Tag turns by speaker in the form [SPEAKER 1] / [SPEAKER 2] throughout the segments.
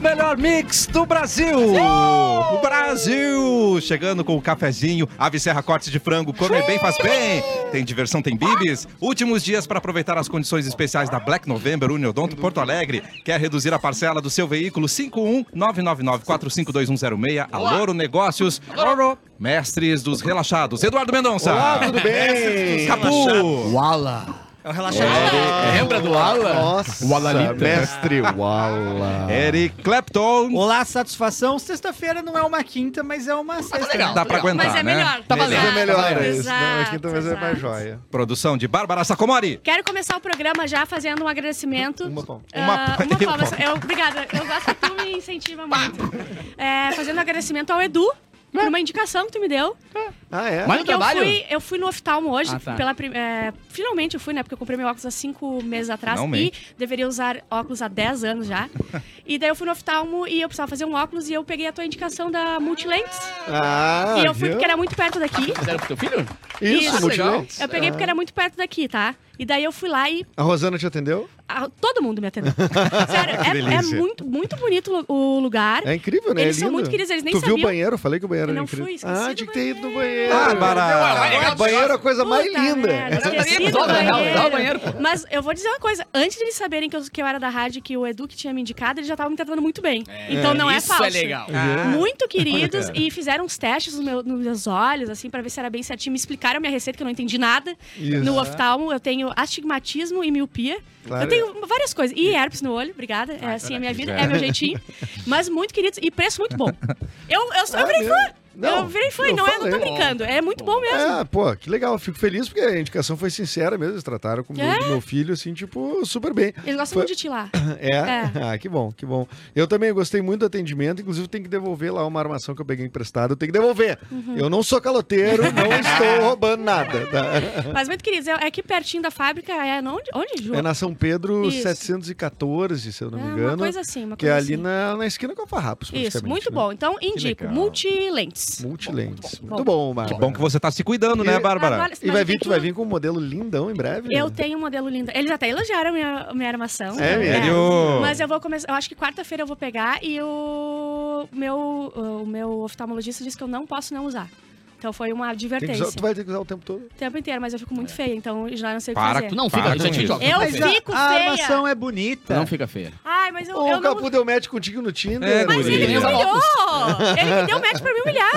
[SPEAKER 1] melhor mix do Brasil! O Brasil! Chegando com o cafezinho, ave serra corte de frango, comer bem faz bem! Tem diversão, tem bibis. Últimos dias para aproveitar as condições especiais da Black November Uniodonto Porto Alegre. Quer reduzir a parcela do seu veículo? 51999452106. Aloro Negócios. Aloro. Mestres dos Relaxados. Eduardo Mendonça.
[SPEAKER 2] Olá, tudo bem?
[SPEAKER 1] Capu.
[SPEAKER 3] Wala.
[SPEAKER 4] É o relaxamento.
[SPEAKER 3] Lembra do Wala?
[SPEAKER 2] Nossa,
[SPEAKER 3] Walalita.
[SPEAKER 2] mestre Wala.
[SPEAKER 1] Eric Clapton.
[SPEAKER 4] Olá, satisfação. Sexta-feira não é uma quinta, mas é uma sexta.
[SPEAKER 1] Dá pra aguentar,
[SPEAKER 5] Mas é
[SPEAKER 1] né?
[SPEAKER 5] melhor.
[SPEAKER 3] Tá
[SPEAKER 2] Mas
[SPEAKER 3] valendo.
[SPEAKER 2] é melhor
[SPEAKER 5] Exato,
[SPEAKER 2] isso, né? Aqui talvez é
[SPEAKER 5] exato.
[SPEAKER 2] mais joia.
[SPEAKER 1] Produção de Bárbara Sacomori.
[SPEAKER 5] Quero começar o programa já fazendo um agradecimento.
[SPEAKER 2] Uma palma.
[SPEAKER 5] Ah,
[SPEAKER 1] Uma palma.
[SPEAKER 5] uma palma. Eu, obrigada. Eu gosto que tu me incentiva muito. É, fazendo agradecimento ao Edu. Por uma indicação que tu me deu.
[SPEAKER 2] Ah, é?
[SPEAKER 3] Mas no
[SPEAKER 5] Porque eu
[SPEAKER 3] trabalho?
[SPEAKER 5] fui, eu fui no oftalmo hoje.
[SPEAKER 3] Ah, tá.
[SPEAKER 5] pela, prim- é, finalmente eu fui, né? Porque eu comprei meu óculos há cinco meses atrás.
[SPEAKER 1] Finalmente.
[SPEAKER 5] E deveria usar óculos há 10 anos já. e daí eu fui no oftalmo e eu precisava fazer um óculos. E eu peguei a tua indicação da Multilentes.
[SPEAKER 2] Ah,
[SPEAKER 5] e eu fui
[SPEAKER 2] viu?
[SPEAKER 5] porque era muito perto daqui.
[SPEAKER 3] Fizeram pro teu filho? Ah.
[SPEAKER 2] Isso,
[SPEAKER 5] Isso,
[SPEAKER 2] multilentes.
[SPEAKER 5] Eu peguei porque era muito perto daqui, tá? E daí eu fui lá e
[SPEAKER 2] A Rosana te atendeu?
[SPEAKER 5] ah, todo mundo me atendeu. Sério, é- é,
[SPEAKER 2] delícia.
[SPEAKER 5] muito, muito bonito lu- o lugar.
[SPEAKER 2] É incrível, né?
[SPEAKER 5] Eles
[SPEAKER 2] é
[SPEAKER 5] são
[SPEAKER 2] lindo.
[SPEAKER 5] muito queridos, eles nem
[SPEAKER 2] Tu viu o
[SPEAKER 5] sabiam.
[SPEAKER 2] banheiro? Eu falei que o banheiro
[SPEAKER 5] Eu
[SPEAKER 2] era
[SPEAKER 5] não
[SPEAKER 2] incrível.
[SPEAKER 5] fui, esqueci
[SPEAKER 2] ah,
[SPEAKER 5] do
[SPEAKER 2] tinha que ter ido no
[SPEAKER 5] banheiro.
[SPEAKER 2] banheiro.
[SPEAKER 1] Bárbara.
[SPEAKER 2] Ah, o banheiro é a coisa mais
[SPEAKER 5] Puta
[SPEAKER 2] linda.
[SPEAKER 5] merda, esqueci do
[SPEAKER 3] Dá o banheiro, dá o banheiro, pô.
[SPEAKER 5] Mas eu vou dizer uma coisa: antes de eles saberem que eu, que eu era da rádio, que o Edu que tinha me indicado, eles já estavam me tratando muito bem. então não é
[SPEAKER 3] Isso
[SPEAKER 5] falso.
[SPEAKER 3] é legal.
[SPEAKER 2] É
[SPEAKER 5] Muito queridos e fizeram uns testes no meu- nos meus olhos, assim, pra ver se era bem certinho. Me explicaram a minha receita, que eu não entendi nada.
[SPEAKER 2] Isso.
[SPEAKER 5] No oftalmo, eu tenho astigmatismo e miopia.
[SPEAKER 2] Claro. Ah,
[SPEAKER 5] Eu tenho várias coisas. E herpes no olho, obrigada. É assim a minha vida, é meu jeitinho. Mas muito queridos e preço muito bom. Eu, eu, sou- eu
[SPEAKER 2] Ah,
[SPEAKER 5] virei
[SPEAKER 2] meu.
[SPEAKER 5] fã.
[SPEAKER 2] Não,
[SPEAKER 5] eu virei fã,
[SPEAKER 2] eu
[SPEAKER 5] não, é, não tô
[SPEAKER 2] falei.
[SPEAKER 5] brincando. É muito bom mesmo.
[SPEAKER 2] É, pô, que legal. Fico feliz porque a indicação foi sincera mesmo. Eles trataram com o
[SPEAKER 5] É.
[SPEAKER 2] meu, do meu filho, assim, tipo, super bem.
[SPEAKER 5] Eles gostam
[SPEAKER 2] Foi-
[SPEAKER 5] muito de ti lá.
[SPEAKER 2] É?
[SPEAKER 5] É.
[SPEAKER 2] Ah, que bom, que bom. Eu também gostei muito do atendimento, inclusive tem que devolver lá uma armação que eu peguei emprestada, eu tenho que devolver.
[SPEAKER 5] Uhum.
[SPEAKER 2] Eu não sou caloteiro, não estou roubando nada. tá?
[SPEAKER 5] Mas muito queridos, é, é aqui pertinho da fábrica. É no- onde, onde Ju?
[SPEAKER 2] É na São Pedro
[SPEAKER 5] Isso.
[SPEAKER 2] 714, se eu não
[SPEAKER 5] É
[SPEAKER 2] me
[SPEAKER 5] uma
[SPEAKER 2] engano,
[SPEAKER 5] coisa assim, uma
[SPEAKER 2] que é
[SPEAKER 5] coisa
[SPEAKER 2] ali
[SPEAKER 5] assim.
[SPEAKER 2] na, na esquina com a Farrapos,
[SPEAKER 5] Isso,
[SPEAKER 2] praticamente,
[SPEAKER 5] muito
[SPEAKER 2] né?
[SPEAKER 5] bom. Então, indico,
[SPEAKER 1] legal.
[SPEAKER 5] multilentes.
[SPEAKER 2] Multilentes.
[SPEAKER 5] Bom,
[SPEAKER 2] Muito bom, Marcos.
[SPEAKER 1] Que bom que você tá se cuidando, né,
[SPEAKER 2] E-
[SPEAKER 1] Bárbara?
[SPEAKER 5] Agora-
[SPEAKER 2] E vai
[SPEAKER 5] Mas
[SPEAKER 2] vir,
[SPEAKER 5] tem
[SPEAKER 2] tu vai
[SPEAKER 5] que-
[SPEAKER 2] vir com um modelo lindão em breve? né?
[SPEAKER 5] Eu tenho um modelo lindo. Eles até elogiaram a minha, a minha armação.
[SPEAKER 2] É
[SPEAKER 1] mesmo?
[SPEAKER 5] Mas eu vou começar. Eu acho que quarta-feira eu vou pegar e o meu, o meu oftalmologista disse que eu não posso não usar. Então foi uma
[SPEAKER 2] Tem que
[SPEAKER 5] advertência.
[SPEAKER 2] usar- tu vai ter que usar o tempo todo.
[SPEAKER 5] O tempo inteiro, mas eu fico muito
[SPEAKER 2] É.
[SPEAKER 5] feia, então eu já não sei o que
[SPEAKER 1] Para,
[SPEAKER 5] fazer.
[SPEAKER 3] Tu não
[SPEAKER 1] Para
[SPEAKER 3] fica,
[SPEAKER 1] com
[SPEAKER 3] eu já te
[SPEAKER 1] isso.
[SPEAKER 3] jogo.
[SPEAKER 5] Eu
[SPEAKER 3] Tu não fica feia.
[SPEAKER 5] fico
[SPEAKER 4] A
[SPEAKER 5] feia.
[SPEAKER 4] armação é
[SPEAKER 3] Tu
[SPEAKER 4] bonita.
[SPEAKER 3] não fica feia.
[SPEAKER 5] Ai, mas eu,
[SPEAKER 2] Ô,
[SPEAKER 5] eu
[SPEAKER 2] o
[SPEAKER 5] não...
[SPEAKER 2] Capu deu match contigo no Tinder.
[SPEAKER 1] É,
[SPEAKER 5] Mas ele me
[SPEAKER 3] Ele usa
[SPEAKER 5] humilhou! Ele me deu match pra me humilhar!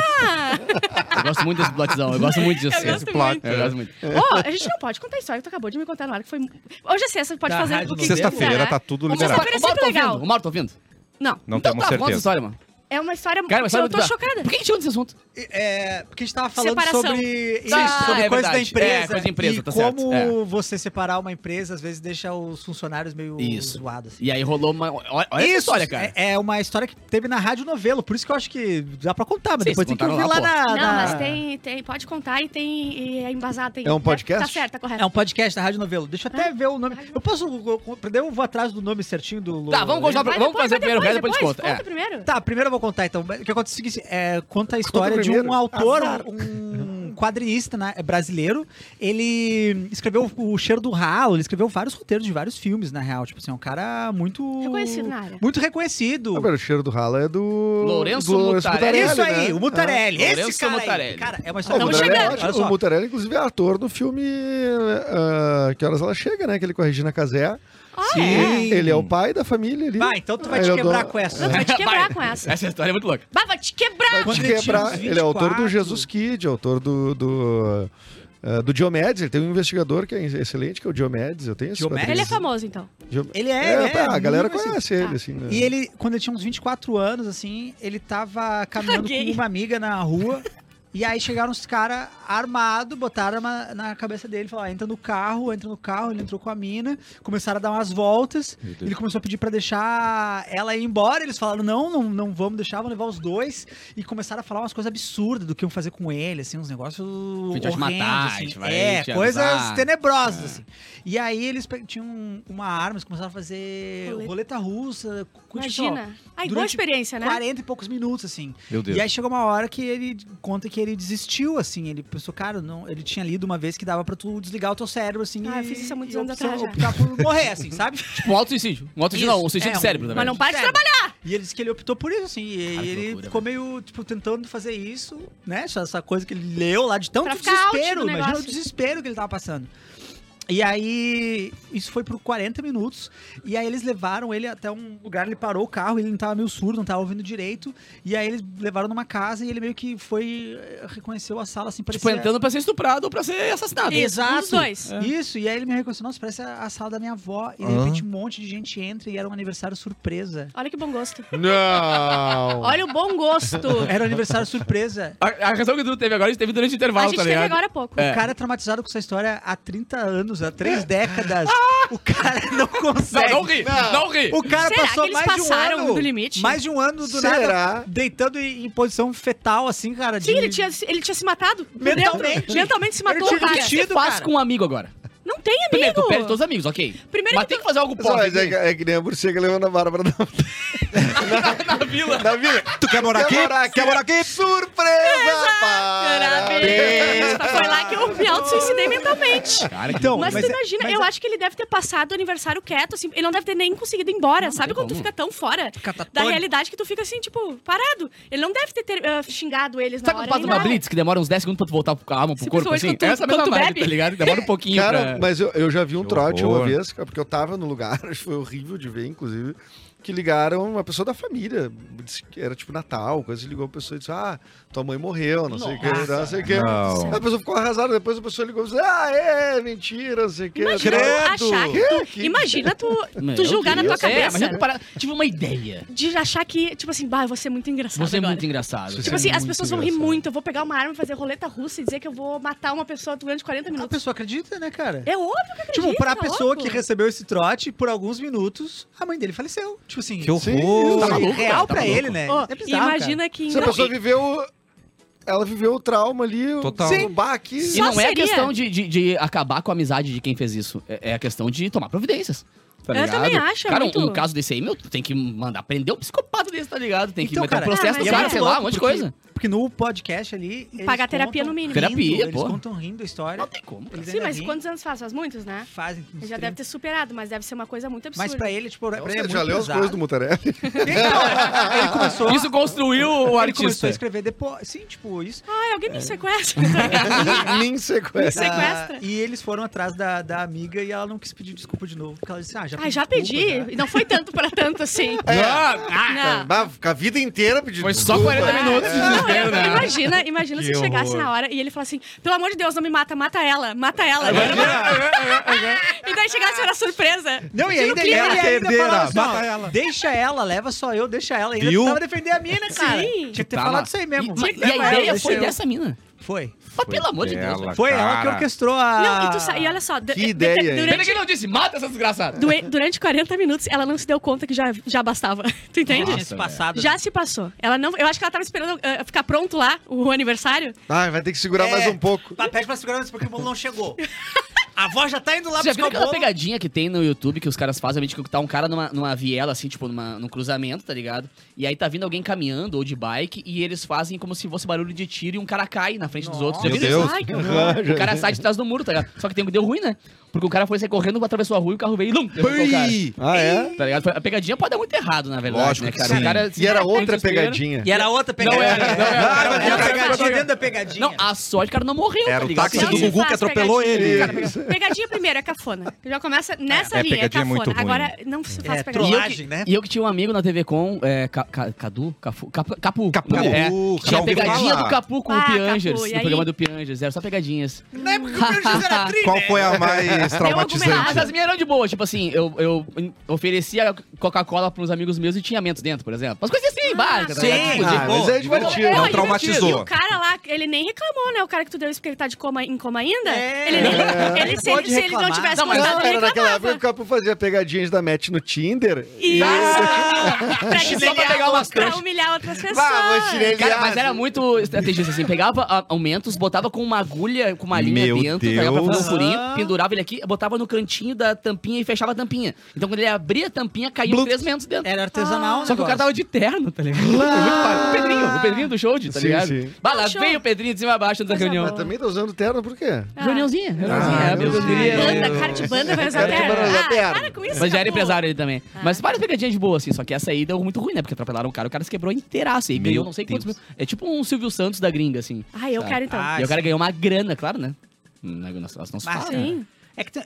[SPEAKER 3] Eu gosto muito desse blotzão, eu gosto muito disso.
[SPEAKER 5] Eu gosto
[SPEAKER 3] plot,
[SPEAKER 5] muito.
[SPEAKER 3] Eu gosto muito.
[SPEAKER 5] Ó, a gente não pode contar a história que tu acabou de me contar na hora que foi. Hoje é sexta, pode
[SPEAKER 4] Da
[SPEAKER 5] fazer
[SPEAKER 4] Rádio
[SPEAKER 5] o que
[SPEAKER 4] Novembro?
[SPEAKER 1] Sexta-feira
[SPEAKER 5] quiser,
[SPEAKER 1] tá
[SPEAKER 5] né?
[SPEAKER 1] tudo
[SPEAKER 5] Vamos
[SPEAKER 1] liberado.
[SPEAKER 5] lá.
[SPEAKER 3] O Mauro tá
[SPEAKER 5] Sempre legal.
[SPEAKER 3] ouvindo? O Mauro tá ouvindo?
[SPEAKER 5] Não,
[SPEAKER 1] Não
[SPEAKER 3] Então
[SPEAKER 1] temos
[SPEAKER 3] tá, conta essa
[SPEAKER 1] certeza.
[SPEAKER 3] história, mano.
[SPEAKER 5] é uma história.
[SPEAKER 3] Cara, mas
[SPEAKER 5] eu tô
[SPEAKER 3] muito
[SPEAKER 5] chocada.
[SPEAKER 3] Por que a gente chegou nesse assunto?
[SPEAKER 4] É, porque a gente tava falando
[SPEAKER 5] Separação.
[SPEAKER 4] sobre isso,
[SPEAKER 3] Ah,
[SPEAKER 4] sobre coisa
[SPEAKER 3] é
[SPEAKER 4] da
[SPEAKER 3] verdade.
[SPEAKER 4] empresa.
[SPEAKER 3] É, coisa da empresa,
[SPEAKER 4] e
[SPEAKER 3] tá certo,
[SPEAKER 4] como
[SPEAKER 3] é.
[SPEAKER 4] você separar uma empresa, às vezes deixa os funcionários meio
[SPEAKER 3] Isso.
[SPEAKER 4] zoados. Assim.
[SPEAKER 3] E aí rolou uma. Olha, olha essa história, cara.
[SPEAKER 4] É, é uma história que teve na Rádio Novelo, por isso que eu acho que dá pra contar, mas
[SPEAKER 3] Sim,
[SPEAKER 4] depois tem que
[SPEAKER 3] contaram
[SPEAKER 4] ouvir lá,
[SPEAKER 3] lá,
[SPEAKER 4] na,
[SPEAKER 5] Não,
[SPEAKER 4] na-
[SPEAKER 5] mas tem, tem. Pode contar e tem. E é embasado. Tem,
[SPEAKER 2] É um podcast?
[SPEAKER 5] Tá certo, tá correto.
[SPEAKER 4] É um podcast da Rádio Novelo. Deixa eu
[SPEAKER 5] Ah,
[SPEAKER 4] até ver o nome. Eu posso. eu- eu- daí Eu vou atrás do nome certinho do.
[SPEAKER 3] Tá, vamos continuar.
[SPEAKER 5] Vai,
[SPEAKER 3] Vamos
[SPEAKER 5] depois,
[SPEAKER 3] fazer
[SPEAKER 5] vai
[SPEAKER 3] primeiro o resto, depois
[SPEAKER 5] depois
[SPEAKER 3] conta. É.
[SPEAKER 5] primeiro.
[SPEAKER 4] Tá, primeiro eu vou contar então. O que acontece é o seguinte: é, conta a história de
[SPEAKER 2] primeiro.
[SPEAKER 4] um autor, um quadrinista né, brasileiro. Ele escreveu O Cheiro do Ralo, ele escreveu vários roteiros de vários filmes, na real. Tipo assim, é um cara muito.
[SPEAKER 5] Reconhecido na área.
[SPEAKER 4] Muito
[SPEAKER 2] Ah,
[SPEAKER 4] reconhecido.
[SPEAKER 2] mas o cheiro do ralo é do.
[SPEAKER 3] Lourenço
[SPEAKER 2] do
[SPEAKER 3] Mutarelli.
[SPEAKER 4] Isso aí,
[SPEAKER 2] né?
[SPEAKER 4] o Mutarelli.
[SPEAKER 3] Ah.
[SPEAKER 4] Esse
[SPEAKER 3] Lourenço
[SPEAKER 4] cara, aí.
[SPEAKER 3] Mutarelli.
[SPEAKER 4] cara, é uma
[SPEAKER 2] Ah,
[SPEAKER 4] história.
[SPEAKER 2] o
[SPEAKER 5] Estamos
[SPEAKER 2] Mutarelli, é
[SPEAKER 5] chegando.
[SPEAKER 2] ótimo.
[SPEAKER 4] Olha só.
[SPEAKER 2] O Mutarelli, inclusive, é ator no filme ah, Que Horas Ela Chega, né? Aquele com a Regina Casé.
[SPEAKER 5] Ah, é.
[SPEAKER 4] Sim.
[SPEAKER 2] Ele é o pai da família ali.
[SPEAKER 4] Vai, então tu vai
[SPEAKER 2] Aí
[SPEAKER 4] te
[SPEAKER 2] Ah, eu É.
[SPEAKER 4] quebrar
[SPEAKER 2] dou-
[SPEAKER 4] com essa.
[SPEAKER 5] Não, vai te quebrar
[SPEAKER 3] Vai.
[SPEAKER 5] com essa.
[SPEAKER 3] Essa história é muito louca.
[SPEAKER 5] Bah, vai te quebrar!
[SPEAKER 2] Vai te
[SPEAKER 4] Quando ele tinha
[SPEAKER 2] quebrar.
[SPEAKER 4] uns
[SPEAKER 2] Ele é autor do
[SPEAKER 4] 24.
[SPEAKER 2] Jesus Kid, autor do. do... ah, do Diomedes, ele tem um investigador que é excelente, que é o Diomedes, eu tenho esse
[SPEAKER 4] Diomedes?
[SPEAKER 5] Ele é
[SPEAKER 2] quadrinho.
[SPEAKER 5] famoso, então.
[SPEAKER 2] Geo-
[SPEAKER 4] Ele é, ele é,
[SPEAKER 2] tá, a galera
[SPEAKER 4] muito
[SPEAKER 2] conhece ele, assim. né?
[SPEAKER 4] E ele, quando ele tinha uns 24 anos, assim, ele tava caminhando
[SPEAKER 5] Caguei.
[SPEAKER 4] com uma amiga na rua. e aí chegaram os caras armados, botaram arma na cabeça dele, falaram: "Ah, entra no carro, entra no carro. Ele entrou com a mina, começaram a dar umas voltas. Ele começou a pedir pra deixar ela ir embora. Eles falaram: não, não, não vamos deixar, vamos levar os dois. E começaram a falar umas coisas absurdas do que iam fazer com ele, assim, uns negócios.
[SPEAKER 3] A gente vai te
[SPEAKER 4] horrendos,
[SPEAKER 3] matar, a
[SPEAKER 4] assim.
[SPEAKER 3] gente vai
[SPEAKER 4] É,
[SPEAKER 3] te É.
[SPEAKER 4] coisas
[SPEAKER 3] abusar.
[SPEAKER 4] tenebrosas, assim. E aí eles pe- tinham uma arma, eles começaram a fazer
[SPEAKER 5] Roleta.
[SPEAKER 4] roleta russa, cu- tipo,
[SPEAKER 5] Imagina. Ai, boa
[SPEAKER 4] durante
[SPEAKER 5] experiência,
[SPEAKER 4] ó,
[SPEAKER 5] né?
[SPEAKER 4] 40 e poucos minutos, assim.
[SPEAKER 3] é
[SPEAKER 1] Meu Deus.
[SPEAKER 4] E aí chegou uma hora que ele conta que ele desistiu, assim. Ele pensou, cara, não, ele tinha lido uma vez que dava pra tu desligar o teu cérebro, assim.
[SPEAKER 5] Ah,
[SPEAKER 4] e,
[SPEAKER 5] eu fiz isso há muitos
[SPEAKER 4] e
[SPEAKER 5] anos
[SPEAKER 4] opção-
[SPEAKER 5] atrás já.
[SPEAKER 4] optar por morrer, assim, sabe?
[SPEAKER 3] Tipo, um auto-suicídio. Um auto-suicídio não, um
[SPEAKER 4] Isso,
[SPEAKER 3] suicídio
[SPEAKER 4] é,
[SPEAKER 3] de
[SPEAKER 4] um-
[SPEAKER 3] cérebro também.
[SPEAKER 5] Mas não para de
[SPEAKER 4] Sério.
[SPEAKER 5] trabalhar.
[SPEAKER 4] E ele disse que ele optou por isso, assim. E,
[SPEAKER 3] Cara, que
[SPEAKER 4] ele
[SPEAKER 3] loucura,
[SPEAKER 4] ficou meio, tipo, tentando fazer isso, né? Essa, essa coisa que ele leu lá de tanto
[SPEAKER 5] Pra ficar out
[SPEAKER 4] desespero.
[SPEAKER 5] do
[SPEAKER 4] Imagina o
[SPEAKER 5] negócio.
[SPEAKER 4] desespero que ele tava passando. E aí, isso foi por 40 minutos. E aí eles levaram ele até um lugar, ele parou o carro, ele não tava meio surdo, não tava ouvindo direito. E aí eles levaram numa casa e ele meio que foi. eh, reconheceu a sala, assim,
[SPEAKER 3] Tipo,
[SPEAKER 4] parecia.
[SPEAKER 3] entrando pra ser estuprado ou pra ser assassinado.
[SPEAKER 4] Exato. É.
[SPEAKER 5] Um dos dois.
[SPEAKER 4] Isso, e aí ele me reconheceu, nossa, parece a, a sala da minha avó. E de
[SPEAKER 1] Ah.
[SPEAKER 4] repente um monte de gente entra e era um aniversário surpresa.
[SPEAKER 5] Olha que bom gosto.
[SPEAKER 2] Não!
[SPEAKER 5] Olha o bom gosto.
[SPEAKER 4] Era um aniversário surpresa.
[SPEAKER 3] A, a razão que tu teve agora, a gente teve durante o
[SPEAKER 5] A
[SPEAKER 3] intervalo,
[SPEAKER 5] gente
[SPEAKER 3] tá
[SPEAKER 5] teve
[SPEAKER 3] ligado?
[SPEAKER 5] agora há pouco.
[SPEAKER 3] É.
[SPEAKER 4] O cara é traumatizado com essa história há 30 anos, há três décadas. O cara não
[SPEAKER 3] Não,
[SPEAKER 4] consegue.
[SPEAKER 3] É. Ah! não ri, não, ri.
[SPEAKER 4] O cara
[SPEAKER 5] Será
[SPEAKER 4] passou
[SPEAKER 5] que eles
[SPEAKER 4] mais
[SPEAKER 5] passaram
[SPEAKER 4] de um ano,
[SPEAKER 5] do limite?
[SPEAKER 4] mais de um ano do
[SPEAKER 2] Será?
[SPEAKER 4] nada, deitando em, em posição fetal, assim, cara.
[SPEAKER 5] Sim,
[SPEAKER 4] de-
[SPEAKER 5] ele tinha, ele tinha se matado.
[SPEAKER 4] Mentalmente.
[SPEAKER 5] Dentro. Mentalmente se
[SPEAKER 4] Ele
[SPEAKER 5] matou,
[SPEAKER 4] tinha
[SPEAKER 5] cara.
[SPEAKER 3] O que tu
[SPEAKER 4] Sentido,
[SPEAKER 3] faz
[SPEAKER 4] cara.
[SPEAKER 3] com um amigo agora?
[SPEAKER 5] Não tem amigo.
[SPEAKER 3] Primeiro, tu perde todos os amigos, ok.
[SPEAKER 5] Primeiro
[SPEAKER 3] Mas
[SPEAKER 5] que
[SPEAKER 3] tem
[SPEAKER 5] tu-
[SPEAKER 3] que fazer algo
[SPEAKER 2] Só, mas é,
[SPEAKER 3] pós
[SPEAKER 2] que- é que nem a morcega levando a Bárbara na,
[SPEAKER 3] na vila.
[SPEAKER 2] na vila.
[SPEAKER 1] Tu quer morar aqui? Quer morar aqui?
[SPEAKER 2] Surpresa!
[SPEAKER 5] Parabéns. Foi lá que eu me auto-suicidei mentalmente.
[SPEAKER 3] Cara,
[SPEAKER 4] Então,
[SPEAKER 5] Mas,
[SPEAKER 4] Mas
[SPEAKER 5] tu
[SPEAKER 4] é-
[SPEAKER 5] imagina,
[SPEAKER 4] mas
[SPEAKER 5] eu
[SPEAKER 4] é-
[SPEAKER 5] acho que ele deve ter passado o aniversário quieto, assim. Ele não deve ter nem conseguido ir embora. Sabe quando tu
[SPEAKER 3] como.
[SPEAKER 5] fica tão fora da
[SPEAKER 4] Catatônico.
[SPEAKER 5] realidade que tu fica assim, tipo, parado? Ele não deve ter, ter, ah, xingado eles na
[SPEAKER 3] Sabe
[SPEAKER 5] hora.
[SPEAKER 3] quando passa
[SPEAKER 5] nem
[SPEAKER 3] uma
[SPEAKER 5] nada.
[SPEAKER 3] blitz que demora uns 10 segundos pra tu voltar pro calma, pro
[SPEAKER 5] Sim,
[SPEAKER 3] corpo,
[SPEAKER 5] principalmente
[SPEAKER 3] assim?
[SPEAKER 5] quando tu-
[SPEAKER 3] essa mesma
[SPEAKER 5] quando tu
[SPEAKER 3] vibe,
[SPEAKER 5] bebe.
[SPEAKER 3] tá ligado? Demora um pouquinho
[SPEAKER 2] Cara,
[SPEAKER 3] pra...
[SPEAKER 2] mas eu, eu já vi um
[SPEAKER 1] Que
[SPEAKER 2] trote uma
[SPEAKER 1] horror.
[SPEAKER 2] vez, cara, porque eu tava no lugar, foi horrível de ver, inclusive, que ligaram uma pessoa da família, disse que era tipo Natal, coisa, assim, ligou a pessoa e disse, ah, tua mãe morreu, não sei o que, não sei o que.
[SPEAKER 1] Não.
[SPEAKER 2] A pessoa ficou arrasada, depois a pessoa ligou e disse, ah, é, mentira, não sei o que.
[SPEAKER 5] Imagina
[SPEAKER 1] Credo.
[SPEAKER 5] tu achar que tu,
[SPEAKER 2] Que-
[SPEAKER 5] Imagina tu,
[SPEAKER 3] Meu
[SPEAKER 5] tu julgar na tua
[SPEAKER 3] Deus. É,
[SPEAKER 5] cabeça.
[SPEAKER 3] imagina tu parar... Tive uma ideia.
[SPEAKER 5] De achar que, tipo assim, bah, eu vou ser muito engraçado
[SPEAKER 3] Você é
[SPEAKER 5] agora.
[SPEAKER 3] muito engraçado.
[SPEAKER 5] Tipo
[SPEAKER 2] Isso
[SPEAKER 5] assim,
[SPEAKER 2] é
[SPEAKER 5] as
[SPEAKER 2] muito
[SPEAKER 5] pessoas vão rir
[SPEAKER 2] engraçado.
[SPEAKER 5] muito. Eu vou pegar uma arma e fazer roleta russa e dizer que eu vou matar uma pessoa durante 40
[SPEAKER 4] A
[SPEAKER 5] minutos.
[SPEAKER 4] pessoa acredita, né, cara?
[SPEAKER 5] É óbvio que eu acredito,
[SPEAKER 4] tipo, pra
[SPEAKER 5] tá
[SPEAKER 4] pessoa
[SPEAKER 5] louco?
[SPEAKER 4] que recebeu esse trote, por alguns minutos, a mãe dele faleceu. Tipo assim,
[SPEAKER 1] Que
[SPEAKER 4] isso
[SPEAKER 1] horror!
[SPEAKER 3] Tá
[SPEAKER 4] é
[SPEAKER 3] maluco, cara,
[SPEAKER 4] real
[SPEAKER 3] tá
[SPEAKER 4] pra
[SPEAKER 3] maluco.
[SPEAKER 4] ele, né?
[SPEAKER 5] Ó,
[SPEAKER 4] é bizarro, cara.
[SPEAKER 5] imagina que em
[SPEAKER 2] Se a
[SPEAKER 5] Não,
[SPEAKER 2] pessoa
[SPEAKER 5] e-
[SPEAKER 2] viveu... Ela viveu o trauma ali, o-
[SPEAKER 1] Total.
[SPEAKER 2] o baque.
[SPEAKER 3] E
[SPEAKER 5] Só
[SPEAKER 3] não é
[SPEAKER 5] seria-
[SPEAKER 3] questão de, de, de acabar com a amizade de quem fez isso. É, é a questão de tomar providências. Tá
[SPEAKER 5] Eu
[SPEAKER 3] ligado?
[SPEAKER 5] também acho, é
[SPEAKER 3] Cara, um-
[SPEAKER 5] muito-
[SPEAKER 3] um caso desse aí, meu, tu tem que mandar prender o psicopata desse, tá ligado? Tem que
[SPEAKER 4] Então,
[SPEAKER 3] meter um
[SPEAKER 4] cara,
[SPEAKER 3] processo
[SPEAKER 5] ah,
[SPEAKER 3] do
[SPEAKER 5] mas
[SPEAKER 4] é
[SPEAKER 3] cara,
[SPEAKER 4] muito
[SPEAKER 3] sei lá, um
[SPEAKER 4] louco,
[SPEAKER 3] monte de
[SPEAKER 4] porque-
[SPEAKER 3] coisa.
[SPEAKER 4] Porque no podcast ali. eles
[SPEAKER 5] Pagar terapia
[SPEAKER 4] contam
[SPEAKER 5] no mínimo.
[SPEAKER 3] Terapia,
[SPEAKER 4] rindo, Eles
[SPEAKER 3] pô.
[SPEAKER 4] contam rindo a história.
[SPEAKER 3] Não tem como, cara.
[SPEAKER 4] Eles
[SPEAKER 5] Sim,
[SPEAKER 4] ainda
[SPEAKER 5] mas
[SPEAKER 4] riem,
[SPEAKER 5] quantos anos faz? Faz muitos, né?
[SPEAKER 4] Fazem.
[SPEAKER 5] Ele já deve ter superado, mas deve ser uma coisa muito absurda.
[SPEAKER 4] Mas pra ele, tipo, pra
[SPEAKER 2] Ou
[SPEAKER 4] ele
[SPEAKER 2] seja,
[SPEAKER 4] é muito
[SPEAKER 2] já leu as
[SPEAKER 4] pesado.
[SPEAKER 2] coisas do Mutarelli?
[SPEAKER 4] Então, ele começou.
[SPEAKER 3] Isso construiu o
[SPEAKER 4] ele começou
[SPEAKER 3] artista.
[SPEAKER 4] a escrever depois. Sim, tipo, isso.
[SPEAKER 5] Ai, alguém me sequestra.
[SPEAKER 2] Nem é. sequência.
[SPEAKER 5] Sequestra.
[SPEAKER 4] Ah, e eles foram atrás da, da amiga e ela não quis pedir desculpa de novo. Porque ela disse, ah, já
[SPEAKER 5] Ai, já pedi.
[SPEAKER 4] desculpa,
[SPEAKER 5] E Não foi tanto pra tanto assim.
[SPEAKER 3] Ah,
[SPEAKER 5] Não.
[SPEAKER 2] Bah, fica a vida inteira pedindo
[SPEAKER 3] Foi só
[SPEAKER 2] desculpa.
[SPEAKER 3] 40 minutos de
[SPEAKER 5] Não,
[SPEAKER 3] desespero, né?
[SPEAKER 5] imagina, imagina se
[SPEAKER 2] Que
[SPEAKER 5] eu chegasse
[SPEAKER 2] horror.
[SPEAKER 5] na hora e ele falasse assim: pelo amor de Deus, não me mata, mata ela, mata ela. e daí chegasse e era surpresa.
[SPEAKER 4] já." Não, e ainda ele
[SPEAKER 1] clima. Ela
[SPEAKER 4] ainda falava
[SPEAKER 1] herdeira,
[SPEAKER 4] assim, ó,
[SPEAKER 1] mata ela.
[SPEAKER 4] Deixa ela, leva só eu, deixa ela. E ainda
[SPEAKER 1] Viu?
[SPEAKER 4] tava defender a mina, cara.
[SPEAKER 5] Sim.
[SPEAKER 4] Tinha que ter
[SPEAKER 3] Tá,
[SPEAKER 4] falado
[SPEAKER 3] mas-
[SPEAKER 4] isso aí mesmo.
[SPEAKER 3] E, mas- e
[SPEAKER 4] Leva
[SPEAKER 3] a
[SPEAKER 4] ela,
[SPEAKER 3] ideia
[SPEAKER 4] deixa
[SPEAKER 3] foi
[SPEAKER 4] eu.
[SPEAKER 3] dessa mina.
[SPEAKER 4] Foi.
[SPEAKER 3] Mas pelo amor de Deus. né?
[SPEAKER 1] Ela,
[SPEAKER 3] velho.
[SPEAKER 4] Foi ela que
[SPEAKER 1] cara.
[SPEAKER 4] orquestrou a...
[SPEAKER 5] Não, e, tu sa- e olha só, du-
[SPEAKER 2] Que
[SPEAKER 5] du-
[SPEAKER 2] ideia, hein?
[SPEAKER 5] durante,
[SPEAKER 3] Pena que ele não disse, mata essa desgraçada.
[SPEAKER 5] due- durante 40 minutos ela não se deu conta que já, já bastava. Tu entende?
[SPEAKER 4] Tinha se passado.
[SPEAKER 5] Já se passou. Ela não, eu acho que ela tava esperando eh, ficar pronto lá, o aniversário.
[SPEAKER 2] Ai, Ah, vai ter que segurar
[SPEAKER 4] É,
[SPEAKER 2] mais um pouco.
[SPEAKER 4] pa- Pede pra segurar antes, porque o bolo não chegou. A avó já tá indo lá
[SPEAKER 3] Você já
[SPEAKER 4] buscar
[SPEAKER 3] viu
[SPEAKER 4] o
[SPEAKER 3] aquela
[SPEAKER 4] bolo.
[SPEAKER 3] pegadinha que tem no YouTube que os caras fazem, obviamente, que tá um cara numa, numa viela, assim, tipo, numa, num cruzamento, tá ligado? E aí tá vindo alguém caminhando ou de bike e eles fazem como se fosse barulho de tiro e um cara cai na frente dos outros. Já
[SPEAKER 1] Meu
[SPEAKER 3] viram isso?
[SPEAKER 1] Deus.
[SPEAKER 5] Ai, que horror.
[SPEAKER 2] Ah, já-
[SPEAKER 3] O cara sai de trás do muro, tá ligado? Só que tem um que deu ruim, né? Porque o cara foi sair correndo, atravessou a rua e o carro veio e lum! derrubou o cara.
[SPEAKER 1] Ui!
[SPEAKER 2] Ah, é?
[SPEAKER 3] Tá ligado? A pegadinha pode dar muito errado, na verdade,
[SPEAKER 1] Lógico
[SPEAKER 3] né,
[SPEAKER 1] que
[SPEAKER 3] cara?
[SPEAKER 1] sim.
[SPEAKER 3] O cara
[SPEAKER 2] E era
[SPEAKER 3] se-
[SPEAKER 2] outra
[SPEAKER 3] desespero.
[SPEAKER 2] pegadinha.
[SPEAKER 4] E era outra pegadinha.
[SPEAKER 3] era, não era.
[SPEAKER 4] Era
[SPEAKER 3] Era outra
[SPEAKER 4] pegadinha
[SPEAKER 3] pegadinha.
[SPEAKER 4] dentro da pegadinha. É
[SPEAKER 3] Não, a sorte, o cara não morreu,
[SPEAKER 1] Era
[SPEAKER 3] tá
[SPEAKER 1] o
[SPEAKER 3] ligado?
[SPEAKER 1] táxi
[SPEAKER 5] Não
[SPEAKER 1] do
[SPEAKER 5] se
[SPEAKER 1] Gugu que
[SPEAKER 5] faz
[SPEAKER 1] atropelou
[SPEAKER 5] pegadinha.
[SPEAKER 1] ele.
[SPEAKER 5] Cara, pegadinha. Pegadinha primeiro é cafona. Já começa nessa
[SPEAKER 1] É,
[SPEAKER 5] linha, é
[SPEAKER 1] pegadinha é
[SPEAKER 5] cafona.
[SPEAKER 1] muito ruim.
[SPEAKER 5] Agora não se faz
[SPEAKER 4] É,
[SPEAKER 5] pegadinha.
[SPEAKER 4] trollagem.
[SPEAKER 3] E eu, que,
[SPEAKER 4] né?
[SPEAKER 3] e eu que tinha um amigo na TV Com, é, Ca- Ca- Cadu? Cafu, Capu. Capu.
[SPEAKER 1] Capu.
[SPEAKER 3] É,
[SPEAKER 1] Capu,
[SPEAKER 3] tinha
[SPEAKER 1] já
[SPEAKER 3] a
[SPEAKER 1] ouvi
[SPEAKER 3] pegadinha
[SPEAKER 1] falar.
[SPEAKER 3] do Capu com
[SPEAKER 5] Ah,
[SPEAKER 3] o
[SPEAKER 5] Capu,
[SPEAKER 3] Piangers,
[SPEAKER 5] e
[SPEAKER 3] no
[SPEAKER 5] aí?
[SPEAKER 3] programa do Piangers. Era só pegadinhas.
[SPEAKER 4] Na época que o Pedro José era tri,
[SPEAKER 1] Qual
[SPEAKER 4] né?
[SPEAKER 1] foi a mais
[SPEAKER 3] Mas
[SPEAKER 1] traumatizante?
[SPEAKER 5] homenagem.
[SPEAKER 3] as minhas eram de boa, tipo assim, eu, eu oferecia Coca-Cola pros amigos meus e tinha mentos dentro, por exemplo. Umas coisas assim, básicas. tá
[SPEAKER 4] sim.
[SPEAKER 3] ligado? Tipo,
[SPEAKER 4] Ah,
[SPEAKER 2] Ah, mas é divertido.
[SPEAKER 1] Não
[SPEAKER 5] e o-
[SPEAKER 1] traumatizou.
[SPEAKER 5] E o cara lá, ele nem reclamou, né? O cara que tu deu isso porque ele tá de coma, em coma ainda.
[SPEAKER 4] É.
[SPEAKER 5] Ele nem.
[SPEAKER 4] É.
[SPEAKER 5] Ele, se,
[SPEAKER 4] Pode
[SPEAKER 5] ele, se ele não
[SPEAKER 4] reclamar.
[SPEAKER 5] tivesse
[SPEAKER 3] Não, mas
[SPEAKER 5] contado,
[SPEAKER 2] Não,
[SPEAKER 5] ele
[SPEAKER 2] era naquela época
[SPEAKER 5] reclamava.
[SPEAKER 2] que o Capu fazia pegadinhas da Match no Tinder.
[SPEAKER 5] Isso! pra
[SPEAKER 3] Só pra pegar umas
[SPEAKER 5] pra
[SPEAKER 3] crush.
[SPEAKER 5] humilhar outras pessoas.
[SPEAKER 2] Vá, vou tirar ele
[SPEAKER 3] Cara,
[SPEAKER 2] de
[SPEAKER 3] mas era
[SPEAKER 2] asa.
[SPEAKER 3] muito estrategista, assim. Pegava a- aumentos, botava com uma agulha, com uma linha
[SPEAKER 1] Meu
[SPEAKER 3] dentro, pegava pra fazer um
[SPEAKER 1] Deus.
[SPEAKER 3] furinho,
[SPEAKER 4] Aham.
[SPEAKER 3] pendurava ele aqui, botava no cantinho da
[SPEAKER 1] É
[SPEAKER 3] tampinha e fechava a tampinha. Então, quando ele abria a tampinha, caíam três mentos dentro.
[SPEAKER 1] um
[SPEAKER 4] Era artesanal,
[SPEAKER 3] Só que o cara tava de terno, tá ligado? Foi muito fácil. O Pedrinho, o Pedrinho do show, tá
[SPEAKER 2] Sim,
[SPEAKER 3] ligado?
[SPEAKER 2] sim.
[SPEAKER 3] Bah, lá
[SPEAKER 5] Show.
[SPEAKER 3] veio o Pedrinho de cima a baixo da
[SPEAKER 5] Coisa
[SPEAKER 3] reunião.
[SPEAKER 5] boa.
[SPEAKER 2] Mas também tá usando terno por quê?
[SPEAKER 5] Ah,
[SPEAKER 3] Reuniãozinha, reuniãozinha.
[SPEAKER 2] Ah,
[SPEAKER 3] é, a
[SPEAKER 2] reuniãozinha.
[SPEAKER 3] reuniãozinha.
[SPEAKER 5] Banda, cara de banda vai usar
[SPEAKER 2] Cara de
[SPEAKER 5] terno.
[SPEAKER 2] banda vai usar
[SPEAKER 5] Ah,
[SPEAKER 2] terno.
[SPEAKER 5] para com isso,
[SPEAKER 3] Mas já era
[SPEAKER 5] Capu.
[SPEAKER 3] empresário ele também.
[SPEAKER 5] Ah.
[SPEAKER 3] Mas várias pegadinhas de boa, assim. Só que essa aí deu muito ruim, né? Porque atropelaram o cara, o cara se quebrou inteiraço. E
[SPEAKER 1] Meu
[SPEAKER 3] ganhou não sei quantos mil.
[SPEAKER 1] Deus.
[SPEAKER 3] É tipo um Silvio Santos da gringa, assim.
[SPEAKER 5] Ah, eu
[SPEAKER 3] Tá.
[SPEAKER 5] quero então.
[SPEAKER 4] Ah,
[SPEAKER 3] e o cara
[SPEAKER 4] sim.
[SPEAKER 3] ganhou uma grana, claro, né? Não, não, não, não se
[SPEAKER 4] Mas
[SPEAKER 3] fala. né?
[SPEAKER 5] Sim.
[SPEAKER 4] É que tem-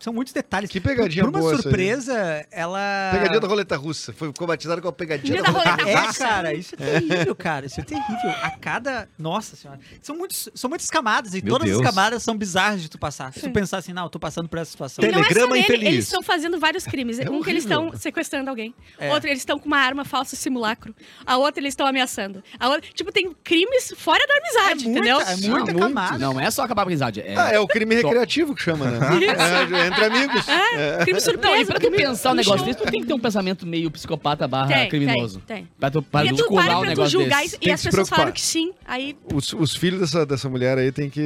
[SPEAKER 4] são muitos detalhes.
[SPEAKER 2] Que pegadinha
[SPEAKER 4] Por uma
[SPEAKER 2] boa essa aí.
[SPEAKER 4] surpresa, ela...
[SPEAKER 2] Pegadinha da roleta russa. Foi, ficou batizado com a pegadinha
[SPEAKER 5] Dia
[SPEAKER 2] da
[SPEAKER 5] da
[SPEAKER 2] roleta
[SPEAKER 5] roleta
[SPEAKER 4] É,
[SPEAKER 5] russa.
[SPEAKER 4] cara, isso é terrível, cara. Isso é terrível. A cada. Nossa senhora. São, muitos, são muitas camadas e
[SPEAKER 1] Meu
[SPEAKER 4] todas
[SPEAKER 1] Deus.
[SPEAKER 4] as camadas são bizarras de tu passar. Se tu pensar assim, não, eu tô passando por essa situação.
[SPEAKER 5] E não é só
[SPEAKER 1] Telegrama
[SPEAKER 5] nele,
[SPEAKER 1] infeliz.
[SPEAKER 5] Eles estão fazendo vários crimes.
[SPEAKER 3] É
[SPEAKER 5] um que eles
[SPEAKER 2] horrível.
[SPEAKER 5] estão sequestrando alguém.
[SPEAKER 4] É.
[SPEAKER 5] Outro, eles estão com uma arma falsa simulacro. A outra, eles estão ameaçando. A outra, tipo, tem crimes fora da amizade,
[SPEAKER 4] muita,
[SPEAKER 5] entendeu?
[SPEAKER 4] é
[SPEAKER 2] Não,
[SPEAKER 4] muita
[SPEAKER 2] muito.
[SPEAKER 4] camada.
[SPEAKER 3] Não é só acabar a amizade. É...
[SPEAKER 2] Ah, é o crime recreativo que chama, né? É, entre amigos.
[SPEAKER 5] É, crime
[SPEAKER 3] Não, e
[SPEAKER 5] surpresa.
[SPEAKER 3] pra tu
[SPEAKER 5] crime-
[SPEAKER 3] pensar um
[SPEAKER 5] crime
[SPEAKER 3] negócio
[SPEAKER 5] show.
[SPEAKER 3] desse, tu tem que ter um pensamento meio psicopata barra
[SPEAKER 5] Tem,
[SPEAKER 3] criminoso.
[SPEAKER 5] Tem, tem.
[SPEAKER 3] Pra tu, pra
[SPEAKER 5] e
[SPEAKER 3] tu
[SPEAKER 5] tu
[SPEAKER 3] colar
[SPEAKER 5] para
[SPEAKER 3] um
[SPEAKER 5] pra tu
[SPEAKER 3] negócio
[SPEAKER 5] julgar
[SPEAKER 3] desse.
[SPEAKER 5] e-
[SPEAKER 2] Tem
[SPEAKER 5] e
[SPEAKER 2] que
[SPEAKER 5] as
[SPEAKER 2] se
[SPEAKER 5] pessoas falaram
[SPEAKER 2] preocupar.
[SPEAKER 5] que sim. Aí
[SPEAKER 2] Os, os filhos dessa, dessa mulher aí tem que.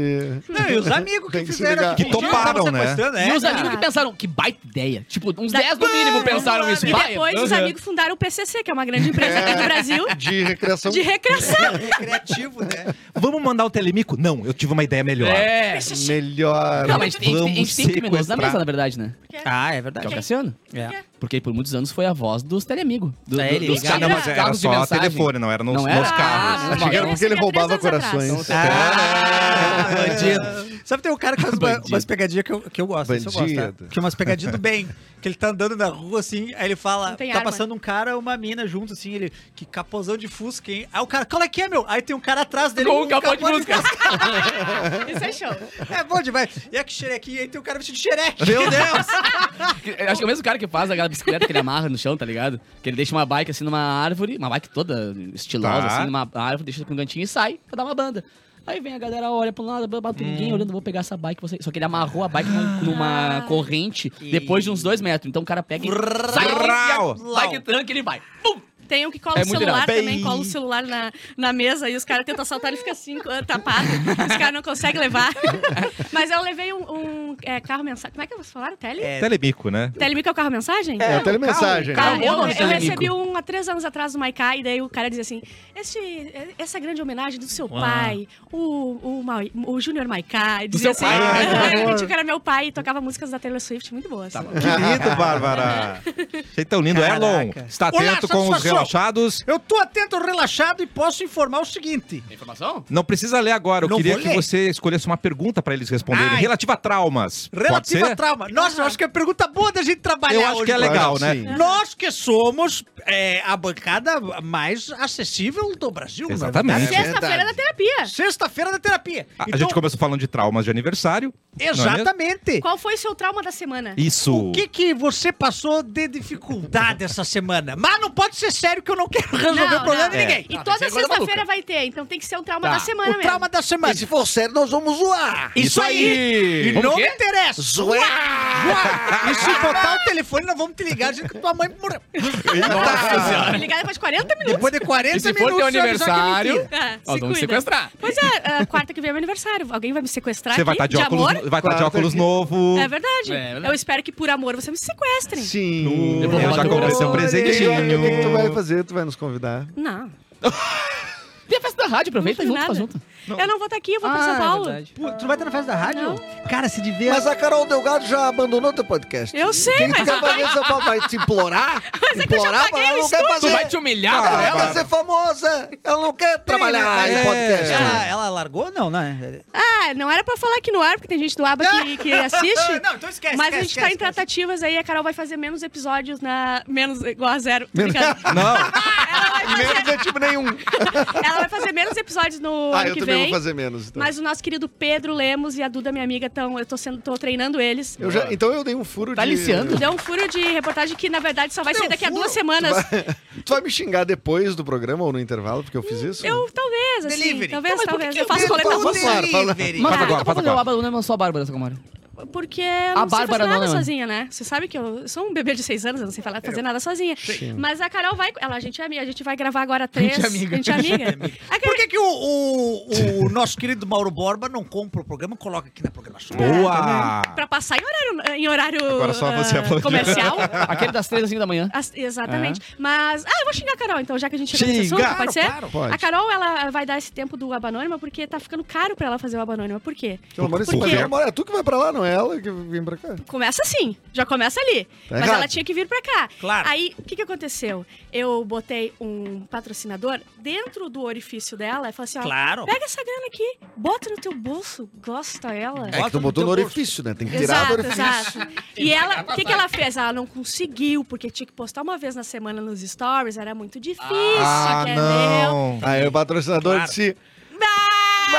[SPEAKER 4] Não, e os amigos que
[SPEAKER 2] Tem que se
[SPEAKER 4] fizeram.
[SPEAKER 2] ligar.
[SPEAKER 4] tipo,
[SPEAKER 2] Que
[SPEAKER 4] fingiram que
[SPEAKER 1] toparam,
[SPEAKER 4] estavam
[SPEAKER 1] né?
[SPEAKER 4] sequestrando,
[SPEAKER 3] E
[SPEAKER 4] é,
[SPEAKER 3] os
[SPEAKER 4] cara.
[SPEAKER 3] amigos que pensaram, que baita ideia. Tipo, uns
[SPEAKER 5] Da-
[SPEAKER 3] 10 no mínimo pensaram isso.
[SPEAKER 5] e
[SPEAKER 3] Bah,
[SPEAKER 5] depois os
[SPEAKER 3] aham.
[SPEAKER 5] amigos fundaram o PCC, que é uma grande empresa aqui do Brasil
[SPEAKER 2] De recreação.
[SPEAKER 5] de recreação.
[SPEAKER 4] Criativo, né?
[SPEAKER 1] Vamos mandar o telemico? Não, eu tive uma ideia melhor.
[SPEAKER 3] É.
[SPEAKER 2] Melhor.
[SPEAKER 3] Não, mas a gente, tem- a gente
[SPEAKER 1] Vamos
[SPEAKER 3] tem criminoso na
[SPEAKER 1] sequestrar.
[SPEAKER 3] mesa, na verdade, né?
[SPEAKER 4] Ah, é
[SPEAKER 3] Que é o
[SPEAKER 4] verdade.
[SPEAKER 3] Cassiano.
[SPEAKER 4] É.
[SPEAKER 3] Porque por muitos anos foi a voz dos teleamigos.
[SPEAKER 5] Tá,
[SPEAKER 3] Do,
[SPEAKER 4] É,
[SPEAKER 3] do,
[SPEAKER 4] ele
[SPEAKER 3] dos
[SPEAKER 4] ligava.
[SPEAKER 1] Ah, não, mas era
[SPEAKER 3] carros de
[SPEAKER 1] só
[SPEAKER 3] mensagem.
[SPEAKER 1] telefone, não era nos,
[SPEAKER 3] Não era?
[SPEAKER 1] nos
[SPEAKER 3] Ah,
[SPEAKER 1] carros.
[SPEAKER 3] não.
[SPEAKER 2] Achei que era porque ele
[SPEAKER 5] Isso,
[SPEAKER 2] roubava
[SPEAKER 5] três anos atrás.
[SPEAKER 2] corações.
[SPEAKER 4] Ah,
[SPEAKER 3] bandido.
[SPEAKER 4] Sabe, tem um cara que faz uma-
[SPEAKER 3] Bandido.
[SPEAKER 4] umas pegadinhas que eu, que eu gosto, isso eu gosto, tá?
[SPEAKER 2] Bandido.
[SPEAKER 4] Que é umas pegadinhas do bem. Que ele tá andando na rua, assim, aí ele fala,
[SPEAKER 5] Não
[SPEAKER 4] tá
[SPEAKER 5] tem arma.
[SPEAKER 4] passando um cara e uma mina junto, assim, ele, que capozão de fusca, hein? Aí o cara, qual é que é, meu? Aí tem um cara atrás dele
[SPEAKER 3] Com um capô de música.
[SPEAKER 5] Isso é show.
[SPEAKER 4] É bom demais. E aqui, xerequinha, aí tem um cara vestido de xereque. Meu Deus!
[SPEAKER 3] Eu Acho que é o mesmo cara que faz aquela bicicleta que ele amarra no chão, tá ligado? Que ele deixa uma bike assim numa árvore, uma bike toda estilosa,
[SPEAKER 1] Tá.
[SPEAKER 3] assim, numa árvore, deixa com um cantinho e sai pra dar uma banda. Aí vem a galera, olha pra um lado, bate
[SPEAKER 1] Hum.
[SPEAKER 3] ninguém olhando, vou pegar essa bike. Você... Só que ele amarrou a bike num- numa corrente depois de uns dois metros. Então o cara pega e sai,
[SPEAKER 1] Vrau!
[SPEAKER 3] e a bike tranca e ele vai. Pum!
[SPEAKER 5] Tem um que cola
[SPEAKER 3] É
[SPEAKER 5] o
[SPEAKER 3] muito
[SPEAKER 5] celular
[SPEAKER 3] irado.
[SPEAKER 5] também, cola o celular na, na mesa e os caras tentam assaltar, ele fica assim, eh, tapado. Os caras não conseguem levar. Mas eu levei um, um, eh, carro mensagem. Como é que vocês falaram? Tele?
[SPEAKER 4] É.
[SPEAKER 1] Telemico, né?
[SPEAKER 5] Telemico é o carro mensagem?
[SPEAKER 2] É, telemensagem.
[SPEAKER 5] Tá,
[SPEAKER 3] Calma,
[SPEAKER 5] eu,
[SPEAKER 3] mano,
[SPEAKER 5] eu
[SPEAKER 3] Telemico.
[SPEAKER 5] recebi um há três anos atrás do Maiká, e daí o cara dizia assim: "Este- essa é grande homenagem do seu pai, o, o, Ma- o Júnior Maiká. E dizia
[SPEAKER 3] seu
[SPEAKER 5] assim:
[SPEAKER 3] pai. né?
[SPEAKER 5] "Ah, eu entendi que era meu pai e tocava músicas da Taylor Swift, muito assim." boas.
[SPEAKER 3] Tá
[SPEAKER 1] Que lindo, Bárbara. Achei tão lindo.
[SPEAKER 4] Caraca.
[SPEAKER 1] Elon, está
[SPEAKER 4] Olá,
[SPEAKER 1] atento com os
[SPEAKER 4] satisfação.
[SPEAKER 1] relaxados.
[SPEAKER 4] Eu tô atento, relaxado e posso informar o seguinte.
[SPEAKER 3] Tem informação?
[SPEAKER 1] Não precisa ler agora. Eu
[SPEAKER 4] Não
[SPEAKER 1] queria
[SPEAKER 4] vou
[SPEAKER 1] que
[SPEAKER 4] ler.
[SPEAKER 1] você escolhesse uma pergunta para eles responderem.
[SPEAKER 4] Ai.
[SPEAKER 1] Relativa a traumas. Pode
[SPEAKER 4] Relativa
[SPEAKER 1] ser?
[SPEAKER 4] a trauma. Nossa, eu acho que é pergunta boa da gente trabalhar
[SPEAKER 1] Eu acho
[SPEAKER 4] hoje,
[SPEAKER 1] que é
[SPEAKER 4] Paulo.
[SPEAKER 1] legal,
[SPEAKER 2] Acho
[SPEAKER 1] né?
[SPEAKER 2] sim.
[SPEAKER 4] Nós que somos é, a bancada mais acessível do Brasil, não é
[SPEAKER 1] Exatamente.
[SPEAKER 4] verdade?
[SPEAKER 5] Sexta-feira da terapia.
[SPEAKER 4] Sexta-feira da terapia. Então,
[SPEAKER 1] A, a gente começou falando de traumas de aniversário. não é mesmo?
[SPEAKER 4] exatamente.
[SPEAKER 5] Qual foi o seu trauma da semana?
[SPEAKER 1] Isso.
[SPEAKER 4] o que, que você passou de dificuldade essa semana? Mas não pode ser sério que eu não quero resolver
[SPEAKER 5] Não,
[SPEAKER 4] o problema
[SPEAKER 5] não.
[SPEAKER 4] de
[SPEAKER 5] tá
[SPEAKER 4] ninguém.
[SPEAKER 5] E
[SPEAKER 3] Ah,
[SPEAKER 5] toda
[SPEAKER 3] isso é coisa
[SPEAKER 5] sexta-feira
[SPEAKER 3] maluca.
[SPEAKER 5] vai ter, então tem que ser um trauma
[SPEAKER 3] Tá.
[SPEAKER 5] da semana
[SPEAKER 4] O
[SPEAKER 5] mesmo.
[SPEAKER 4] trauma da semana.
[SPEAKER 2] E se for sério, nós vamos zoar.
[SPEAKER 4] Isso
[SPEAKER 1] aí.
[SPEAKER 4] aí!
[SPEAKER 3] Vamos
[SPEAKER 4] não
[SPEAKER 3] o quê?
[SPEAKER 4] me interessa!
[SPEAKER 2] Zoar!
[SPEAKER 4] Uá! E se botar o telefone, nós vamos te ligar dizendo que tua mãe morreu.
[SPEAKER 3] Nossa senhora.
[SPEAKER 5] Me ligar depois de 40 minutos.
[SPEAKER 4] Depois de 40
[SPEAKER 3] E se for
[SPEAKER 4] minutos.
[SPEAKER 3] teu
[SPEAKER 4] eu avisar que é
[SPEAKER 3] aniversário,
[SPEAKER 4] mentira.
[SPEAKER 5] Ah,
[SPEAKER 3] ó,
[SPEAKER 5] se
[SPEAKER 3] vamos
[SPEAKER 5] cuida.
[SPEAKER 3] sequestrar.
[SPEAKER 5] Pois é, a quarta que vem é meu aniversário. Alguém vai me sequestrar
[SPEAKER 1] Você vai
[SPEAKER 5] aqui?
[SPEAKER 1] estar de, óculos,
[SPEAKER 5] amor?
[SPEAKER 1] vai tá de
[SPEAKER 2] Claro,
[SPEAKER 1] óculos
[SPEAKER 2] tá aqui.
[SPEAKER 1] novo.
[SPEAKER 5] É verdade.
[SPEAKER 3] É, é verdade.
[SPEAKER 5] Eu espero que por amor você me sequestrem.
[SPEAKER 2] Sim.
[SPEAKER 1] Eu
[SPEAKER 3] vou
[SPEAKER 1] já
[SPEAKER 3] arrumar
[SPEAKER 1] comprei seu
[SPEAKER 3] decoração.
[SPEAKER 2] um O que, que tu
[SPEAKER 1] presentinho.
[SPEAKER 2] vai fazer? Tu vai nos convidar.
[SPEAKER 5] Não.
[SPEAKER 3] Tem a festa da rádio, aproveita
[SPEAKER 5] não
[SPEAKER 3] e
[SPEAKER 5] fiz
[SPEAKER 3] junto,
[SPEAKER 5] nada.
[SPEAKER 3] faz junto.
[SPEAKER 5] Eu não vou estar aqui, eu vou pra
[SPEAKER 3] Ah,
[SPEAKER 5] São
[SPEAKER 3] é
[SPEAKER 5] Paulo.
[SPEAKER 3] verdade.
[SPEAKER 4] Pô, tu não vai estar na festa da rádio? Cara, se devia.
[SPEAKER 2] Mas a Carol Delgado já abandonou teu podcast.
[SPEAKER 5] Eu é sei,
[SPEAKER 2] Quem
[SPEAKER 5] mas-
[SPEAKER 2] tu
[SPEAKER 4] tá-
[SPEAKER 2] quer fazer essa fama? Vai te implorar? implorar?
[SPEAKER 5] paguei
[SPEAKER 2] ela não
[SPEAKER 5] isso
[SPEAKER 2] quer
[SPEAKER 5] tudo.
[SPEAKER 2] fazer.
[SPEAKER 3] Tu vai te humilhar,
[SPEAKER 1] Ah,
[SPEAKER 2] Ela
[SPEAKER 3] cara?
[SPEAKER 1] Bárbara.
[SPEAKER 2] vai ser famosa. Ela não quer trabalhar
[SPEAKER 1] É.
[SPEAKER 2] em podcast.
[SPEAKER 4] Ela, ela largou? Não, né?
[SPEAKER 5] Ah, não era pra falar aqui no ar, porque tem gente do ABA que, que assiste.
[SPEAKER 4] Não, então esquece,
[SPEAKER 5] Mas a
[SPEAKER 4] esquece,
[SPEAKER 5] gente tá em
[SPEAKER 4] esquece,
[SPEAKER 5] tratativas aí, a Carol vai fazer menos episódios na. Menos igual a zero.
[SPEAKER 2] Menos-
[SPEAKER 5] Brincadeira.
[SPEAKER 1] Não,
[SPEAKER 5] ela, vai fazer,
[SPEAKER 2] Menos é tipo nenhum.
[SPEAKER 5] ela vai fazer menos episódios no
[SPEAKER 2] Ah,
[SPEAKER 5] ano
[SPEAKER 2] eu
[SPEAKER 5] que
[SPEAKER 2] também
[SPEAKER 5] vem.
[SPEAKER 2] vou fazer menos. então.
[SPEAKER 5] Mas o nosso querido Pedro Lemos e a Duda, minha amiga, estão. Eu tô, sendo, tô treinando eles.
[SPEAKER 2] Eu já- então eu dei um furo
[SPEAKER 3] Tá
[SPEAKER 2] de...
[SPEAKER 3] aliciando?
[SPEAKER 5] Deu um furo de reportagem que, na verdade, só vai
[SPEAKER 2] Deu
[SPEAKER 5] sair daqui a
[SPEAKER 2] um
[SPEAKER 5] duas
[SPEAKER 2] furo?
[SPEAKER 5] semanas.
[SPEAKER 2] Tu vai me xingar depois do programa ou no intervalo, porque eu fiz isso?
[SPEAKER 5] Eu, talvez, assim.
[SPEAKER 4] Delivery.
[SPEAKER 5] Talvez,
[SPEAKER 3] Mas por que
[SPEAKER 5] talvez.
[SPEAKER 3] que
[SPEAKER 5] Eu faço
[SPEAKER 2] eu
[SPEAKER 5] coleta
[SPEAKER 2] falo
[SPEAKER 5] russa.
[SPEAKER 2] Então, Vamos lá, fala.
[SPEAKER 4] Delivery.
[SPEAKER 3] Mas
[SPEAKER 1] Faz
[SPEAKER 3] por que
[SPEAKER 1] agora,
[SPEAKER 3] que eu vou
[SPEAKER 1] faz
[SPEAKER 3] fazer o
[SPEAKER 1] agora.
[SPEAKER 3] Abba Luna, mas só a Bárbara Sacomori?
[SPEAKER 5] porque eu
[SPEAKER 3] A
[SPEAKER 5] não sei
[SPEAKER 3] Bárbara
[SPEAKER 5] fazer nada
[SPEAKER 3] Anônima.
[SPEAKER 5] sozinha, né? Você sabe que eu sou um bebê de seis anos, eu não sei falar- fazer nada sozinha. Mas a Carol vai. Ela, a gente é amiga, a gente vai gravar agora três.
[SPEAKER 3] Gente é amiga.
[SPEAKER 5] A gente é amiga. A
[SPEAKER 4] Por
[SPEAKER 5] Car-
[SPEAKER 4] que, que o, o- o nosso querido Mauro Borba não compra o programa e coloca aqui na programação?
[SPEAKER 1] Boa!
[SPEAKER 5] Pra passar em horário, em horário
[SPEAKER 1] Agora só você
[SPEAKER 5] ah,
[SPEAKER 1] aplaudiu.
[SPEAKER 5] comercial.
[SPEAKER 3] Aquele das três às cinco da manhã.
[SPEAKER 5] As- exatamente. Mas. Ah, eu vou xingar a Carol, então, já que a gente chegou nesse
[SPEAKER 1] Xinga!
[SPEAKER 5] assunto,
[SPEAKER 1] Claro,
[SPEAKER 5] pode ser?
[SPEAKER 2] Pode.
[SPEAKER 5] A Carol, ela vai dar esse tempo do Abanônima porque tá ficando caro pra ela fazer o Abanônima. Por quê?
[SPEAKER 2] Pelo amor de Deus,
[SPEAKER 5] Por quê?
[SPEAKER 2] pelo amor- é tu que vai pra lá, não é ela que vem pra cá.
[SPEAKER 5] Começa assim, já começa ali. mas
[SPEAKER 2] errado.
[SPEAKER 5] ela tinha que vir pra cá.
[SPEAKER 4] Claro.
[SPEAKER 5] Aí, o que, que aconteceu? Eu botei um patrocinador dentro do orifício dela e falei assim: ó,
[SPEAKER 4] Claro.
[SPEAKER 5] pega essa grana aqui, bota no teu bolso, gosta ela.
[SPEAKER 2] É que tu
[SPEAKER 4] no
[SPEAKER 2] botou
[SPEAKER 4] teu
[SPEAKER 2] no
[SPEAKER 4] bolso.
[SPEAKER 2] orifício, né? Tem que tirar do
[SPEAKER 5] Exato,
[SPEAKER 2] orifício.
[SPEAKER 5] exato. E ela, o que, que ela fez? Ela não conseguiu, porque tinha que postar uma vez na semana nos stories, era muito difícil,
[SPEAKER 2] Ah,
[SPEAKER 1] Ah,
[SPEAKER 5] entendeu?
[SPEAKER 2] Aí Ah, é o patrocinador
[SPEAKER 4] Claro.
[SPEAKER 2] disse...
[SPEAKER 5] E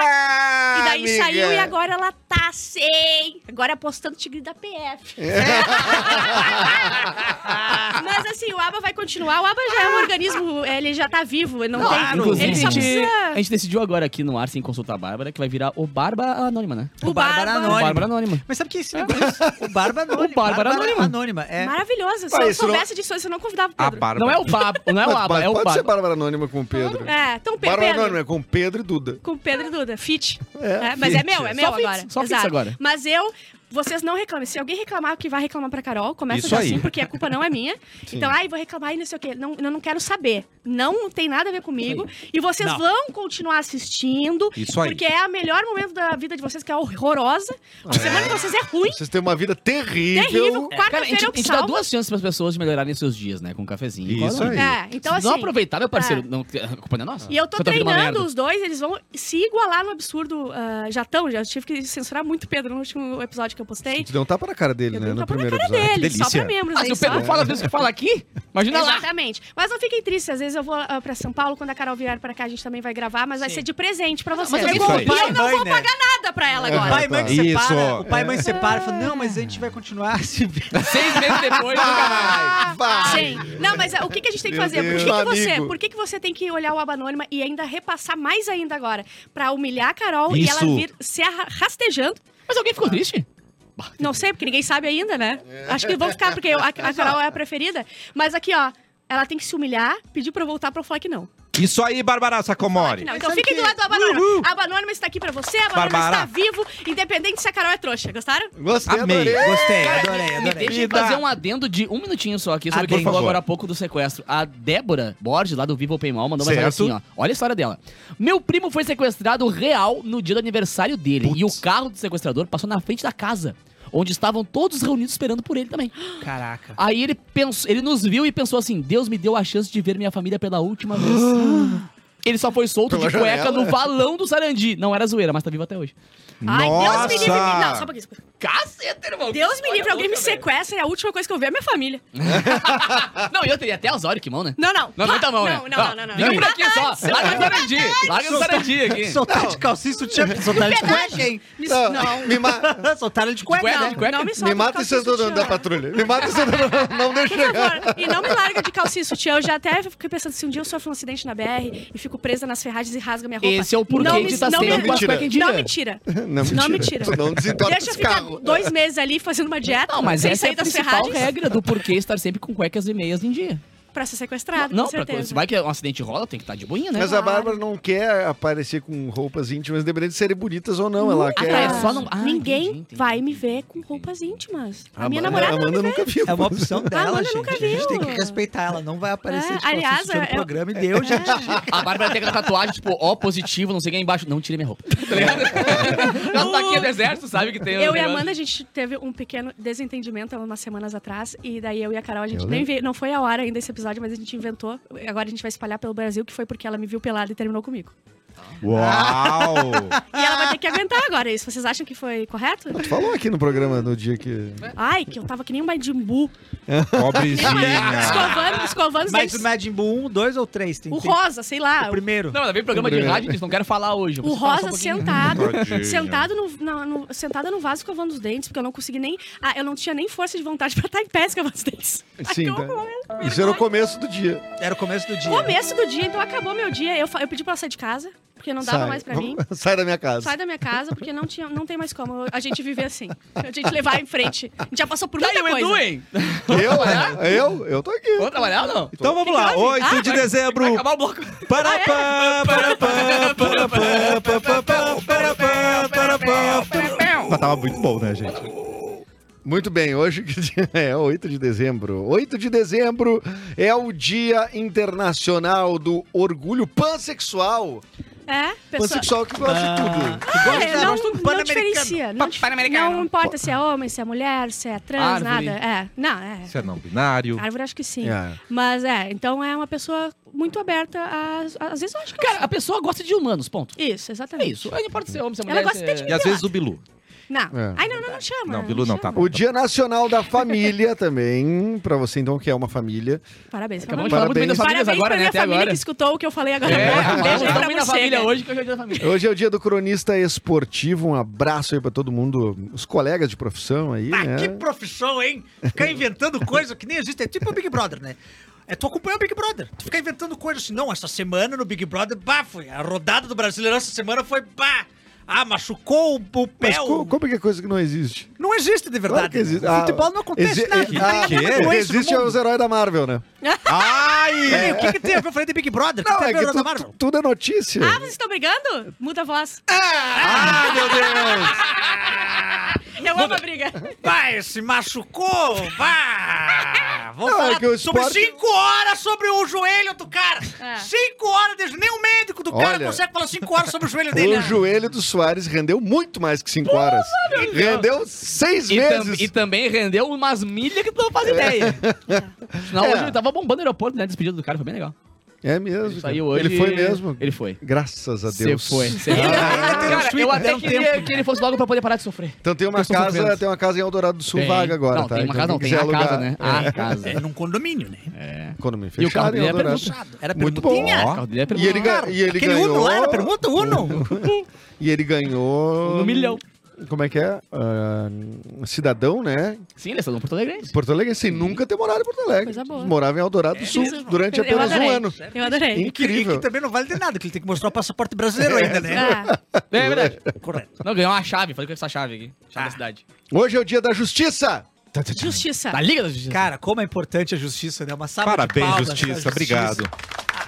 [SPEAKER 5] daí
[SPEAKER 2] amiga.
[SPEAKER 5] saiu e agora ela tá sem. Agora apostando tigre da PF.
[SPEAKER 2] É.
[SPEAKER 5] Mas assim, o ABA vai continuar. O ABA já é um organismo, ele já tá vivo, ele não tem.
[SPEAKER 3] Inclusive,
[SPEAKER 5] ele só
[SPEAKER 3] a gente,
[SPEAKER 5] precisa.
[SPEAKER 3] a gente decidiu agora aqui no ar, sem consultar a Bárbara, que vai virar o Barba Anônima, né?
[SPEAKER 5] O Bárbara
[SPEAKER 3] O
[SPEAKER 5] Anônima.
[SPEAKER 3] Bárbara Anônima.
[SPEAKER 6] Mas sabe que esse negócio... é
[SPEAKER 4] O Barba Anônima.
[SPEAKER 3] O Bárbara Anônima.
[SPEAKER 4] é.
[SPEAKER 5] Maravilhoso. Se
[SPEAKER 2] né? Pai,
[SPEAKER 5] eu
[SPEAKER 2] isso não- Ah,
[SPEAKER 5] soubesse disso, eu não convidava o
[SPEAKER 1] A
[SPEAKER 5] Pedro.
[SPEAKER 1] Bárbara.
[SPEAKER 3] Não é o Babo, não é o
[SPEAKER 2] Mas-
[SPEAKER 3] Aba,
[SPEAKER 2] mas
[SPEAKER 3] é o
[SPEAKER 2] Pode ser
[SPEAKER 3] Bárbara.
[SPEAKER 2] Bárbara Anônima com o Pedro.
[SPEAKER 5] É, então Pe-
[SPEAKER 2] Bárbara
[SPEAKER 5] Pedro.
[SPEAKER 2] Anônima é com o Pedro e Duda.
[SPEAKER 5] Com o Pedro e Duda. Fit.
[SPEAKER 2] É,
[SPEAKER 5] É, mas é
[SPEAKER 2] fit.
[SPEAKER 5] meu, é meu
[SPEAKER 3] Só fits,
[SPEAKER 5] agora.
[SPEAKER 3] só fits
[SPEAKER 5] Exato.
[SPEAKER 3] agora.
[SPEAKER 5] Mas eu, vocês não reclamem. Se alguém reclamar, que vai reclamar pra Carol, começa
[SPEAKER 1] Isso
[SPEAKER 5] já
[SPEAKER 1] aí.
[SPEAKER 5] assim, porque a culpa não é minha. Então, ai, vou reclamar e não sei o quê. Não, eu não quero saber. Não tem nada a ver comigo. E vocês
[SPEAKER 4] Não.
[SPEAKER 5] vão continuar assistindo.
[SPEAKER 1] Isso aí.
[SPEAKER 5] Porque é o melhor momento da vida de vocês, que é horrorosa.
[SPEAKER 1] Ah.
[SPEAKER 5] A semana de vocês é ruim,
[SPEAKER 2] Vocês têm uma vida terrível.
[SPEAKER 1] É.
[SPEAKER 5] terrível.
[SPEAKER 3] Cara, a gente,
[SPEAKER 5] Quarta-feira é eu
[SPEAKER 3] a gente dá
[SPEAKER 5] salvo.
[SPEAKER 3] duas chances pras pessoas de melhorarem seus dias, né? Com um cafezinho.
[SPEAKER 1] Isso
[SPEAKER 3] Qual é o nome?
[SPEAKER 1] aí.
[SPEAKER 5] É, então
[SPEAKER 3] Se não
[SPEAKER 5] assim.
[SPEAKER 3] aproveitar, meu parceiro,
[SPEAKER 5] é.
[SPEAKER 3] não, a culpa não é nossa.
[SPEAKER 5] E eu tô
[SPEAKER 3] Só tua vida é uma
[SPEAKER 5] treinando
[SPEAKER 3] merda.
[SPEAKER 5] os dois, eles vão se igualar no absurdo. ah, já estão, já tive que censurar muito o Pedro no último episódio que eu postei.
[SPEAKER 2] Tu deu um tapa na cara dele,
[SPEAKER 5] Eu
[SPEAKER 2] né?
[SPEAKER 5] dei um
[SPEAKER 2] No
[SPEAKER 5] tapa na
[SPEAKER 2] primeiro
[SPEAKER 5] cara
[SPEAKER 2] episódio.
[SPEAKER 5] dele, só
[SPEAKER 1] delícia.
[SPEAKER 5] pra membros
[SPEAKER 3] Ah, se
[SPEAKER 5] aí,
[SPEAKER 3] o Pedro
[SPEAKER 5] só.
[SPEAKER 3] fala às vezes que fala aqui, imagina lá.
[SPEAKER 5] Exatamente. Mas não fiquem tristes, às vezes eu vou ah, pra São Paulo, quando a Carol vier pra cá, a gente também vai gravar, mas vai
[SPEAKER 4] Sim.
[SPEAKER 5] ser de presente pra vocês.
[SPEAKER 3] mas eu
[SPEAKER 5] E
[SPEAKER 1] digo,
[SPEAKER 5] eu
[SPEAKER 4] pai e
[SPEAKER 5] não
[SPEAKER 4] mãe,
[SPEAKER 5] vou
[SPEAKER 4] né?
[SPEAKER 5] pagar nada pra ela agora.
[SPEAKER 6] Pai e mãe que
[SPEAKER 1] Isso.
[SPEAKER 6] separa. O pai e mãe separa. Fala, não, mas a gente vai continuar se vendo.
[SPEAKER 3] Seis meses depois, nunca mais.
[SPEAKER 5] Ah,
[SPEAKER 2] Vai!
[SPEAKER 5] Sim. Não, mas ah, o que, que a gente tem que
[SPEAKER 2] Meu
[SPEAKER 5] fazer? Por
[SPEAKER 2] Deus,
[SPEAKER 5] que, que você,
[SPEAKER 2] amigo.
[SPEAKER 5] por que, que você tem que olhar o aba anônima e ainda repassar mais ainda agora? Pra humilhar a Carol e ela
[SPEAKER 1] Isso.
[SPEAKER 5] vir se arra- rastejando.
[SPEAKER 3] Mas alguém ficou triste?
[SPEAKER 5] Não sei, porque ninguém sabe ainda, né? Acho que vão ficar, porque eu- a, a Carol é a preferida. Mas aqui, ó, ela tem que se humilhar, pedir pra eu voltar pra eu falar que não.
[SPEAKER 1] Isso aí, Bárbara
[SPEAKER 5] Que
[SPEAKER 1] Sacomori.
[SPEAKER 5] não. Então
[SPEAKER 6] Sabe
[SPEAKER 5] fiquem
[SPEAKER 6] que-
[SPEAKER 5] do lado do Abanônimo. A Abanônimo está aqui pra você, a Abanônimo
[SPEAKER 1] Barbara.
[SPEAKER 5] está vivo, independente se a Carol é trouxa. Gostaram?
[SPEAKER 2] Gostei,
[SPEAKER 1] Amei.
[SPEAKER 2] adorei.
[SPEAKER 4] Gostei, adorei,
[SPEAKER 3] Me
[SPEAKER 4] adorei.
[SPEAKER 3] deixa eu fazer um adendo de um minutinho só aqui sobre o que a gente
[SPEAKER 1] Adendo.
[SPEAKER 3] falou agora há pouco do sequestro. A Débora Borges, lá do Viva Open Mall, mandou uma mensagem
[SPEAKER 1] Certo.
[SPEAKER 3] assim, ó. Olha a história dela. Meu primo foi sequestrado real no dia do aniversário dele. E o carro do sequestrador passou na frente da casa, onde estavam todos reunidos esperando por ele também.
[SPEAKER 4] Caraca.
[SPEAKER 3] Aí ele, pensou, ele nos viu e pensou assim, Deus me deu a chance de ver minha família pela última vez. Ele só foi solto
[SPEAKER 2] Pela
[SPEAKER 3] de cueca
[SPEAKER 2] janela.
[SPEAKER 3] no valão do Sarandi. Não era zoeira, mas tá vivo até hoje.
[SPEAKER 5] Ai, Deus me livre. Não, só um
[SPEAKER 1] Nossa!
[SPEAKER 5] pouquinho. desculpa.
[SPEAKER 3] Caceta, irmão!
[SPEAKER 5] Deus me livre, alguém me sequestra e a última coisa que eu ver é minha família.
[SPEAKER 3] Não, e eu teria até Osório, que mão, né?
[SPEAKER 5] Não, não.
[SPEAKER 3] Não, não tá bom, né?
[SPEAKER 5] Não, não, não, não.
[SPEAKER 3] Vem
[SPEAKER 5] não.
[SPEAKER 3] por aqui só. Larga o Sarandi. Larga o Sarandi aqui.
[SPEAKER 6] Soltar de calcinha, sutiã, soltar de cueca, hein?
[SPEAKER 5] Me-
[SPEAKER 2] Não,
[SPEAKER 5] Não.
[SPEAKER 2] Me, ma
[SPEAKER 6] Soltaram de cueca.
[SPEAKER 3] Cueca,
[SPEAKER 5] Não,
[SPEAKER 3] de cueca.
[SPEAKER 5] não me solta
[SPEAKER 2] me
[SPEAKER 5] de
[SPEAKER 2] mata e
[SPEAKER 5] calcinha
[SPEAKER 2] senta
[SPEAKER 5] sutiã.
[SPEAKER 2] da patrulha. Me mata e senta Não deixa
[SPEAKER 5] Por
[SPEAKER 2] chegar.
[SPEAKER 5] favor, e não me larga de calcinha e sutiã. Eu já até fiquei pensando, se um dia eu sofro um acidente na BR e fico presa nas ferragens e rasga minha roupa.
[SPEAKER 3] Esse é o porquê
[SPEAKER 5] não
[SPEAKER 3] de
[SPEAKER 5] me-
[SPEAKER 3] tá
[SPEAKER 5] não
[SPEAKER 3] sempre
[SPEAKER 5] me-
[SPEAKER 3] com as
[SPEAKER 2] mentira.
[SPEAKER 3] cuecas em dia.
[SPEAKER 5] Não me tira. Não me tira.
[SPEAKER 2] Tu não desentope
[SPEAKER 5] Deixa eu
[SPEAKER 2] esse
[SPEAKER 5] ficar
[SPEAKER 2] carro.
[SPEAKER 5] dois meses ali fazendo uma dieta,
[SPEAKER 3] Não, mas
[SPEAKER 5] sem
[SPEAKER 3] essa é
[SPEAKER 5] sair
[SPEAKER 3] a
[SPEAKER 5] das
[SPEAKER 3] principal
[SPEAKER 5] ferragens,
[SPEAKER 3] regra do porquê estar sempre com cuecas e meias em dia.
[SPEAKER 5] pra ser sequestrado,
[SPEAKER 3] não,
[SPEAKER 5] com
[SPEAKER 3] pra,
[SPEAKER 5] certeza.
[SPEAKER 3] se vai que um acidente rola, tem que estar de boinha, né?
[SPEAKER 2] Mas a Bárbara não quer aparecer com roupas íntimas, independente de serem bonitas ou não. Ela
[SPEAKER 5] Nunca.
[SPEAKER 2] quer.
[SPEAKER 3] é só não- Ah,
[SPEAKER 5] Ninguém
[SPEAKER 3] entendi, entendi,
[SPEAKER 5] vai me
[SPEAKER 3] entendi, Ah,
[SPEAKER 5] ver com
[SPEAKER 3] entendi.
[SPEAKER 5] roupas íntimas.
[SPEAKER 2] A
[SPEAKER 5] A minha
[SPEAKER 2] Ma-
[SPEAKER 5] namorada...
[SPEAKER 2] a Amanda nunca viu.
[SPEAKER 6] É uma opção dela,
[SPEAKER 5] Amanda
[SPEAKER 6] gente.
[SPEAKER 5] nunca
[SPEAKER 6] A gente tem
[SPEAKER 5] viu.
[SPEAKER 6] que respeitar ela. Não vai aparecer
[SPEAKER 5] É,
[SPEAKER 6] de calcinha
[SPEAKER 5] aliás,
[SPEAKER 6] sutiã no
[SPEAKER 5] é-
[SPEAKER 6] programa e deu, gente.
[SPEAKER 3] A Bárbara tem aquela tatuagem, tipo, ó positivo, não sei o que, aí embaixo. Não tire minha roupa. Tá ligado? Ela tá aqui do exército, sabe que tem...
[SPEAKER 5] Eu e a Amanda, a gente teve um pequeno desentendimento há umas semanas atrás. E daí eu e a Carol, a gente nem veio. Não foi ao ar ainda esse episódio, mas a gente inventou. Agora a gente vai espalhar pelo Brasil que foi porque ela me viu pelada e terminou comigo.
[SPEAKER 1] Uau!
[SPEAKER 5] E ela vai ter que aguentar agora isso. Vocês acham que foi correto?
[SPEAKER 2] Tu falou aqui no programa no dia que.
[SPEAKER 5] Ai, que eu tava que nem um Majimbu.
[SPEAKER 1] Pobrezinha.
[SPEAKER 5] Escovando, escovando os
[SPEAKER 6] Mas o
[SPEAKER 5] dentes.
[SPEAKER 6] Majin Buu 1, 2 ou 3? Tem,
[SPEAKER 5] O
[SPEAKER 6] tem-
[SPEAKER 5] rosa, sei lá.
[SPEAKER 6] o primeiro.
[SPEAKER 3] Não, ela veio programa de rádio, eles não quero falar hoje.
[SPEAKER 5] O
[SPEAKER 3] Você fala só
[SPEAKER 5] rosa
[SPEAKER 3] um pouquinho.
[SPEAKER 5] sentado,
[SPEAKER 1] Tadinha.
[SPEAKER 5] sentado no, na- no- sentada no vaso escovando os dentes, porque eu não consegui nem. Ah, eu não tinha nem força de vontade pra estar em pé escovando os dentes.
[SPEAKER 2] Sim,
[SPEAKER 5] Ai, que
[SPEAKER 2] tá.
[SPEAKER 5] horror.
[SPEAKER 2] Isso era o começo do dia.
[SPEAKER 6] Era o começo do dia.
[SPEAKER 5] Começo do dia, então acabou meu dia. Eu, fa- eu pedi pra ela sair de casa. Porque porque não dava
[SPEAKER 2] Sai.
[SPEAKER 5] mais pra
[SPEAKER 2] Vamos-
[SPEAKER 5] mim.
[SPEAKER 2] Sai da minha casa.
[SPEAKER 5] Sai da minha casa, porque não, tinha, não tem mais como a gente viver assim. A gente levar em frente. A gente já passou por
[SPEAKER 3] Tá aí
[SPEAKER 5] muita
[SPEAKER 3] o Edu,
[SPEAKER 5] coisa.
[SPEAKER 3] hein?
[SPEAKER 2] Eu, né? eu? Eu tô aqui.
[SPEAKER 3] Vamos trabalhar ou não?
[SPEAKER 1] Então vamos lá, 8 de dezembro.
[SPEAKER 3] Vai acabar o bloco.
[SPEAKER 1] Parapá, parapá, parapá, parapá, parapá, parapá. Mas tava muito bom, né, gente?
[SPEAKER 2] Muito bem, hoje que dia é 8 de dezembro. 8 de dezembro é o Dia Internacional do Orgulho Pansexual.
[SPEAKER 5] É, pessoa...
[SPEAKER 2] Pansexual que gosta de tudo. Que gosta
[SPEAKER 5] É,
[SPEAKER 2] de
[SPEAKER 5] não,
[SPEAKER 2] tudo.
[SPEAKER 5] não diferencia. Não, dif- não importa se é homem, se é mulher, se é trans,
[SPEAKER 3] Árvore.
[SPEAKER 5] nada. É, não, é.
[SPEAKER 1] Isso é não binário.
[SPEAKER 5] Árvore acho que sim.
[SPEAKER 2] É.
[SPEAKER 5] Mas é, então é uma pessoa muito aberta às, às vezes eu acho que
[SPEAKER 3] Cara, a pessoa gosta de humanos, ponto.
[SPEAKER 5] Isso,
[SPEAKER 3] É
[SPEAKER 5] exatamente.
[SPEAKER 3] isso. Aí Não importa ser homem, ser
[SPEAKER 5] Ela
[SPEAKER 3] mulher.
[SPEAKER 5] gosta
[SPEAKER 3] ser... É,
[SPEAKER 5] de
[SPEAKER 1] E às vezes o Bilu.
[SPEAKER 5] Não.
[SPEAKER 2] É.
[SPEAKER 5] Ai, não, não, não chama.
[SPEAKER 1] Não, Bilu não, tá
[SPEAKER 5] chama.
[SPEAKER 1] bom.
[SPEAKER 2] O Dia Nacional da Família também, pra você então que é uma família.
[SPEAKER 5] Parabéns.
[SPEAKER 3] Acabamos
[SPEAKER 5] Fernando.
[SPEAKER 3] de falar muito bem das
[SPEAKER 5] Parabéns
[SPEAKER 3] famílias agora,
[SPEAKER 5] pra
[SPEAKER 3] né?
[SPEAKER 5] minha
[SPEAKER 3] Até
[SPEAKER 5] família
[SPEAKER 3] agora.
[SPEAKER 5] que escutou o que eu falei agora.
[SPEAKER 3] É,
[SPEAKER 5] um beijo
[SPEAKER 3] vamos
[SPEAKER 5] pra
[SPEAKER 3] dormir na
[SPEAKER 5] você.
[SPEAKER 3] família
[SPEAKER 5] cara.
[SPEAKER 3] hoje que hoje é o dia da família.
[SPEAKER 2] Hoje é o Dia do Cronista Esportivo. Um abraço aí pra todo mundo, os colegas de profissão aí,
[SPEAKER 4] Ah,
[SPEAKER 2] né?
[SPEAKER 4] que profissão, hein? Ficar inventando coisa que nem existe. É tipo o Big Brother, né? É tu acompanhar o Big Brother. Tu ficar inventando coisa assim. Não, essa semana no Big Brother, bah, foi. A rodada do Brasileirão essa semana foi, bah. Ah, machucou o, o pé.
[SPEAKER 2] Mas
[SPEAKER 4] o-
[SPEAKER 2] co- como é que é coisa que não existe?
[SPEAKER 4] Não existe de verdade.
[SPEAKER 2] Claro que existe.
[SPEAKER 4] O
[SPEAKER 2] Ah,
[SPEAKER 4] futebol não acontece
[SPEAKER 2] exi-
[SPEAKER 4] nada.
[SPEAKER 2] que-
[SPEAKER 4] Tá aí
[SPEAKER 1] que
[SPEAKER 4] a mesma
[SPEAKER 1] é?
[SPEAKER 4] doença no
[SPEAKER 2] Existe
[SPEAKER 4] mundo.
[SPEAKER 2] os heróis da Marvel, né?
[SPEAKER 1] Ai!
[SPEAKER 4] Peraí, o que, que tem a ver? Eu falei de Big Brother.
[SPEAKER 2] Não,
[SPEAKER 4] que tem
[SPEAKER 2] é
[SPEAKER 4] a ver
[SPEAKER 2] que
[SPEAKER 4] com a
[SPEAKER 2] tu-
[SPEAKER 4] Marvel?
[SPEAKER 2] tu- tudo é notícia.
[SPEAKER 5] Ah, vocês estão brigando? Muda a voz.
[SPEAKER 1] Ah, meu Deus!
[SPEAKER 5] Eu amo a briga.
[SPEAKER 4] Vai, se machucou, vá! Vou
[SPEAKER 2] Não, é
[SPEAKER 4] falar
[SPEAKER 2] que o
[SPEAKER 4] sobre
[SPEAKER 2] esporte-
[SPEAKER 4] 5 horas sobre o joelho do cara.
[SPEAKER 5] É.
[SPEAKER 4] 5 horas, de... nem o médico do cara
[SPEAKER 2] Olha.
[SPEAKER 4] consegue falar 5 horas sobre o joelho dele.
[SPEAKER 2] O joelho do Soares rendeu muito mais que 5 horas. Rendeu seis
[SPEAKER 3] E, tam-
[SPEAKER 2] vezes.
[SPEAKER 3] e também rendeu umas milhas que tu não faz ideia. Não,
[SPEAKER 2] É.
[SPEAKER 3] hoje ele tava bombando o aeroporto, né? Despedida do cara, foi bem legal.
[SPEAKER 2] É mesmo.
[SPEAKER 3] Ele
[SPEAKER 2] cara.
[SPEAKER 3] saiu hoje.
[SPEAKER 2] Ele foi mesmo.
[SPEAKER 3] Ele foi.
[SPEAKER 2] Graças a
[SPEAKER 3] Você
[SPEAKER 2] Deus.
[SPEAKER 3] foi. Cê-
[SPEAKER 2] um
[SPEAKER 4] Deus,
[SPEAKER 3] cara, eu
[SPEAKER 4] Twitter,
[SPEAKER 3] até
[SPEAKER 4] dá um
[SPEAKER 3] queria que ele fosse logo pra poder parar de sofrer.
[SPEAKER 2] Então tem uma
[SPEAKER 3] Eu sou
[SPEAKER 2] casa,
[SPEAKER 3] sofrendo.
[SPEAKER 2] tem uma casa em Eldorado do Sul
[SPEAKER 3] Tem.
[SPEAKER 2] vaga agora,
[SPEAKER 3] não,
[SPEAKER 2] tá?
[SPEAKER 3] Tem uma
[SPEAKER 2] Então,
[SPEAKER 3] casa, não,
[SPEAKER 2] quem
[SPEAKER 3] tem a
[SPEAKER 2] quiser
[SPEAKER 3] casa,
[SPEAKER 2] alugar-
[SPEAKER 3] né? A casa.
[SPEAKER 4] É num condomínio, né?
[SPEAKER 2] Economia
[SPEAKER 3] E o carro
[SPEAKER 2] fechada em
[SPEAKER 3] dele é
[SPEAKER 2] Eldorado.
[SPEAKER 3] permuta.
[SPEAKER 4] Era
[SPEAKER 2] Muito
[SPEAKER 4] permutinha.
[SPEAKER 1] bom.
[SPEAKER 3] O carro dele
[SPEAKER 2] E
[SPEAKER 3] é
[SPEAKER 2] ele,
[SPEAKER 3] permuta.
[SPEAKER 2] ga- e ele
[SPEAKER 4] Aquele
[SPEAKER 2] ganhou.
[SPEAKER 4] Uno lá era permuta, Uno?
[SPEAKER 2] E ele ganhou.
[SPEAKER 3] No milhão.
[SPEAKER 2] Como é que é? Ah, um cidadão, né?
[SPEAKER 3] Sim, ele é cidadão porto alegrense.
[SPEAKER 2] Porto Alegre, sem nunca ter morado em Porto Alegre.
[SPEAKER 5] Coisa boa.
[SPEAKER 2] Morava em Eldorado do
[SPEAKER 3] É.
[SPEAKER 2] Sul durante
[SPEAKER 5] Eu
[SPEAKER 2] apenas um
[SPEAKER 5] adorei.
[SPEAKER 2] ano.
[SPEAKER 5] Eu adorei.
[SPEAKER 4] E
[SPEAKER 2] Incrível.
[SPEAKER 4] que também não vale de nada, que ele tem que mostrar o passaporte brasileiro ainda, né?
[SPEAKER 5] Ah,
[SPEAKER 3] É verdade.
[SPEAKER 4] Correto.
[SPEAKER 3] Não, ganhou uma chave. Falei com essa chave aqui. Chave
[SPEAKER 5] Ah.
[SPEAKER 3] da cidade.
[SPEAKER 2] Hoje é o dia da justiça.
[SPEAKER 5] justiça.
[SPEAKER 3] Da Liga da Justiça.
[SPEAKER 4] Cara, como é importante a justiça, né? Uma salva de
[SPEAKER 1] Parabéns,
[SPEAKER 4] palmas pra
[SPEAKER 1] Justiça. Obrigado.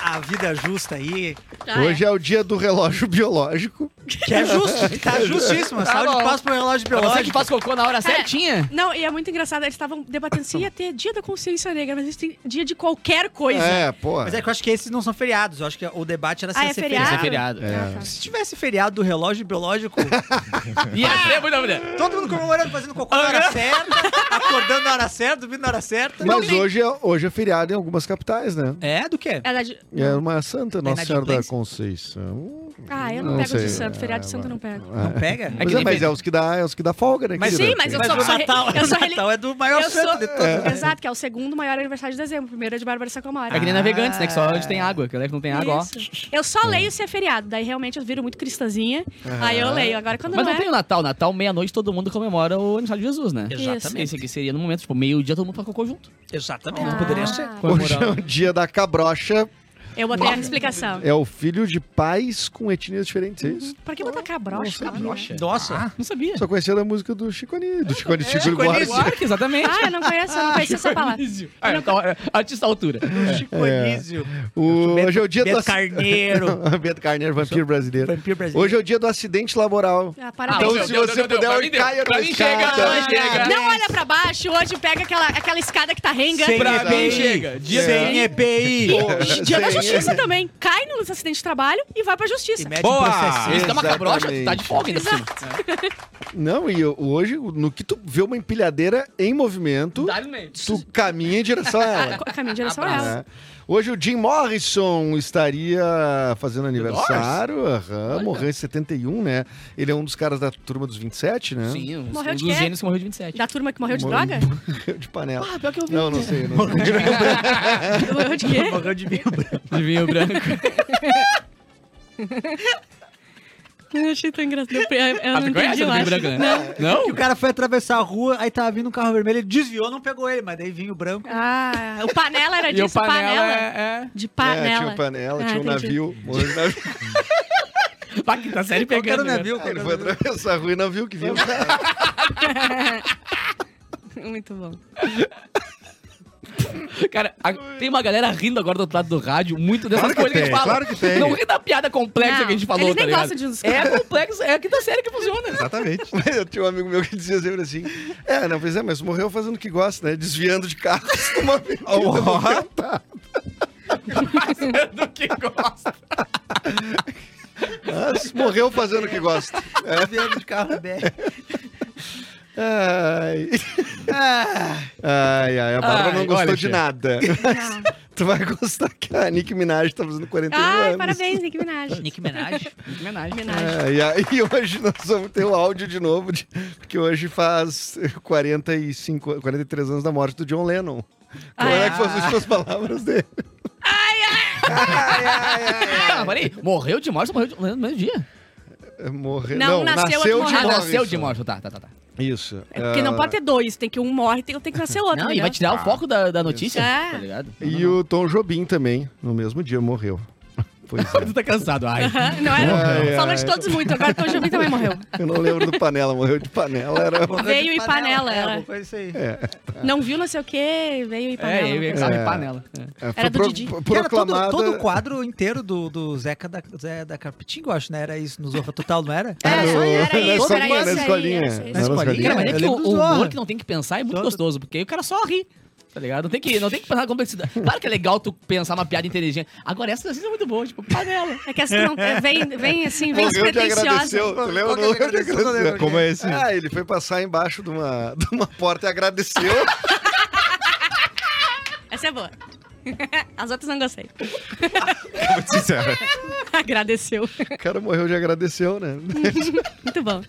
[SPEAKER 4] A, a vida justa aí.
[SPEAKER 5] Ah,
[SPEAKER 2] Hoje é o dia do relógio biológico.
[SPEAKER 4] Que é justo, que tá justíssimo.
[SPEAKER 3] Tá
[SPEAKER 4] Salve de
[SPEAKER 3] bom.
[SPEAKER 4] palmas pro relógio
[SPEAKER 3] Pra você que
[SPEAKER 4] biológico.
[SPEAKER 3] faz cocô na hora
[SPEAKER 5] Cara,
[SPEAKER 3] certinha.
[SPEAKER 5] Não, e é muito engraçado, eles estavam debatendo se ia ter dia da consciência negra, mas eles têm dia de qualquer coisa.
[SPEAKER 2] É, pô.
[SPEAKER 4] Mas é que eu acho que esses não são feriados. Eu acho que o debate era se
[SPEAKER 5] Ah,
[SPEAKER 4] ia
[SPEAKER 5] é
[SPEAKER 4] ser
[SPEAKER 5] feriado?
[SPEAKER 3] Isso
[SPEAKER 4] feriado.
[SPEAKER 3] é feriado.
[SPEAKER 5] Ah, tá.
[SPEAKER 4] Se tivesse feriado do relógio biológico,
[SPEAKER 3] E a é muita mulher.
[SPEAKER 4] todo mundo comemorando, fazendo cocô na hora certa, acordando na hora certa, dormindo na hora certa.
[SPEAKER 2] Mas hoje é, hoje é feriado em algumas capitais, né?
[SPEAKER 4] É, do quê?
[SPEAKER 5] É da de-
[SPEAKER 2] É uma santa Nossa Senhora da
[SPEAKER 4] inadimplência?
[SPEAKER 2] Conceição.
[SPEAKER 5] Ah, eu não,
[SPEAKER 2] Não
[SPEAKER 5] pego
[SPEAKER 2] sei.
[SPEAKER 5] de santo. Feriado de
[SPEAKER 2] Ah,
[SPEAKER 5] santo eu não pego.
[SPEAKER 4] Não pega?
[SPEAKER 2] Mas, é,
[SPEAKER 3] nem
[SPEAKER 2] mas
[SPEAKER 3] vem.
[SPEAKER 2] é os que dá, é os que dá folga, né?
[SPEAKER 4] Mas
[SPEAKER 2] querida?
[SPEAKER 5] sim, mas eu
[SPEAKER 4] Mas
[SPEAKER 5] sou-
[SPEAKER 4] o
[SPEAKER 5] sou-
[SPEAKER 4] Natal,
[SPEAKER 5] eu sou
[SPEAKER 4] o
[SPEAKER 5] reli-
[SPEAKER 4] Natal é do maior
[SPEAKER 5] Eu
[SPEAKER 4] santo
[SPEAKER 5] sou-
[SPEAKER 4] de todos.
[SPEAKER 5] Exato, que é o segundo maior aniversário de dezembro. Primeiro é de Bárbara Sacomora.
[SPEAKER 3] É que nem navegantes, né? Que só onde tem água. Que eu levo que não tem água, ó.
[SPEAKER 5] Isso. Eu só leio se é feriado. Daí realmente eu viro muito cristãzinha.
[SPEAKER 4] Ah.
[SPEAKER 5] Aí eu leio. Agora quando
[SPEAKER 3] Mas
[SPEAKER 5] não
[SPEAKER 3] não
[SPEAKER 5] é.
[SPEAKER 3] tem o Natal. Natal, meia-noite, todo mundo comemora o aniversário de Jesus, né?
[SPEAKER 4] Exatamente.
[SPEAKER 3] Esse aqui seria no momento, tipo, meio-dia, todo mundo faz cocô junto.
[SPEAKER 4] Exatamente,
[SPEAKER 5] Ah.
[SPEAKER 4] não poderia ser.
[SPEAKER 2] Hoje é o dia da cabrocha.
[SPEAKER 5] Eu botei a explicação.
[SPEAKER 2] É o filho de pais com etnias diferentes, é isso?
[SPEAKER 5] Pra que botar cabrocha? Cabrocha?
[SPEAKER 4] Nossa.
[SPEAKER 3] Não sabia.
[SPEAKER 2] Só conhecia da música do Chiconi, do Chiconi Chico
[SPEAKER 4] Chico
[SPEAKER 2] Iguarte.
[SPEAKER 4] Anísio.
[SPEAKER 3] Claro que exatamente.
[SPEAKER 5] Ah, eu não conheço, eu não conheço essa palavra.
[SPEAKER 3] Ah, então, artista à altura.
[SPEAKER 4] Chico Anísio.
[SPEAKER 2] O- Hoje é o dia do
[SPEAKER 4] Beto
[SPEAKER 2] ac-
[SPEAKER 4] Carneiro.
[SPEAKER 2] Beto Carneiro, vampiro brasileiro.
[SPEAKER 4] Vampiro brasileiro.
[SPEAKER 2] Hoje é o dia do acidente laboral.
[SPEAKER 5] Ah,
[SPEAKER 2] Então,
[SPEAKER 5] parabéns.
[SPEAKER 2] se você puder,
[SPEAKER 3] Pra mim deu.
[SPEAKER 2] caia
[SPEAKER 3] Pra
[SPEAKER 2] na
[SPEAKER 3] mim chega,
[SPEAKER 2] escada.
[SPEAKER 3] pra mim chega.
[SPEAKER 5] Não olha pra baixo, hoje pega aquela, aquela escada que tá renga.
[SPEAKER 4] Sem
[SPEAKER 3] Pra mim
[SPEAKER 4] EPI.
[SPEAKER 3] chega. Dia
[SPEAKER 4] Sem EPI.
[SPEAKER 5] E dia da
[SPEAKER 2] Sim.
[SPEAKER 5] justiça também. Cai no acidente de trabalho e vai pra justiça.
[SPEAKER 4] E mete
[SPEAKER 1] Boa!
[SPEAKER 4] um processinho.
[SPEAKER 3] Esse tá uma cabrocha, tu tá de
[SPEAKER 2] Exatamente.
[SPEAKER 3] folga ainda por cima.
[SPEAKER 2] Não, e eu- hoje, no que tu vê uma empilhadeira em movimento,
[SPEAKER 3] Dá no meio.
[SPEAKER 2] tu caminha em direção a ela.
[SPEAKER 5] Co- Caminho em direção a ela.
[SPEAKER 2] É. Hoje o Jim Morrison estaria fazendo aniversário, aham,
[SPEAKER 3] Olha.
[SPEAKER 2] morreu em 71, né? Ele é um dos caras da turma dos 27, né?
[SPEAKER 3] Sim, um,
[SPEAKER 5] Morreu
[SPEAKER 3] um
[SPEAKER 5] de
[SPEAKER 3] dos
[SPEAKER 5] quê?
[SPEAKER 3] gênios que morreu de 27.
[SPEAKER 5] Da turma que morreu de
[SPEAKER 2] Mor-
[SPEAKER 5] droga?
[SPEAKER 2] Morreu de panela. Ah, pior que eu vi. Não, não sei. Não sei. É, um
[SPEAKER 5] Morreu de quê?
[SPEAKER 4] Morreu de vinho branco.
[SPEAKER 3] De vinho branco.
[SPEAKER 5] Eu achei tão engraçado. Eu, eu
[SPEAKER 3] Ah,
[SPEAKER 5] não
[SPEAKER 3] tu conhece
[SPEAKER 5] entendi
[SPEAKER 3] o
[SPEAKER 5] lá.
[SPEAKER 3] vinho branco, né? Não?
[SPEAKER 4] Que o cara foi atravessar a rua, aí tava vindo um carro vermelho, ele desviou, não pegou ele, mas daí vinho branco.
[SPEAKER 5] Ah, o panela era
[SPEAKER 3] E o
[SPEAKER 5] disso, panela.
[SPEAKER 3] panela é... é-
[SPEAKER 5] De
[SPEAKER 2] É,
[SPEAKER 5] panela.
[SPEAKER 2] tinha um panela,
[SPEAKER 5] Ah,
[SPEAKER 2] tinha um
[SPEAKER 5] entendi.
[SPEAKER 2] navio. morreu no navio.
[SPEAKER 3] Pá, que tá série
[SPEAKER 4] Qualquer
[SPEAKER 3] pegando.
[SPEAKER 4] navio,
[SPEAKER 3] né?
[SPEAKER 2] Ah, ele
[SPEAKER 4] qualquer um,
[SPEAKER 2] foi
[SPEAKER 4] navio.
[SPEAKER 2] atravessar a rua e não viu que viu.
[SPEAKER 5] Muito bom.
[SPEAKER 3] Cara, a- tem uma galera rindo agora do outro lado do rádio, muito dessas
[SPEAKER 1] Claro que
[SPEAKER 3] coisas que a gente
[SPEAKER 1] tem,
[SPEAKER 3] fala.
[SPEAKER 1] claro que tem.
[SPEAKER 3] Não ri da piada complexa
[SPEAKER 5] Não,
[SPEAKER 3] que a gente falou,
[SPEAKER 5] eles
[SPEAKER 3] tá
[SPEAKER 5] nem
[SPEAKER 3] ligado?
[SPEAKER 5] gostam de nos-
[SPEAKER 3] É complexo, é a quinta série que funciona.
[SPEAKER 1] Exatamente.
[SPEAKER 2] Mas eu tinha um amigo meu que dizia sempre assim: É, não, pois é, mas morreu fazendo o que gosta, né? Desviando de carros numa avenida movimentada."
[SPEAKER 3] Fazendo o é que gosta.
[SPEAKER 2] Mas morreu fazendo o que gosta.
[SPEAKER 4] Avião né, de carro na BR.
[SPEAKER 2] Ai. Ai, ai, a Bárbara
[SPEAKER 3] Ai,
[SPEAKER 2] não gostou
[SPEAKER 3] olha,
[SPEAKER 2] de
[SPEAKER 3] tia.
[SPEAKER 2] nada.
[SPEAKER 5] Não.
[SPEAKER 2] Tu vai gostar que a Nick Minaj tá fazendo 41
[SPEAKER 5] Ai,
[SPEAKER 2] anos.
[SPEAKER 5] parabéns, Nick Minaj.
[SPEAKER 4] Nick Minaj.
[SPEAKER 3] Homenagem.
[SPEAKER 5] Minaj.
[SPEAKER 2] Ai, ai, É, e hoje nós vamos ter o áudio de novo, de- porque hoje faz 45, 43 anos da morte do John Lennon. Como é que foram as últimas palavras dele?
[SPEAKER 3] Ah, peraí, morreu de morte, morreu de, no mesmo dia.
[SPEAKER 2] Morreu.
[SPEAKER 5] Não, nasceu outro
[SPEAKER 2] de
[SPEAKER 5] morreu.
[SPEAKER 3] Ah,
[SPEAKER 2] morte.
[SPEAKER 3] nasceu de morte, tá, tá, tá. tá.
[SPEAKER 2] Isso.
[SPEAKER 5] É porque não
[SPEAKER 2] Ah,
[SPEAKER 5] pode ter dois, tem que um morre, tem, tem que nascer outro.
[SPEAKER 3] Não,
[SPEAKER 5] né?
[SPEAKER 3] e vai tirar o foco da, da notícia,
[SPEAKER 5] É.
[SPEAKER 3] tá ligado? Não,
[SPEAKER 2] E
[SPEAKER 3] não,
[SPEAKER 2] o Tom Jobim também, no mesmo dia, morreu. Pois
[SPEAKER 3] não.
[SPEAKER 2] é.
[SPEAKER 3] Tu tá cansado, ai.
[SPEAKER 5] Aham, Não era?
[SPEAKER 2] Ai,
[SPEAKER 5] Falou
[SPEAKER 2] ai.
[SPEAKER 5] de todos muito, agora o Jobim também morreu.
[SPEAKER 2] Eu não lembro do Panela, morreu de Panela. Era...
[SPEAKER 5] Veio e panela,
[SPEAKER 4] É,
[SPEAKER 5] era.
[SPEAKER 4] alguma coisa assim.
[SPEAKER 5] Não viu não sei o quê, veio e
[SPEAKER 3] É,
[SPEAKER 5] panela.
[SPEAKER 3] eu sabe panela. É.
[SPEAKER 2] foi
[SPEAKER 5] Era do Didi.
[SPEAKER 4] Cara, todo,
[SPEAKER 2] proclamada-
[SPEAKER 4] todo o quadro inteiro do, do Zeca da, Zé da Carpitinga, eu acho, né? Era isso, no Zorra Total, não era?
[SPEAKER 5] É,
[SPEAKER 2] Era o-
[SPEAKER 5] era
[SPEAKER 2] na
[SPEAKER 5] isso, era
[SPEAKER 2] escolinha,
[SPEAKER 5] isso
[SPEAKER 2] na
[SPEAKER 5] aí,
[SPEAKER 2] escolinha.
[SPEAKER 5] era isso aí.
[SPEAKER 2] Na escolinha.
[SPEAKER 3] Cara, mas
[SPEAKER 4] Eu
[SPEAKER 3] é que o,
[SPEAKER 4] lembro
[SPEAKER 3] o
[SPEAKER 4] do Zorra.
[SPEAKER 3] humor que não tem que pensar é muito
[SPEAKER 4] Todo-
[SPEAKER 3] gostoso, porque aí o cara só ri. Tá ligado? Não tem que, não tem que pensar na complexidade. Claro que é legal tu pensar uma piada inteligente. Agora essa notícia é muito boa, tipo, panela.
[SPEAKER 5] É que essa não, é, vem, vem assim, vem
[SPEAKER 2] Morreu de
[SPEAKER 5] despretensiosa.
[SPEAKER 2] agradeceu. Tu lembra?
[SPEAKER 4] Qual que
[SPEAKER 2] Morreu de
[SPEAKER 4] ele agradeceu? Não lembro.
[SPEAKER 1] Como é esse?
[SPEAKER 2] Ah, ele foi passar embaixo de uma, de uma porta e agradeceu.
[SPEAKER 5] Essa é boa. As outras não gostei.
[SPEAKER 1] Muito sincero.
[SPEAKER 5] Agradeceu.
[SPEAKER 2] O cara morreu de agradeceu, né?
[SPEAKER 5] Muito bom.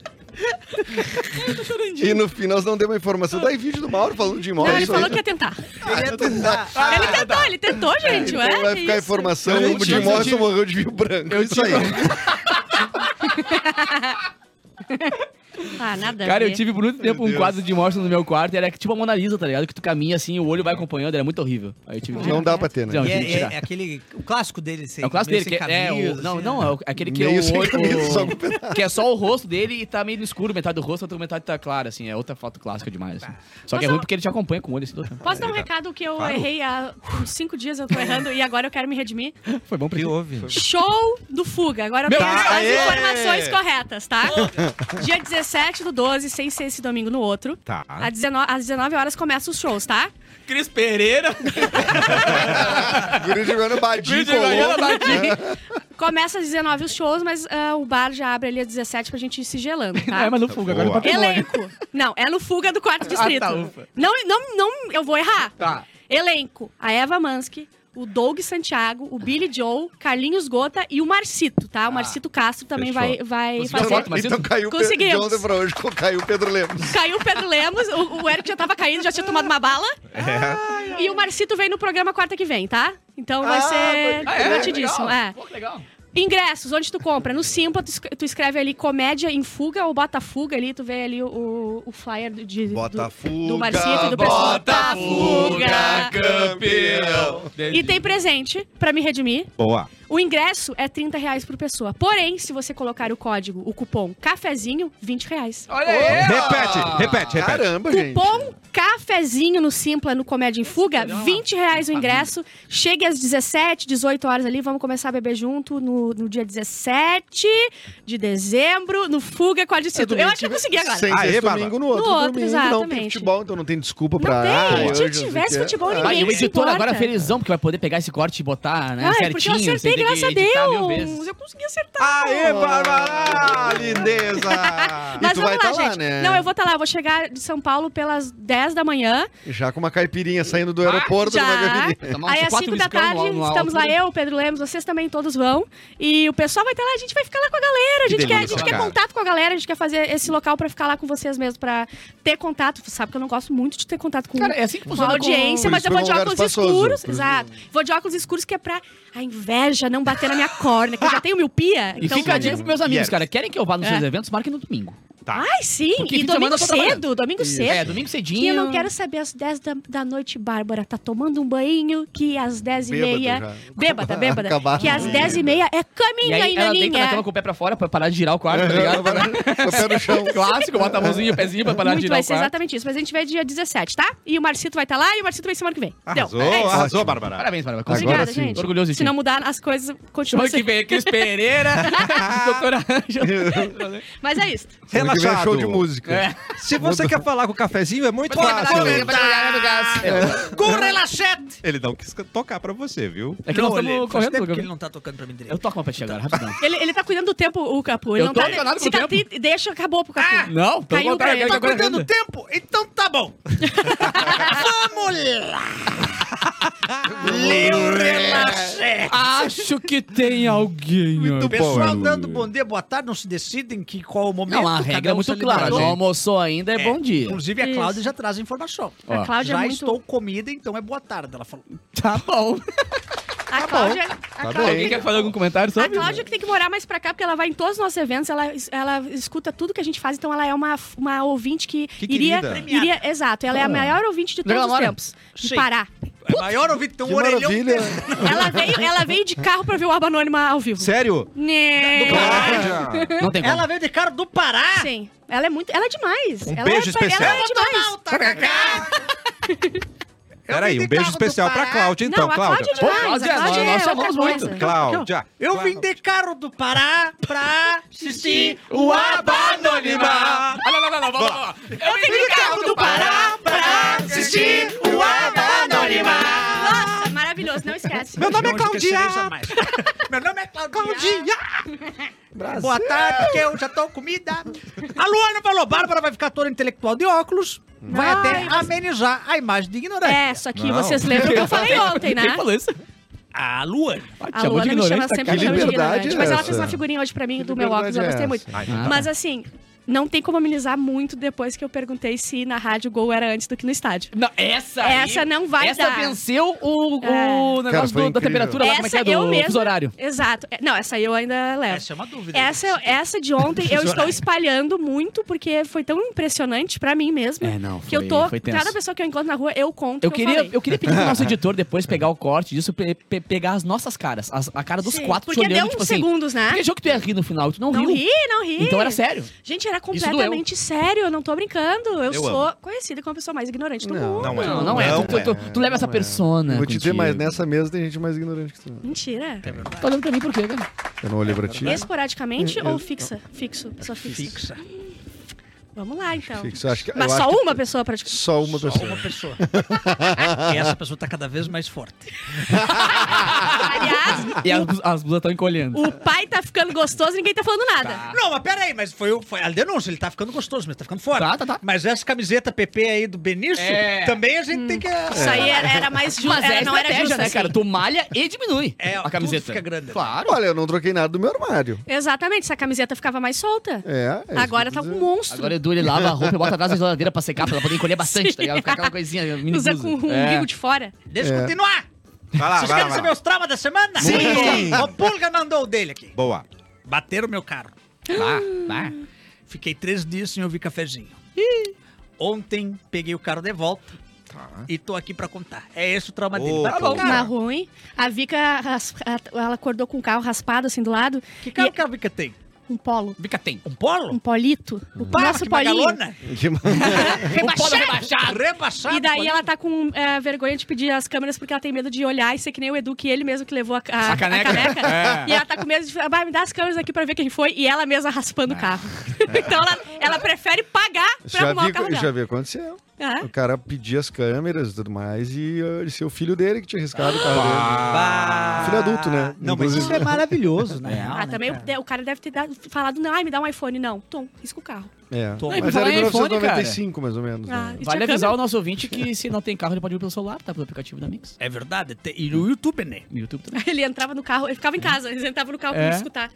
[SPEAKER 2] e no fim nós não demos a informação. Daí vídeo do Mauro falando de imóvel.
[SPEAKER 5] Não, ele
[SPEAKER 2] isso
[SPEAKER 5] falou
[SPEAKER 2] aí.
[SPEAKER 5] que ia tentar.
[SPEAKER 4] Ele ia tentar.
[SPEAKER 5] ele tentou, ele tentou, gente.
[SPEAKER 2] Então
[SPEAKER 5] ué,
[SPEAKER 2] vai
[SPEAKER 5] que
[SPEAKER 2] ficar a
[SPEAKER 5] Ah, isso?
[SPEAKER 2] informação.
[SPEAKER 1] Eu
[SPEAKER 2] o de
[SPEAKER 1] tinha-
[SPEAKER 2] imóvel
[SPEAKER 1] eu tinha-
[SPEAKER 2] morreu de vinho branco. isso aí.
[SPEAKER 5] Ah, nada. a
[SPEAKER 3] Cara, eu
[SPEAKER 5] ver.
[SPEAKER 3] tive por muito tempo um quadro de morte no meu quarto. Era tipo a Mona Lisa, tá ligado? Que tu caminha assim, o olho vai acompanhando. Era muito horrível. Aí eu tive que-
[SPEAKER 2] Não dá pra ter, né?
[SPEAKER 3] Não,
[SPEAKER 4] E
[SPEAKER 3] tinha que
[SPEAKER 4] é, é-
[SPEAKER 3] tirar.
[SPEAKER 4] é aquele. O clássico dele, sem
[SPEAKER 3] É o clássico dele,
[SPEAKER 4] meio
[SPEAKER 3] que
[SPEAKER 4] sem
[SPEAKER 3] é, é o,
[SPEAKER 4] camisa,
[SPEAKER 3] não,
[SPEAKER 4] assim,
[SPEAKER 3] não,
[SPEAKER 4] né?
[SPEAKER 3] é o- aquele que é
[SPEAKER 2] Meio
[SPEAKER 3] o,
[SPEAKER 2] sem
[SPEAKER 3] olho-
[SPEAKER 2] camisa, só com
[SPEAKER 3] o que é só o rosto dele e tá meio no escuro, metade do rosto, outra metade tá clara, assim, é outra foto clássica demais. assim. Só que
[SPEAKER 5] Mas
[SPEAKER 3] é ruim
[SPEAKER 5] eu-
[SPEAKER 3] porque ele te acompanha com o olho assim, todo tempo.
[SPEAKER 5] Posso dar um recado que eu errei há uns cinco dias, eu tô errando, e agora eu quero me redimir?
[SPEAKER 3] Foi bom pra
[SPEAKER 1] que
[SPEAKER 3] ti.
[SPEAKER 1] houve?
[SPEAKER 5] Show do Fuga. Agora eu
[SPEAKER 3] Meu
[SPEAKER 5] tenho as, as
[SPEAKER 1] Deus!
[SPEAKER 5] informações corretas, tá? Dia 17 do 12, sem ser esse domingo no outro.
[SPEAKER 1] Tá.
[SPEAKER 5] Às 19, às 19 horas começam os shows, tá?
[SPEAKER 3] Cris Pereira,
[SPEAKER 2] O Guri jogando badinho.
[SPEAKER 3] Cris de né? Goiânia, Badim.
[SPEAKER 5] Começa às 19 os shows, mas ah, o bar já abre ali às 17 pra gente ir se gelando,
[SPEAKER 3] Ah,
[SPEAKER 5] tá?
[SPEAKER 3] mas não fuga, agora
[SPEAKER 1] Boa.
[SPEAKER 3] pra
[SPEAKER 5] Elenco. Não, é no Fuga do Quarto Distrito.
[SPEAKER 3] tá, ufa.
[SPEAKER 5] não, não, não, eu vou errar.
[SPEAKER 3] Tá.
[SPEAKER 5] Elenco. A Eva Mansky. O Doug Santiago, o Billy Joe, Carlinhos Gota e o Marcito, tá? O Marcito Castro também
[SPEAKER 1] Fechou.
[SPEAKER 5] vai, vai
[SPEAKER 3] Ah, Conseguiu a
[SPEAKER 5] fazer.
[SPEAKER 3] foto, Marcito?
[SPEAKER 2] Então caiu o Pedro de
[SPEAKER 5] Conseguimos.
[SPEAKER 2] ontem pra hoje. Caiu o Pedro Lemos.
[SPEAKER 5] Caiu o Pedro Lemos, o, o Eric já tava caindo, já tinha tomado uma bala.
[SPEAKER 3] É.
[SPEAKER 5] E o Marcito vem no programa quarta que vem, tá? Então vai
[SPEAKER 2] Ah,
[SPEAKER 5] ser
[SPEAKER 2] pode-
[SPEAKER 5] divertidíssimo. é.
[SPEAKER 3] Pô, que legal.
[SPEAKER 5] Ingressos, onde tu compra? No Simpa, tu, es- tu escreve ali comédia em fuga ou bota fuga ali, tu vê ali o, o flyer do- de, do,
[SPEAKER 2] Botafogo.
[SPEAKER 5] do Marcito e do pessoal. Bota fuga!
[SPEAKER 2] campeão.
[SPEAKER 5] E tem presente pra me redimir.
[SPEAKER 1] Boa.
[SPEAKER 5] O ingresso é 30 reais por pessoa. Porém, se você colocar o código, o cupom cafezinho, 20 reais.
[SPEAKER 3] Olha aí.
[SPEAKER 1] Repete, repete, repete.
[SPEAKER 2] Caramba, gente.
[SPEAKER 5] Cupom cafezinho no Simpla, no Comédia em Fuga, 20 reais o ingresso. Chegue às 17, 18 horas ali, vamos começar a beber junto no, no dia 17 de dezembro, no Fuga com a Distrito. Eu acho que eu consegui agora.
[SPEAKER 2] Tipo, Sem
[SPEAKER 1] Aê,
[SPEAKER 2] ser
[SPEAKER 1] Baba.
[SPEAKER 2] domingo no outro.
[SPEAKER 5] No outro,
[SPEAKER 2] domingo não tem
[SPEAKER 5] exatamente.
[SPEAKER 2] futebol, então não tem desculpa
[SPEAKER 5] Não
[SPEAKER 2] pra.
[SPEAKER 5] tem,
[SPEAKER 2] Ah,
[SPEAKER 5] se
[SPEAKER 2] hoje não sei
[SPEAKER 5] tivesse
[SPEAKER 2] o quê.
[SPEAKER 5] futebol,
[SPEAKER 2] Ah,
[SPEAKER 5] ninguém
[SPEAKER 3] Ah, e o
[SPEAKER 5] Ninguém se
[SPEAKER 3] editor
[SPEAKER 5] importa.
[SPEAKER 3] agora é felizão, porque vai poder pegar esse corte e botar, né,
[SPEAKER 5] Ai, porque eu
[SPEAKER 3] certinho.
[SPEAKER 5] acertei,
[SPEAKER 3] sem ter que
[SPEAKER 5] graças a
[SPEAKER 3] editar mil vezes.
[SPEAKER 5] Deus. Eu consegui acertar.
[SPEAKER 1] Aê, Bárbara! Ah, Lindeza!
[SPEAKER 2] E
[SPEAKER 5] Mas
[SPEAKER 2] tu vai
[SPEAKER 5] vamos lá,
[SPEAKER 2] tá lá,
[SPEAKER 5] gente.
[SPEAKER 2] né?
[SPEAKER 5] Não, eu vou estar lá. Eu vou chegar de São Paulo pelas 10 da manhã.
[SPEAKER 2] Já com uma caipirinha saindo do aeroporto,
[SPEAKER 5] Ah, já.
[SPEAKER 2] numa caipirinha.
[SPEAKER 3] Tomar uns
[SPEAKER 5] Aí às
[SPEAKER 3] quatro
[SPEAKER 5] 5 da
[SPEAKER 3] whiskão
[SPEAKER 5] tarde,
[SPEAKER 3] no- no
[SPEAKER 5] estamos lá
[SPEAKER 3] alto.
[SPEAKER 5] eu, Pedro Lemos, vocês também todos vão. E o pessoal vai estar lá, a gente vai ficar lá com a galera. A
[SPEAKER 1] Que
[SPEAKER 5] gente, quer, a
[SPEAKER 1] delícia,
[SPEAKER 5] gente quer
[SPEAKER 1] cara.
[SPEAKER 5] contato com a galera, a gente quer fazer esse local pra ficar lá com vocês mesmo, pra ter contato. Você sabe que eu não gosto muito de ter contato com,
[SPEAKER 3] Cara, é assim que
[SPEAKER 5] com
[SPEAKER 3] funciona
[SPEAKER 5] a audiência,
[SPEAKER 2] Por
[SPEAKER 5] mas
[SPEAKER 2] isso
[SPEAKER 5] eu vou
[SPEAKER 2] que
[SPEAKER 5] de
[SPEAKER 2] é um
[SPEAKER 5] óculos
[SPEAKER 2] lugar espaçoso,
[SPEAKER 5] escuros.
[SPEAKER 2] por isso-
[SPEAKER 5] Exato. Vou de óculos escuros que é pra a inveja não bater na minha corna, que eu já tenho miopia.
[SPEAKER 3] E fica a dica
[SPEAKER 5] talvez-
[SPEAKER 3] pros meus amigos,
[SPEAKER 1] Yes.
[SPEAKER 3] cara. Querem que eu vá nos
[SPEAKER 5] então. É.
[SPEAKER 3] seus eventos? Marquem no domingo.
[SPEAKER 1] Tá.
[SPEAKER 5] Ai, sim.
[SPEAKER 3] Porque
[SPEAKER 5] e
[SPEAKER 3] fim de semana
[SPEAKER 5] domingo
[SPEAKER 3] eu tô trabalhando.
[SPEAKER 5] cedo, domingo
[SPEAKER 2] Isso.
[SPEAKER 5] cedo.
[SPEAKER 3] É, domingo
[SPEAKER 5] Que
[SPEAKER 3] cedinho.
[SPEAKER 5] eu não quero saber às 10 da, da noite, Bárbara tá tomando um banho, que às 10 e meia...
[SPEAKER 2] já.
[SPEAKER 5] Bêbada, bêbada.
[SPEAKER 2] Acabaram
[SPEAKER 5] que às
[SPEAKER 2] de-
[SPEAKER 5] 10 e meia é
[SPEAKER 3] E
[SPEAKER 5] caminha
[SPEAKER 3] aí
[SPEAKER 5] aí,
[SPEAKER 3] ela deita na cama
[SPEAKER 5] Naninha.
[SPEAKER 3] com o pé pra fora pra parar de girar o quarto, tá ligado?
[SPEAKER 2] Com o pé no chão.
[SPEAKER 3] Clássico, bota a mãozinha e o pezinho pra parar de
[SPEAKER 5] Muito
[SPEAKER 3] girar
[SPEAKER 5] vai
[SPEAKER 3] o
[SPEAKER 5] ser
[SPEAKER 3] quarto.
[SPEAKER 5] exatamente isso. Mas a gente vai dia 17, tá? E o Marcito vai estar lá e o Marcito vem semana que vem. Deu.
[SPEAKER 1] Arrasou,
[SPEAKER 5] É isso.
[SPEAKER 1] arrasou, Bárbara.
[SPEAKER 3] Parabéns, Bárbara.
[SPEAKER 2] Agora
[SPEAKER 3] Conseguiu.
[SPEAKER 5] Obrigada,
[SPEAKER 2] sim.
[SPEAKER 5] gente.
[SPEAKER 3] Orgulhoso de
[SPEAKER 5] Se
[SPEAKER 3] ti.
[SPEAKER 5] não mudar, as coisas continuam assim.
[SPEAKER 3] Chama que
[SPEAKER 5] sendo.
[SPEAKER 3] vem, Cris Pereira, doutora Ângela.
[SPEAKER 5] Mas é isso.
[SPEAKER 2] Semana que vem é
[SPEAKER 1] Relaxado.
[SPEAKER 2] show de música.
[SPEAKER 3] É.
[SPEAKER 1] Se você quer falar com o cafezinho, é muito
[SPEAKER 3] Mas
[SPEAKER 4] tá
[SPEAKER 3] vai
[SPEAKER 1] fácil.
[SPEAKER 3] trabalhar, vai trabalhar no gás. É.
[SPEAKER 4] Com relaxete!
[SPEAKER 1] Ele não quis tocar pra você, viu?
[SPEAKER 3] É que nós
[SPEAKER 4] Não, ele-
[SPEAKER 3] estamos
[SPEAKER 4] faz tempo
[SPEAKER 3] correndo.
[SPEAKER 4] que ele
[SPEAKER 3] Gabriel.
[SPEAKER 4] não tá tocando pra mim direito.
[SPEAKER 3] Eu toco uma pra ti agora, rapidão.
[SPEAKER 5] Ele, ele tá cuidando do tempo, o Capu. Ele
[SPEAKER 3] Eu
[SPEAKER 5] não
[SPEAKER 3] tô
[SPEAKER 5] tá,
[SPEAKER 3] enganado com
[SPEAKER 5] se
[SPEAKER 3] o
[SPEAKER 5] tá
[SPEAKER 3] tempo.
[SPEAKER 5] tri- Deixa, acabou pro Capu.
[SPEAKER 3] Não, pelo
[SPEAKER 5] Caiu
[SPEAKER 3] contrário,
[SPEAKER 5] pra ele.
[SPEAKER 3] eu
[SPEAKER 4] Tá
[SPEAKER 3] quero
[SPEAKER 4] cortando
[SPEAKER 3] renda.
[SPEAKER 4] tempo? Então tá bom. Vamos lá. Leu relaxete.
[SPEAKER 3] Acho que tem alguém.
[SPEAKER 2] Muito
[SPEAKER 3] aqui.
[SPEAKER 2] bom,
[SPEAKER 4] Pessoal
[SPEAKER 2] Edu.
[SPEAKER 4] dando bom dia, boa tarde, não se decidem que qual o momento.
[SPEAKER 3] Não, a
[SPEAKER 4] cada
[SPEAKER 3] regra é
[SPEAKER 4] um se
[SPEAKER 3] muito
[SPEAKER 4] alimenta
[SPEAKER 3] clara.
[SPEAKER 4] do-
[SPEAKER 3] Não almoçou ainda, é bom dia.
[SPEAKER 4] Inclusive, a
[SPEAKER 5] Isso.
[SPEAKER 4] Cláudia já traz a informação.
[SPEAKER 3] Ó.
[SPEAKER 5] A Cláudia
[SPEAKER 4] já
[SPEAKER 5] é muito...
[SPEAKER 4] estou comida, então é boa tarde, ela falou.
[SPEAKER 3] Tá bom.
[SPEAKER 5] A Cláudia...
[SPEAKER 2] Tá
[SPEAKER 5] a
[SPEAKER 2] bom.
[SPEAKER 3] Alguém
[SPEAKER 5] Cláudia...
[SPEAKER 3] quer fazer algum comentário
[SPEAKER 5] A
[SPEAKER 3] sobre?
[SPEAKER 5] Cláudia que tem que morar mais pra cá, porque ela vai em todos os nossos eventos, ela, ela escuta tudo que a gente faz, então ela é uma, uma ouvinte que,
[SPEAKER 1] Que
[SPEAKER 5] iria,
[SPEAKER 1] querida.
[SPEAKER 5] iria. Exato, ela é a maior ouvinte de
[SPEAKER 3] Onde ela
[SPEAKER 5] todos os
[SPEAKER 3] mora?
[SPEAKER 5] tempos. De
[SPEAKER 4] Sei.
[SPEAKER 5] Pará.
[SPEAKER 4] É maior ouvir tão
[SPEAKER 2] Que
[SPEAKER 4] orelhão.
[SPEAKER 2] maravilha.
[SPEAKER 5] Ela veio, ela veio de carro pra ver o Aba Anônima ao vivo.
[SPEAKER 1] Sério?
[SPEAKER 5] Né.
[SPEAKER 1] Cláudia!
[SPEAKER 3] Não tem como.
[SPEAKER 4] Ela veio de cara do Pará.
[SPEAKER 5] Sim. Ela é muito. Ela é demais.
[SPEAKER 1] Um
[SPEAKER 5] ela
[SPEAKER 1] beijo
[SPEAKER 5] é,
[SPEAKER 1] especial.
[SPEAKER 5] Ela é demais.
[SPEAKER 4] Não, tá, cacá.
[SPEAKER 1] Peraí, um
[SPEAKER 4] de
[SPEAKER 1] beijo
[SPEAKER 4] carro do
[SPEAKER 1] especial pra
[SPEAKER 4] Pará.
[SPEAKER 1] Cláudia, então,
[SPEAKER 5] não, a Cláudia é
[SPEAKER 1] Cláudia.
[SPEAKER 5] demais.
[SPEAKER 3] Cláudia,
[SPEAKER 5] a Cláudia
[SPEAKER 3] nós
[SPEAKER 5] é outra
[SPEAKER 3] amamos
[SPEAKER 5] coisa.
[SPEAKER 3] muito.
[SPEAKER 1] Cláudia.
[SPEAKER 4] Eu vim de carro do Pará pra assistir o
[SPEAKER 3] Abanonima!
[SPEAKER 4] Abanonima.
[SPEAKER 3] Olha lá, olha lá, vamos lá.
[SPEAKER 5] Eu vim de carro do Pará pra
[SPEAKER 4] assistir o Aba Anônima.
[SPEAKER 5] Nossa, maravilhoso, não esquece.
[SPEAKER 1] Meu nome é
[SPEAKER 4] Não esquecerei
[SPEAKER 1] Cláudia.
[SPEAKER 4] jamais. Meu nome é Claudia. Boa tarde, que eu já tô comida. A Luana falou, Bárbara vai ficar toda intelectual de óculos. Vai
[SPEAKER 5] Ai,
[SPEAKER 4] até
[SPEAKER 5] mas-
[SPEAKER 4] amenizar a imagem de ignorante.
[SPEAKER 5] É, só que
[SPEAKER 1] Não.
[SPEAKER 5] vocês lembram que eu falei ontem, né?
[SPEAKER 3] Quem falou isso?
[SPEAKER 4] A Luana.
[SPEAKER 5] A Luana me
[SPEAKER 3] tá
[SPEAKER 5] chama sempre
[SPEAKER 2] Que
[SPEAKER 5] chama de
[SPEAKER 2] liberdade
[SPEAKER 5] ignorante. Mas
[SPEAKER 3] é
[SPEAKER 5] ela
[SPEAKER 2] essa?
[SPEAKER 5] fez uma figurinha hoje pra mim
[SPEAKER 2] Que
[SPEAKER 5] do meu
[SPEAKER 2] liberdade
[SPEAKER 5] óculos, eu
[SPEAKER 2] é
[SPEAKER 5] gostei
[SPEAKER 2] essa?
[SPEAKER 5] muito.
[SPEAKER 1] Ah, então tá.
[SPEAKER 5] Mas assim, não tem como amenizar muito depois que eu perguntei se na rádio o gol era antes do que no estádio.
[SPEAKER 3] Não, essa aí-
[SPEAKER 5] Essa não vai
[SPEAKER 3] Essa
[SPEAKER 5] dar.
[SPEAKER 3] venceu o, o
[SPEAKER 5] É.
[SPEAKER 2] Cara,
[SPEAKER 3] negócio
[SPEAKER 2] foi
[SPEAKER 3] do- da
[SPEAKER 2] incrível.
[SPEAKER 3] temperatura lá, como é que
[SPEAKER 5] Essa
[SPEAKER 3] é, do
[SPEAKER 5] eu
[SPEAKER 3] fuso
[SPEAKER 5] mesma-
[SPEAKER 3] horário.
[SPEAKER 5] Exato. É, Não, essa eu ainda levo.
[SPEAKER 4] Essa é uma dúvida.
[SPEAKER 5] Essa, essa de ontem eu estou espalhando muito, porque foi tão impressionante pra mim mesmo.
[SPEAKER 3] É, não,
[SPEAKER 5] que eu
[SPEAKER 3] foi-
[SPEAKER 5] tô.
[SPEAKER 3] foi tenso.
[SPEAKER 5] cada pessoa que eu encontro na rua, eu conto.
[SPEAKER 3] Eu
[SPEAKER 5] que
[SPEAKER 3] queria,
[SPEAKER 5] falei.
[SPEAKER 3] eu queria pedir pro nosso editor depois pegar o corte disso, pe- pe- pegar as nossas caras, as- a cara dos
[SPEAKER 5] Sim,
[SPEAKER 3] quatro te
[SPEAKER 5] Porque deu
[SPEAKER 3] olhando,
[SPEAKER 5] uns
[SPEAKER 3] tipo assim.
[SPEAKER 5] segundos, né?
[SPEAKER 3] Porque achou que tu ia rir no final, e tu não,
[SPEAKER 5] Não
[SPEAKER 3] riu.
[SPEAKER 5] ri, não ri.
[SPEAKER 3] Então era sério.
[SPEAKER 5] Gente, era
[SPEAKER 3] doeu.
[SPEAKER 5] completamente sério, eu não tô brincando.
[SPEAKER 1] Eu
[SPEAKER 5] Eu sou conhecida como a pessoa mais ignorante do
[SPEAKER 2] Não,
[SPEAKER 5] mundo.
[SPEAKER 1] não é.
[SPEAKER 3] Não, não é.
[SPEAKER 1] Não
[SPEAKER 3] tu, tu- tu leva essa persona.
[SPEAKER 2] Vou te dizer, né?
[SPEAKER 3] contigo.
[SPEAKER 2] mas nessa mesa tem gente mais ignorante que tu.
[SPEAKER 5] Mentira.
[SPEAKER 3] Tá olhando pra mim por quê, cara?
[SPEAKER 2] Eu não olhei pra ti.
[SPEAKER 5] Esporadicamente
[SPEAKER 2] Eu-
[SPEAKER 5] ou fixa? Fixo, pessoa fixa.
[SPEAKER 4] Fixa.
[SPEAKER 5] Vamos lá, então.
[SPEAKER 2] Fixo, acho que-
[SPEAKER 5] Mas
[SPEAKER 2] eu
[SPEAKER 5] só
[SPEAKER 2] acho que-
[SPEAKER 5] uma pessoa praticamente.
[SPEAKER 2] Só uma
[SPEAKER 4] Só
[SPEAKER 1] um?
[SPEAKER 2] pessoa.
[SPEAKER 4] uma pessoa. e essa pessoa tá cada vez mais forte.
[SPEAKER 5] Aliás,
[SPEAKER 3] E as, blu- as blusas estão encolhendo.
[SPEAKER 5] o pai tá ficando gostoso e ninguém tá falando nada.
[SPEAKER 4] Não, mas peraí, mas foi, o- foi a denúncia. Ele tá ficando gostoso, mas tá ficando forte.
[SPEAKER 3] Tá, tá, tá.
[SPEAKER 4] Mas essa camiseta PP aí do Benício,
[SPEAKER 3] É.
[SPEAKER 4] também a gente tem que...
[SPEAKER 3] Hum.
[SPEAKER 5] Isso aí
[SPEAKER 2] É.
[SPEAKER 5] era, era mais justo.
[SPEAKER 3] Mas é
[SPEAKER 5] não era
[SPEAKER 3] estratégia,
[SPEAKER 5] justo,
[SPEAKER 3] né,
[SPEAKER 5] assim.
[SPEAKER 3] cara? Tu malha e diminui
[SPEAKER 4] É,
[SPEAKER 3] a
[SPEAKER 4] tudo
[SPEAKER 3] camiseta.
[SPEAKER 4] fica grande.
[SPEAKER 3] Claro.
[SPEAKER 2] Olha, eu não troquei nada do meu armário.
[SPEAKER 5] assim. Exatamente, se a camiseta ficava mais solta.
[SPEAKER 2] É. é isso que
[SPEAKER 5] Agora
[SPEAKER 2] eu
[SPEAKER 5] tá
[SPEAKER 2] tô
[SPEAKER 5] um
[SPEAKER 2] dizendo.
[SPEAKER 5] monstro.
[SPEAKER 3] Agora é o Edu ele lava a roupa e bota atrás da geladeira pra secar, pra ela poder encolher bastante, tá ligado? Ficar aquela coisinha mini
[SPEAKER 5] Usa
[SPEAKER 3] blusa.
[SPEAKER 5] com o
[SPEAKER 3] É.
[SPEAKER 5] umbigo de fora.
[SPEAKER 4] Deixa eu
[SPEAKER 2] É.
[SPEAKER 4] continuar.
[SPEAKER 1] Vai lá,
[SPEAKER 4] Vocês
[SPEAKER 1] vai
[SPEAKER 4] querem
[SPEAKER 1] lá.
[SPEAKER 4] saber os traumas da semana?
[SPEAKER 1] Sim.
[SPEAKER 4] O Pulga mandou o dele aqui.
[SPEAKER 1] Boa.
[SPEAKER 4] Bateram meu carro.
[SPEAKER 3] Lá, lá.
[SPEAKER 4] Fiquei três dias sem ouvir cafezinho. Ontem peguei o carro de volta
[SPEAKER 3] Tá.
[SPEAKER 4] e tô aqui pra contar. É esse o trauma dele.
[SPEAKER 1] Ô,
[SPEAKER 4] Bateu o
[SPEAKER 1] Pulga.
[SPEAKER 4] carro.
[SPEAKER 5] Na ruim. A Vika, ras- a- ela acordou com o carro raspado assim do lado.
[SPEAKER 4] Que carro que a Vika tem?
[SPEAKER 5] Um polo.
[SPEAKER 3] Bica tem.
[SPEAKER 4] Um polo?
[SPEAKER 5] Um polito. O nosso
[SPEAKER 4] que
[SPEAKER 5] polinho.
[SPEAKER 4] magalona? Um
[SPEAKER 2] Que
[SPEAKER 5] um.
[SPEAKER 2] ma-
[SPEAKER 3] O polo rebaixado.
[SPEAKER 4] Rebaixado.
[SPEAKER 5] E daí
[SPEAKER 4] polinho.
[SPEAKER 5] ela tá com é, vergonha de pedir as câmeras porque ela tem medo de olhar e ser que nem o Edu, que ele mesmo que levou a, a-
[SPEAKER 3] A caneca.
[SPEAKER 5] a caneca.
[SPEAKER 3] É.
[SPEAKER 5] E ela tá com medo de "Bah, me dá as câmeras aqui pra ver quem foi. E ela mesma raspando o carro. então ela, ela prefere pagar pra
[SPEAKER 2] já
[SPEAKER 5] arrumar
[SPEAKER 2] vi,
[SPEAKER 5] o carro
[SPEAKER 2] já
[SPEAKER 5] dela.
[SPEAKER 2] vi aconteceu.
[SPEAKER 5] É.
[SPEAKER 2] O cara pedia as câmeras e tudo mais e ah, esse é o filho dele que tinha riscado o carro dele.
[SPEAKER 4] Bah.
[SPEAKER 2] Filho adulto, né?
[SPEAKER 4] Não, mas
[SPEAKER 2] Inclusive.
[SPEAKER 4] isso é maravilhoso, né?
[SPEAKER 5] Ah, também o- o cara deve ter dado- falado, não, ai, me dá um iPhone. Não, tom, risca o carro.
[SPEAKER 2] É.
[SPEAKER 4] Tô-
[SPEAKER 2] Mas
[SPEAKER 3] Não, e por
[SPEAKER 2] era
[SPEAKER 3] falar em iPhone,
[SPEAKER 2] 1995, mais ou menos.
[SPEAKER 5] então Ah,
[SPEAKER 2] né?
[SPEAKER 5] e
[SPEAKER 3] Vale
[SPEAKER 5] tinha
[SPEAKER 3] avisar
[SPEAKER 5] câmera.
[SPEAKER 3] o nosso ouvinte que se não tem carro, ele pode ir pelo celular, tá? Pelo aplicativo da Mix.
[SPEAKER 4] É verdade. tem- E no YouTube, né?
[SPEAKER 3] No YouTube também.
[SPEAKER 5] Ele entrava no carro, ele ficava em casa, ele entrava no carro pra
[SPEAKER 3] É.
[SPEAKER 5] me escutar.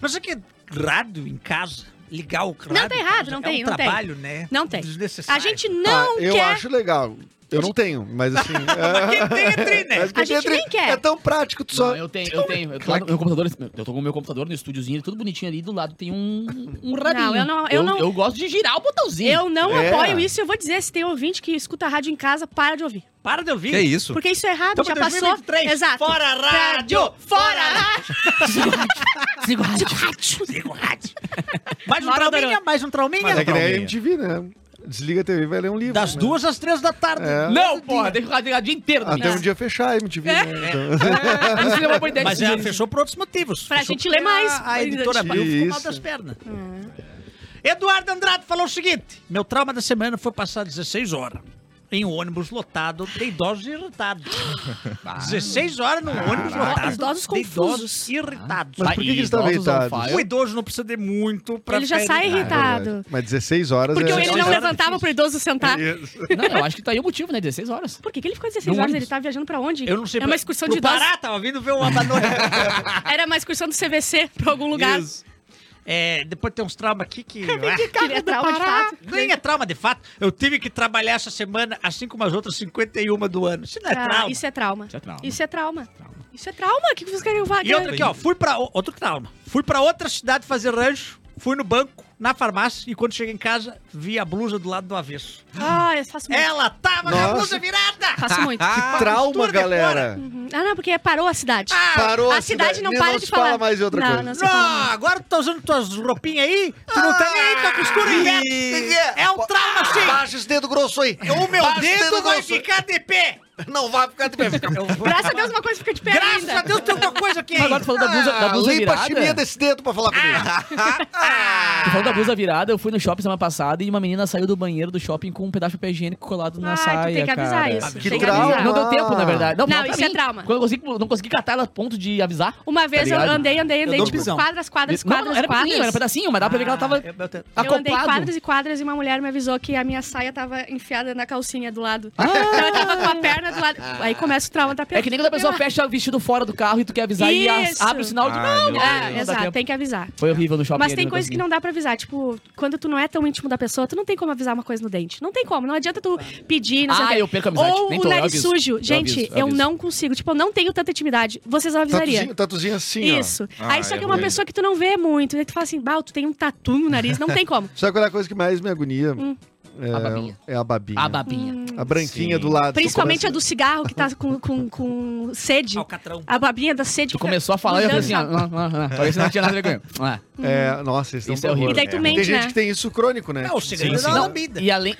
[SPEAKER 4] Mas é que rádio em casa, ligar o rádio...
[SPEAKER 5] Não tem
[SPEAKER 4] em
[SPEAKER 5] rádio,
[SPEAKER 4] casa
[SPEAKER 5] não
[SPEAKER 4] é
[SPEAKER 5] tem,
[SPEAKER 4] um
[SPEAKER 5] não tem.
[SPEAKER 4] trabalho, né?
[SPEAKER 5] Não tem. A
[SPEAKER 4] Desnecessário.
[SPEAKER 5] gente
[SPEAKER 2] Ah,
[SPEAKER 5] não
[SPEAKER 2] eu
[SPEAKER 5] quer.
[SPEAKER 2] acho legal. Eu não tenho, mas assim. é-
[SPEAKER 4] Quem tem é tri, né?
[SPEAKER 2] mas quem
[SPEAKER 5] A gente
[SPEAKER 2] tem é
[SPEAKER 5] nem quer.
[SPEAKER 2] É tão prático, tu só.
[SPEAKER 3] Não, eu tenho, eu tenho. Eu tô, lá no meu computador, eu tô com o meu computador no estúdiozinho, tudo bonitinho ali, do lado tem um, um radinho.
[SPEAKER 5] Não, eu não- eu não-
[SPEAKER 3] gosto de girar o botãozinho.
[SPEAKER 5] Eu não
[SPEAKER 2] É.
[SPEAKER 5] apoio isso. Eu vou dizer, se tem ouvinte que escuta a rádio em casa, para de ouvir.
[SPEAKER 4] Para de ouvir.
[SPEAKER 1] Que isso?
[SPEAKER 5] Porque isso é errado,
[SPEAKER 4] Tamo
[SPEAKER 5] já
[SPEAKER 4] em
[SPEAKER 5] passou.
[SPEAKER 4] 2023.
[SPEAKER 5] Exato.
[SPEAKER 4] Fora rádio!
[SPEAKER 5] Fora rádio!
[SPEAKER 3] Sigo o rádio.
[SPEAKER 4] Zico Rádio. Mais um
[SPEAKER 5] Bora,
[SPEAKER 4] trauminha, mais um trauminha.
[SPEAKER 2] Mas é que nem a
[SPEAKER 1] Calminha.
[SPEAKER 2] MTV, né? Desliga a TV e vai ler um livro.
[SPEAKER 4] Das
[SPEAKER 2] né?
[SPEAKER 4] duas às três da tarde.
[SPEAKER 2] É.
[SPEAKER 3] Não, porra, deixa o rádio ligado o dia inteiro.
[SPEAKER 2] Até um
[SPEAKER 5] É.
[SPEAKER 3] domingo.
[SPEAKER 2] dia fechar a MTV, né? Então,
[SPEAKER 3] É, isso é uma boa ideia de
[SPEAKER 4] Mas
[SPEAKER 3] sugerir.
[SPEAKER 4] ela fechou por outros motivos.
[SPEAKER 5] Pra
[SPEAKER 4] Fechou
[SPEAKER 5] gente ler
[SPEAKER 4] porque a-
[SPEAKER 5] mais. É.
[SPEAKER 4] A, editora
[SPEAKER 2] Isso.
[SPEAKER 4] Abril ficou mal das pernas. Eduardo Andrade falou o seguinte: Meu trauma da semana foi passar 16 horas em um ônibus lotado de idosos irritados.
[SPEAKER 2] Ah.
[SPEAKER 4] 16 horas num ônibus lotado.
[SPEAKER 5] Os idosos
[SPEAKER 4] de
[SPEAKER 5] confusos.
[SPEAKER 4] irritados.
[SPEAKER 2] Mas
[SPEAKER 3] Vai,
[SPEAKER 2] por que que eles
[SPEAKER 3] idosos on
[SPEAKER 2] estavam irritados? Ah,
[SPEAKER 3] fire.
[SPEAKER 4] O idoso não precisa de muito pra
[SPEAKER 5] Ele já
[SPEAKER 4] ficar
[SPEAKER 5] sai
[SPEAKER 2] é verdade.
[SPEAKER 5] irritado.
[SPEAKER 2] Mas 16 horas
[SPEAKER 5] Porque
[SPEAKER 2] é.
[SPEAKER 5] ele não
[SPEAKER 4] Dezesseis horas
[SPEAKER 5] levantava pro idoso sentar.
[SPEAKER 3] Não, eu acho que tá aí o motivo, né? 16 horas.
[SPEAKER 5] Por que, que ele ficou
[SPEAKER 3] No
[SPEAKER 5] 16 horas?
[SPEAKER 3] ônibus.
[SPEAKER 5] Ele tava viajando pra onde?
[SPEAKER 4] Eu não sei
[SPEAKER 5] Era É uma
[SPEAKER 4] pra-
[SPEAKER 5] excursão
[SPEAKER 4] pro
[SPEAKER 5] de idosos.
[SPEAKER 4] Pará, tava vindo ver o Abanone.
[SPEAKER 5] Era uma excursão do CVC pra algum lugar.
[SPEAKER 1] Isso.
[SPEAKER 4] é, depois tem uns traumas aqui que. né?
[SPEAKER 5] Que ele é trauma de fato.
[SPEAKER 4] Nem é trauma, de fato. Eu tive que trabalhar essa semana, assim como as outras 51 do ano. Isso não é
[SPEAKER 5] Ah,
[SPEAKER 4] trauma.
[SPEAKER 5] Isso é trauma.
[SPEAKER 3] Isso é trauma.
[SPEAKER 5] Isso é trauma. Isso é trauma. O que vocês querem falar?
[SPEAKER 4] E outro aqui, ó. Fui pra. o- Outro trauma. Fui pra outra cidade fazer rancho, fui no banco, na farmácia, e quando cheguei em casa, vi a blusa do lado do avesso.
[SPEAKER 5] Ah, eu faço muito.
[SPEAKER 4] Ela tava com a
[SPEAKER 2] Nossa.
[SPEAKER 4] blusa virada!
[SPEAKER 5] Faço muito.
[SPEAKER 1] Ah,
[SPEAKER 2] Trauma,
[SPEAKER 4] Mistura de
[SPEAKER 2] galera.
[SPEAKER 5] Uhum. Ah, não, porque parou a cidade.
[SPEAKER 4] Ah,
[SPEAKER 2] Parou
[SPEAKER 5] a cidade não para de
[SPEAKER 2] né? se
[SPEAKER 5] falar.
[SPEAKER 2] fala mais de outra
[SPEAKER 5] Não,
[SPEAKER 2] coisa.
[SPEAKER 5] não se
[SPEAKER 4] Não,
[SPEAKER 5] fala.
[SPEAKER 4] agora tu tá usando tuas roupinhas aí, tu não tá nem aí com a costura inversa. É um trauma, sim.
[SPEAKER 2] esse dedo grosso aí.
[SPEAKER 4] O meu
[SPEAKER 2] Baixa esse
[SPEAKER 4] dedo vai
[SPEAKER 2] grosso aí.
[SPEAKER 4] ficar de pé.
[SPEAKER 2] Não vai ficar de pé. fica-
[SPEAKER 4] Eu vou-
[SPEAKER 5] Graças a Deus uma coisa fica de pé
[SPEAKER 4] Graças
[SPEAKER 5] ainda.
[SPEAKER 4] a Deus tem uma coisa aqui
[SPEAKER 3] É um Mas agora
[SPEAKER 4] ainda.
[SPEAKER 3] tu falou da blusa, da
[SPEAKER 2] Ah,
[SPEAKER 3] blusa
[SPEAKER 2] Limpa a chimia
[SPEAKER 3] virada.
[SPEAKER 2] desse dedo pra falar comigo.
[SPEAKER 3] Tu falou
[SPEAKER 5] Ah.
[SPEAKER 3] da blusa virada, eu fui no shopping semana passada e uma menina saiu do banheiro do shopping com um pedaço de papel higiênico colado na
[SPEAKER 5] Ah, tu
[SPEAKER 3] saia.
[SPEAKER 5] tem que avisar
[SPEAKER 3] cara.
[SPEAKER 5] isso.
[SPEAKER 2] Que
[SPEAKER 5] tem que
[SPEAKER 2] trauma.
[SPEAKER 5] avisar.
[SPEAKER 3] Não deu tempo, na verdade. Não,
[SPEAKER 5] Não,
[SPEAKER 3] pra
[SPEAKER 5] isso é trauma.
[SPEAKER 3] Quando eu consegui, não consegui catar ela a ponto de avisar.
[SPEAKER 5] Uma vez eu
[SPEAKER 3] Tá ligado?
[SPEAKER 5] andei, andei, andei,
[SPEAKER 4] dou
[SPEAKER 5] tipo,
[SPEAKER 4] pisão.
[SPEAKER 5] quadras, quadras,
[SPEAKER 3] Não,
[SPEAKER 5] quadras,
[SPEAKER 3] não, era
[SPEAKER 5] quadras.
[SPEAKER 3] pequenininho, era um pedacinho, mas dá pra ver que ela tava
[SPEAKER 4] eu- eu te-
[SPEAKER 5] Eu andei
[SPEAKER 3] acoplado.
[SPEAKER 5] quadras e quadras e uma mulher me avisou que a minha saia tava enfiada na calcinha do lado.
[SPEAKER 3] Ah!
[SPEAKER 5] Então ela tava com a perna do lado. Aí começa o trauma da perna.
[SPEAKER 3] É que nem quando a pessoa fecha o vestido fora do carro e tu quer avisar e as-
[SPEAKER 5] Isso.
[SPEAKER 3] abre o sinal de
[SPEAKER 1] Ai,
[SPEAKER 3] não,
[SPEAKER 1] meu
[SPEAKER 3] não,
[SPEAKER 5] É,
[SPEAKER 3] não dá
[SPEAKER 5] exato,
[SPEAKER 3] tempo.
[SPEAKER 5] tem que avisar.
[SPEAKER 3] Foi horrível no shopping.
[SPEAKER 5] Mas
[SPEAKER 3] ali,
[SPEAKER 5] tem
[SPEAKER 3] não
[SPEAKER 5] coisas que não dá pra avisar. Tipo, quando tu não é tão íntimo da pessoa, tu não tem como avisar uma coisa no dente. Não tem como. Não adianta tu pedir, não sei
[SPEAKER 3] Ah,
[SPEAKER 5] o quê.
[SPEAKER 3] eu perco a amizade.
[SPEAKER 5] Ou
[SPEAKER 3] Nem
[SPEAKER 5] o
[SPEAKER 3] tô, eu
[SPEAKER 5] nariz
[SPEAKER 3] aviso.
[SPEAKER 5] sujo.
[SPEAKER 3] Eu
[SPEAKER 5] Gente,
[SPEAKER 3] aviso, eu
[SPEAKER 5] eu
[SPEAKER 3] aviso.
[SPEAKER 5] não consigo. Tipo, eu não tenho tanta intimidade. Vocês não avisariam.
[SPEAKER 2] Tatuzinho, tatuzinho assim, ó.
[SPEAKER 5] Isso.
[SPEAKER 1] Ah,
[SPEAKER 5] Aí só que é
[SPEAKER 1] é
[SPEAKER 5] uma
[SPEAKER 1] ruim.
[SPEAKER 5] pessoa que tu não vê muito. Aí tu fala assim, Bal, tu tem um tatu no nariz, não tem como.
[SPEAKER 2] Sabe qual é a coisa que mais me agonia? É
[SPEAKER 3] A babinha.
[SPEAKER 2] É a babinha.
[SPEAKER 3] A Ah, babinha.
[SPEAKER 5] Hum.
[SPEAKER 2] A branquinha do lado.
[SPEAKER 5] Principalmente a
[SPEAKER 2] Tu
[SPEAKER 5] do cigarro que tá com, com, com sede.
[SPEAKER 4] Alcatrão.
[SPEAKER 5] A babinha da sede.
[SPEAKER 3] Tu
[SPEAKER 5] fica
[SPEAKER 3] começou a falar e eu falei assim,
[SPEAKER 5] grudando,
[SPEAKER 3] ó, não, não, não. Parece que não tinha nada a ver com ele.
[SPEAKER 2] começa- É, nossa, isso
[SPEAKER 3] Isso é horrível.
[SPEAKER 5] E daí tu
[SPEAKER 2] Tem
[SPEAKER 5] mente,
[SPEAKER 2] gente
[SPEAKER 5] né?
[SPEAKER 2] que tem isso crônico, né?
[SPEAKER 6] Ah,
[SPEAKER 4] Não, o segredo
[SPEAKER 3] Sim,
[SPEAKER 4] é
[SPEAKER 3] sim.
[SPEAKER 4] uma
[SPEAKER 3] Não,
[SPEAKER 4] lambida.
[SPEAKER 3] E além.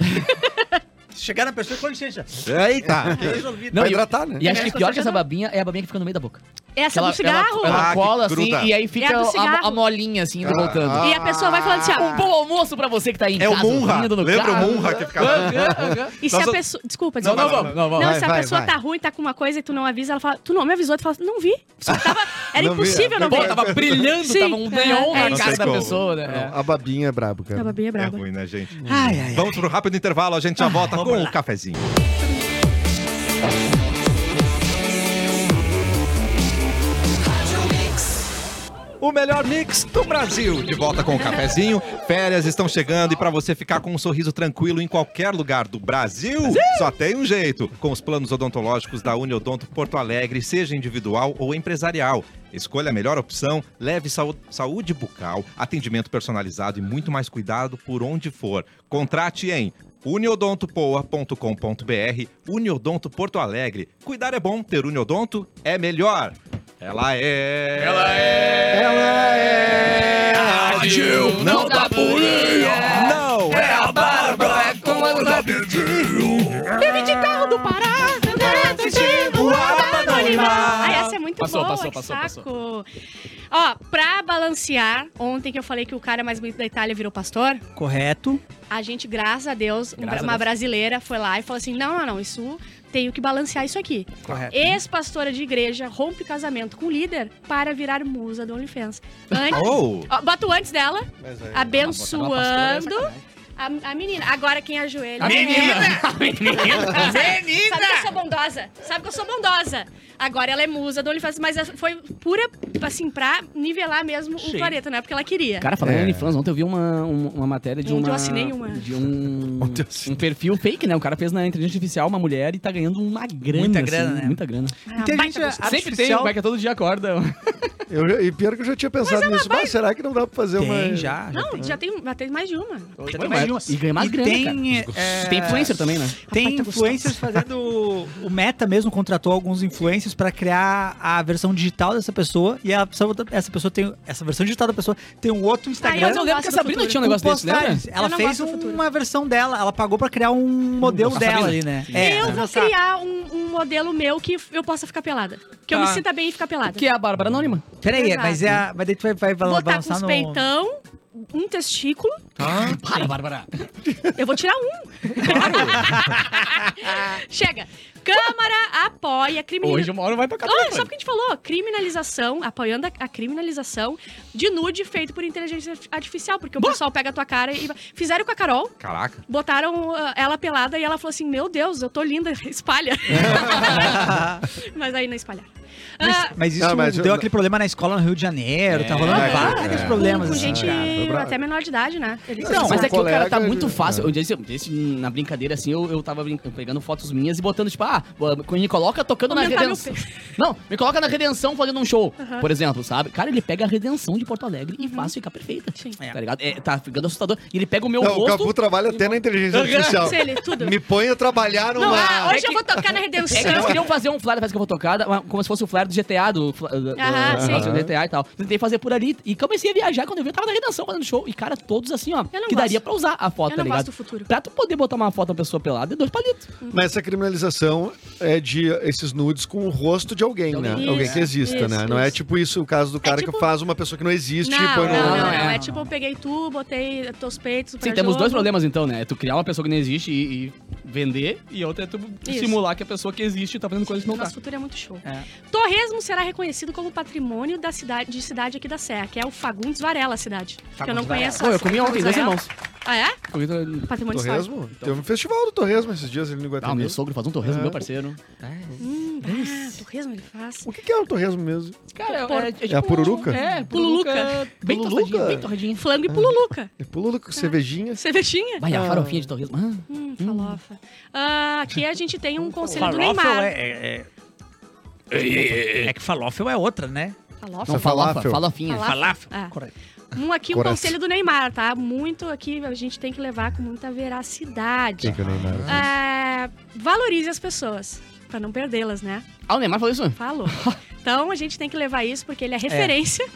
[SPEAKER 4] Chegar na pessoa com licença.
[SPEAKER 2] Eita!
[SPEAKER 4] Resolvido.
[SPEAKER 3] Não,
[SPEAKER 2] Pra
[SPEAKER 3] e-
[SPEAKER 2] hidratar, né?
[SPEAKER 3] E acho que pior que essa babinha é a babinha que fica no meio da boca.
[SPEAKER 5] Essa é
[SPEAKER 3] ela,
[SPEAKER 5] do cigarro.
[SPEAKER 3] Ela, ela
[SPEAKER 1] Ah, que
[SPEAKER 3] cola assim
[SPEAKER 1] gruda. Ah.
[SPEAKER 3] e aí fica
[SPEAKER 5] É a do
[SPEAKER 3] a,
[SPEAKER 5] cigarro.
[SPEAKER 3] a molinha assim, indo e voltando.
[SPEAKER 5] E a pessoa vai falando assim, ó,
[SPEAKER 3] Um bom almoço pra você que tá aí em
[SPEAKER 1] É o
[SPEAKER 3] casa,
[SPEAKER 1] Munra.
[SPEAKER 3] rindo no
[SPEAKER 1] Lembra o
[SPEAKER 3] carro.
[SPEAKER 1] Munra que ficava-
[SPEAKER 3] Aham, aham.
[SPEAKER 5] E
[SPEAKER 1] Nós
[SPEAKER 5] se a
[SPEAKER 1] vamos-
[SPEAKER 5] pessoa. Desculpa,
[SPEAKER 1] Não,
[SPEAKER 5] desculpa.
[SPEAKER 3] Não, não, não,
[SPEAKER 5] Não,
[SPEAKER 3] não.
[SPEAKER 2] Vai,
[SPEAKER 5] se a
[SPEAKER 2] vai,
[SPEAKER 5] pessoa
[SPEAKER 2] vai.
[SPEAKER 5] tá ruim, tá com uma coisa e tu não avisa, ela fala, tu não me avisou, tu fala, não vi. Só tava- era
[SPEAKER 2] Não vi,
[SPEAKER 5] impossível não
[SPEAKER 3] é. Pô,
[SPEAKER 5] ver.
[SPEAKER 3] tava brilhando,
[SPEAKER 5] Sim,
[SPEAKER 3] tava um neon
[SPEAKER 5] é, é
[SPEAKER 3] na
[SPEAKER 1] isso.
[SPEAKER 3] cara da
[SPEAKER 1] Não sei
[SPEAKER 3] pessoa, né? É.
[SPEAKER 2] Não, a babinha é brabo, cara.
[SPEAKER 5] A babinha é
[SPEAKER 1] É
[SPEAKER 5] brava.
[SPEAKER 1] ruim, né, gente? Vamos pro rápido intervalo, a gente já volta
[SPEAKER 4] Ah, vamos
[SPEAKER 1] com o
[SPEAKER 4] lá.
[SPEAKER 1] cafezinho. O melhor mix do Brasil. De volta com o cafezinho. Férias estão chegando e para você ficar com um sorriso tranquilo em qualquer lugar do Brasil, só tem um jeito. Com os planos odontológicos da Uniodonto Porto Alegre, seja individual ou empresarial. Escolha a melhor opção, leve saú- saúde bucal, atendimento personalizado e muito mais cuidado por onde for. Contrate em uniodontopoa.com.br Uniodonto Porto Alegre. Cuidar é bom, ter Uniodonto é melhor. Ela é. Ela é.
[SPEAKER 2] Ela é.
[SPEAKER 1] Rádio, não tá pulinha. Não é a Bárbara, é com a
[SPEAKER 3] tá?
[SPEAKER 5] Teve de carro do Pará, Andando de voada no animal. Ai, essa é muito
[SPEAKER 3] Passou,
[SPEAKER 5] boa,
[SPEAKER 3] passou,
[SPEAKER 5] que
[SPEAKER 3] passou,
[SPEAKER 5] saco. Ó, pra balancear, ontem que eu falei que o cara mais bonito da Itália virou pastor,
[SPEAKER 4] Correto.
[SPEAKER 5] a gente, graças a Deus, um bra-
[SPEAKER 3] Graças a
[SPEAKER 5] uma
[SPEAKER 3] Deus.
[SPEAKER 5] brasileira foi lá e falou assim, não, não, não, isso... Tenho que balancear isso aqui.
[SPEAKER 4] Correto.
[SPEAKER 5] Ex-pastora de igreja rompe casamento com líder para virar musa do OnlyFans. Antes,
[SPEAKER 1] Oh!
[SPEAKER 5] Ó, bota o antes dela,
[SPEAKER 2] Mas aí-
[SPEAKER 5] abençoando A, a menina. Agora quem ajoelha.
[SPEAKER 3] A menina! A menina!
[SPEAKER 5] Menina! Sabe que eu sou bondosa? Sabe que eu sou bondosa. Agora ela é musa do OnlyFans, mas essa foi pura, assim, pra nivelar mesmo o planeta, né? Porque ela queria.
[SPEAKER 3] Cara, falando em OnlyFans, ontem eu vi uma, um- uma matéria de
[SPEAKER 5] Ontem
[SPEAKER 3] uma...
[SPEAKER 5] eu assinei uma.
[SPEAKER 3] De um,
[SPEAKER 2] Ontem eu assinei.
[SPEAKER 3] um perfil fake, né? O cara fez na inteligência artificial uma mulher e tá ganhando uma grana.
[SPEAKER 4] Muita
[SPEAKER 3] assim,
[SPEAKER 4] grana, né?
[SPEAKER 3] Muita grana.
[SPEAKER 5] Ah,
[SPEAKER 6] Inteligência
[SPEAKER 5] baita gostosa.
[SPEAKER 3] Sempre tem,
[SPEAKER 6] é artificial.
[SPEAKER 3] o que todo dia acorda.
[SPEAKER 2] Eu já- e pior que eu já tinha pensado nisso. Mas será que não dá pra fazer uma.
[SPEAKER 4] Tem, já. já
[SPEAKER 5] Não, já tem, já tem mais de uma.
[SPEAKER 6] Já
[SPEAKER 3] Ué,
[SPEAKER 6] tem
[SPEAKER 3] mas-
[SPEAKER 6] mais de uma.
[SPEAKER 3] e ganha mais
[SPEAKER 6] E
[SPEAKER 3] grana,
[SPEAKER 6] tem, é,
[SPEAKER 3] Tem influencer também, né?
[SPEAKER 6] Tem
[SPEAKER 4] é
[SPEAKER 5] Rapaz, tá
[SPEAKER 6] influencers fazendo. O Meta mesmo contratou alguns influencers pra criar a versão digital dessa pessoa. E a pessoa- essa pessoa tem. Essa versão digital da pessoa tem um outro Instagram.
[SPEAKER 5] Ai, eu não gosto
[SPEAKER 3] lembro que a
[SPEAKER 5] do
[SPEAKER 3] Sabrina
[SPEAKER 5] futuro.
[SPEAKER 3] tinha um negócio
[SPEAKER 6] com
[SPEAKER 3] desse, lembra?
[SPEAKER 6] postagens. Ela
[SPEAKER 5] Eu não
[SPEAKER 6] fez
[SPEAKER 5] gosto do futuro.
[SPEAKER 6] é uma versão dela. Ela pagou pra criar um modelo
[SPEAKER 3] a
[SPEAKER 6] dela ali,
[SPEAKER 3] Sabrina.
[SPEAKER 6] né?
[SPEAKER 5] eu
[SPEAKER 6] É.
[SPEAKER 5] vou criar um, um modelo meu que eu possa ficar pelada. Que eu me sinta bem em ficar pelada.
[SPEAKER 3] Que é a Bárbara Anônima.
[SPEAKER 6] Tá. Peraí,
[SPEAKER 5] Exato.
[SPEAKER 6] mas, é a, mas daí tu vai, vai
[SPEAKER 5] Botar com
[SPEAKER 6] balançar
[SPEAKER 5] os
[SPEAKER 6] no.
[SPEAKER 5] peitão, um testículo.
[SPEAKER 3] Para, Bárbara.
[SPEAKER 5] Eu vou tirar um. Chega. Câmara apoia criminalização.
[SPEAKER 3] Hoje é uma hora vai pra
[SPEAKER 5] Olha,
[SPEAKER 3] cadeia.
[SPEAKER 5] só porque a gente falou, criminalização, apoiando a, a criminalização de nude feito por inteligência artificial, porque o pessoal pega a tua cara e. Fizeram com a Carol,
[SPEAKER 1] Caraca.
[SPEAKER 5] botaram ah, ela pelada e ela falou assim: Meu Deus, eu tô linda, espalha. Mas aí não espalharam. Ah,
[SPEAKER 6] Mas, mas isso
[SPEAKER 2] Não, mas eu-
[SPEAKER 6] deu aquele problema na escola no Rio de Janeiro. tá rolando
[SPEAKER 2] É,
[SPEAKER 6] vários
[SPEAKER 2] é.
[SPEAKER 6] problemas.
[SPEAKER 5] com
[SPEAKER 6] assim,
[SPEAKER 5] gente
[SPEAKER 6] cara.
[SPEAKER 2] foi bravo.
[SPEAKER 5] até menor de idade, né? Eles-
[SPEAKER 6] Então,
[SPEAKER 3] mas é que o cara tá
[SPEAKER 2] um colega,
[SPEAKER 3] muito fácil.
[SPEAKER 2] é.
[SPEAKER 3] Eu disse, eu disse na brincadeira assim, eu, eu tava brin- pegando fotos minhas e botando, tipo, ah, bo- me coloca tocando na
[SPEAKER 5] Aumentar meu
[SPEAKER 3] redenção. Não, me coloca na redenção fazendo um show, por exemplo, sabe? Cara, ele pega a redenção de Porto Alegre e faz ficar perfeita.
[SPEAKER 5] Uhum. Sim.
[SPEAKER 3] Tá ligado? É, tá ficando assustador. E ele pega o meu
[SPEAKER 2] Não, o
[SPEAKER 3] rosto.
[SPEAKER 2] Capu trabalha até na inteligência artificial.
[SPEAKER 5] Se ele- tudo.
[SPEAKER 2] Me põe a trabalhar numa.
[SPEAKER 5] Não, ah, hoje
[SPEAKER 3] é
[SPEAKER 5] eu vou tocar na redenção.
[SPEAKER 3] É que eles queriam fazer um flyer, parece que eu vou tocar, da- como se fosse o flyer do GTA, do, fla- do,
[SPEAKER 5] Ah,
[SPEAKER 3] do-
[SPEAKER 5] sim.
[SPEAKER 3] do GTA e tal. Tentei fazer por ali e comecei a viajar quando eu vi, eu tava na redenção fazendo show. E, cara, todos assim, ó, que
[SPEAKER 5] Eu não
[SPEAKER 3] daria
[SPEAKER 5] gosto.
[SPEAKER 3] pra usar a foto,
[SPEAKER 5] Eu
[SPEAKER 3] tá
[SPEAKER 5] não
[SPEAKER 3] ligado?
[SPEAKER 5] gosto do futuro. Um
[SPEAKER 3] Pra tu poder botar uma foto da pessoa pelada, é dois palitos.
[SPEAKER 2] Mas essa criminalização é de esses nudes com o rosto de alguém, né?
[SPEAKER 5] Isso,
[SPEAKER 2] alguém que exista,
[SPEAKER 5] isso,
[SPEAKER 2] né? Não é
[SPEAKER 5] isso.
[SPEAKER 2] tipo isso, o caso do cara
[SPEAKER 5] tipo-
[SPEAKER 2] que faz uma pessoa que tipo, não existe e
[SPEAKER 5] Não, não,
[SPEAKER 2] põe no.
[SPEAKER 5] não,
[SPEAKER 3] Não,
[SPEAKER 5] não,
[SPEAKER 3] é.
[SPEAKER 5] É tipo, eu peguei tu, botei teus peitos. pra
[SPEAKER 3] Sim, temos
[SPEAKER 5] jogo.
[SPEAKER 3] dois problemas então, né? É Tu criar uma pessoa que não existe e, e vender, e outra é tu
[SPEAKER 5] Isso.
[SPEAKER 3] simular que a pessoa que existe tá fazendo coisas que não tá.
[SPEAKER 5] Nosso futuro é muito show.
[SPEAKER 3] É.
[SPEAKER 5] Torresmo será reconhecido como patrimônio da cidade, de cidade aqui da Serra, que é o Fagundes Varela, a cidade. que eu não conheço.
[SPEAKER 3] Pô, eu comi ontem, dois
[SPEAKER 5] Varela.
[SPEAKER 3] irmãos.
[SPEAKER 5] Ah, é?
[SPEAKER 3] Comi dois-
[SPEAKER 5] Patrimônio histórico.
[SPEAKER 2] Torresmo? Teve um festival do Torresmo esses dias ali no
[SPEAKER 3] Ah,
[SPEAKER 2] Guatemi.
[SPEAKER 3] meu sogro faz um torresmo,
[SPEAKER 2] É.
[SPEAKER 3] meu parceiro.
[SPEAKER 5] Hum, ah, torresmo ele faz.
[SPEAKER 2] o que que é um Torresmo mesmo?
[SPEAKER 3] Cara,
[SPEAKER 5] Por-
[SPEAKER 2] É a pururuca?
[SPEAKER 3] É,
[SPEAKER 5] Pululuca.
[SPEAKER 3] pululuca. Bem
[SPEAKER 2] Pululuca?
[SPEAKER 3] torradinha, bem torradinha.
[SPEAKER 5] Flango e pululuca.
[SPEAKER 2] É pulula
[SPEAKER 5] Tá.
[SPEAKER 2] com cervejinha.
[SPEAKER 5] Cervejinha.
[SPEAKER 3] Vai, a farofinha de torresmo. Ah.
[SPEAKER 5] Hum, farofa. Ah, aqui a gente tem um conselho do
[SPEAKER 4] Falófel
[SPEAKER 5] Neymar.
[SPEAKER 4] é, é, é... é que falófel é outra, né?
[SPEAKER 5] Farofa?
[SPEAKER 3] Não, falafa,
[SPEAKER 2] falafel.
[SPEAKER 3] falafinha.
[SPEAKER 5] Falafel.
[SPEAKER 4] Falafel.
[SPEAKER 5] Ah.
[SPEAKER 4] Correto.
[SPEAKER 5] Um aqui, um
[SPEAKER 2] Coração.
[SPEAKER 5] conselho do Neymar, tá? Muito aqui a gente tem que levar com muita veracidade.
[SPEAKER 2] Quem que eu nem lembro?
[SPEAKER 5] É, valorize as pessoas, pra não perdê-las, né?
[SPEAKER 3] Ah, o Neymar falou isso?
[SPEAKER 5] Falou. Então a gente tem que levar isso porque ele é referência.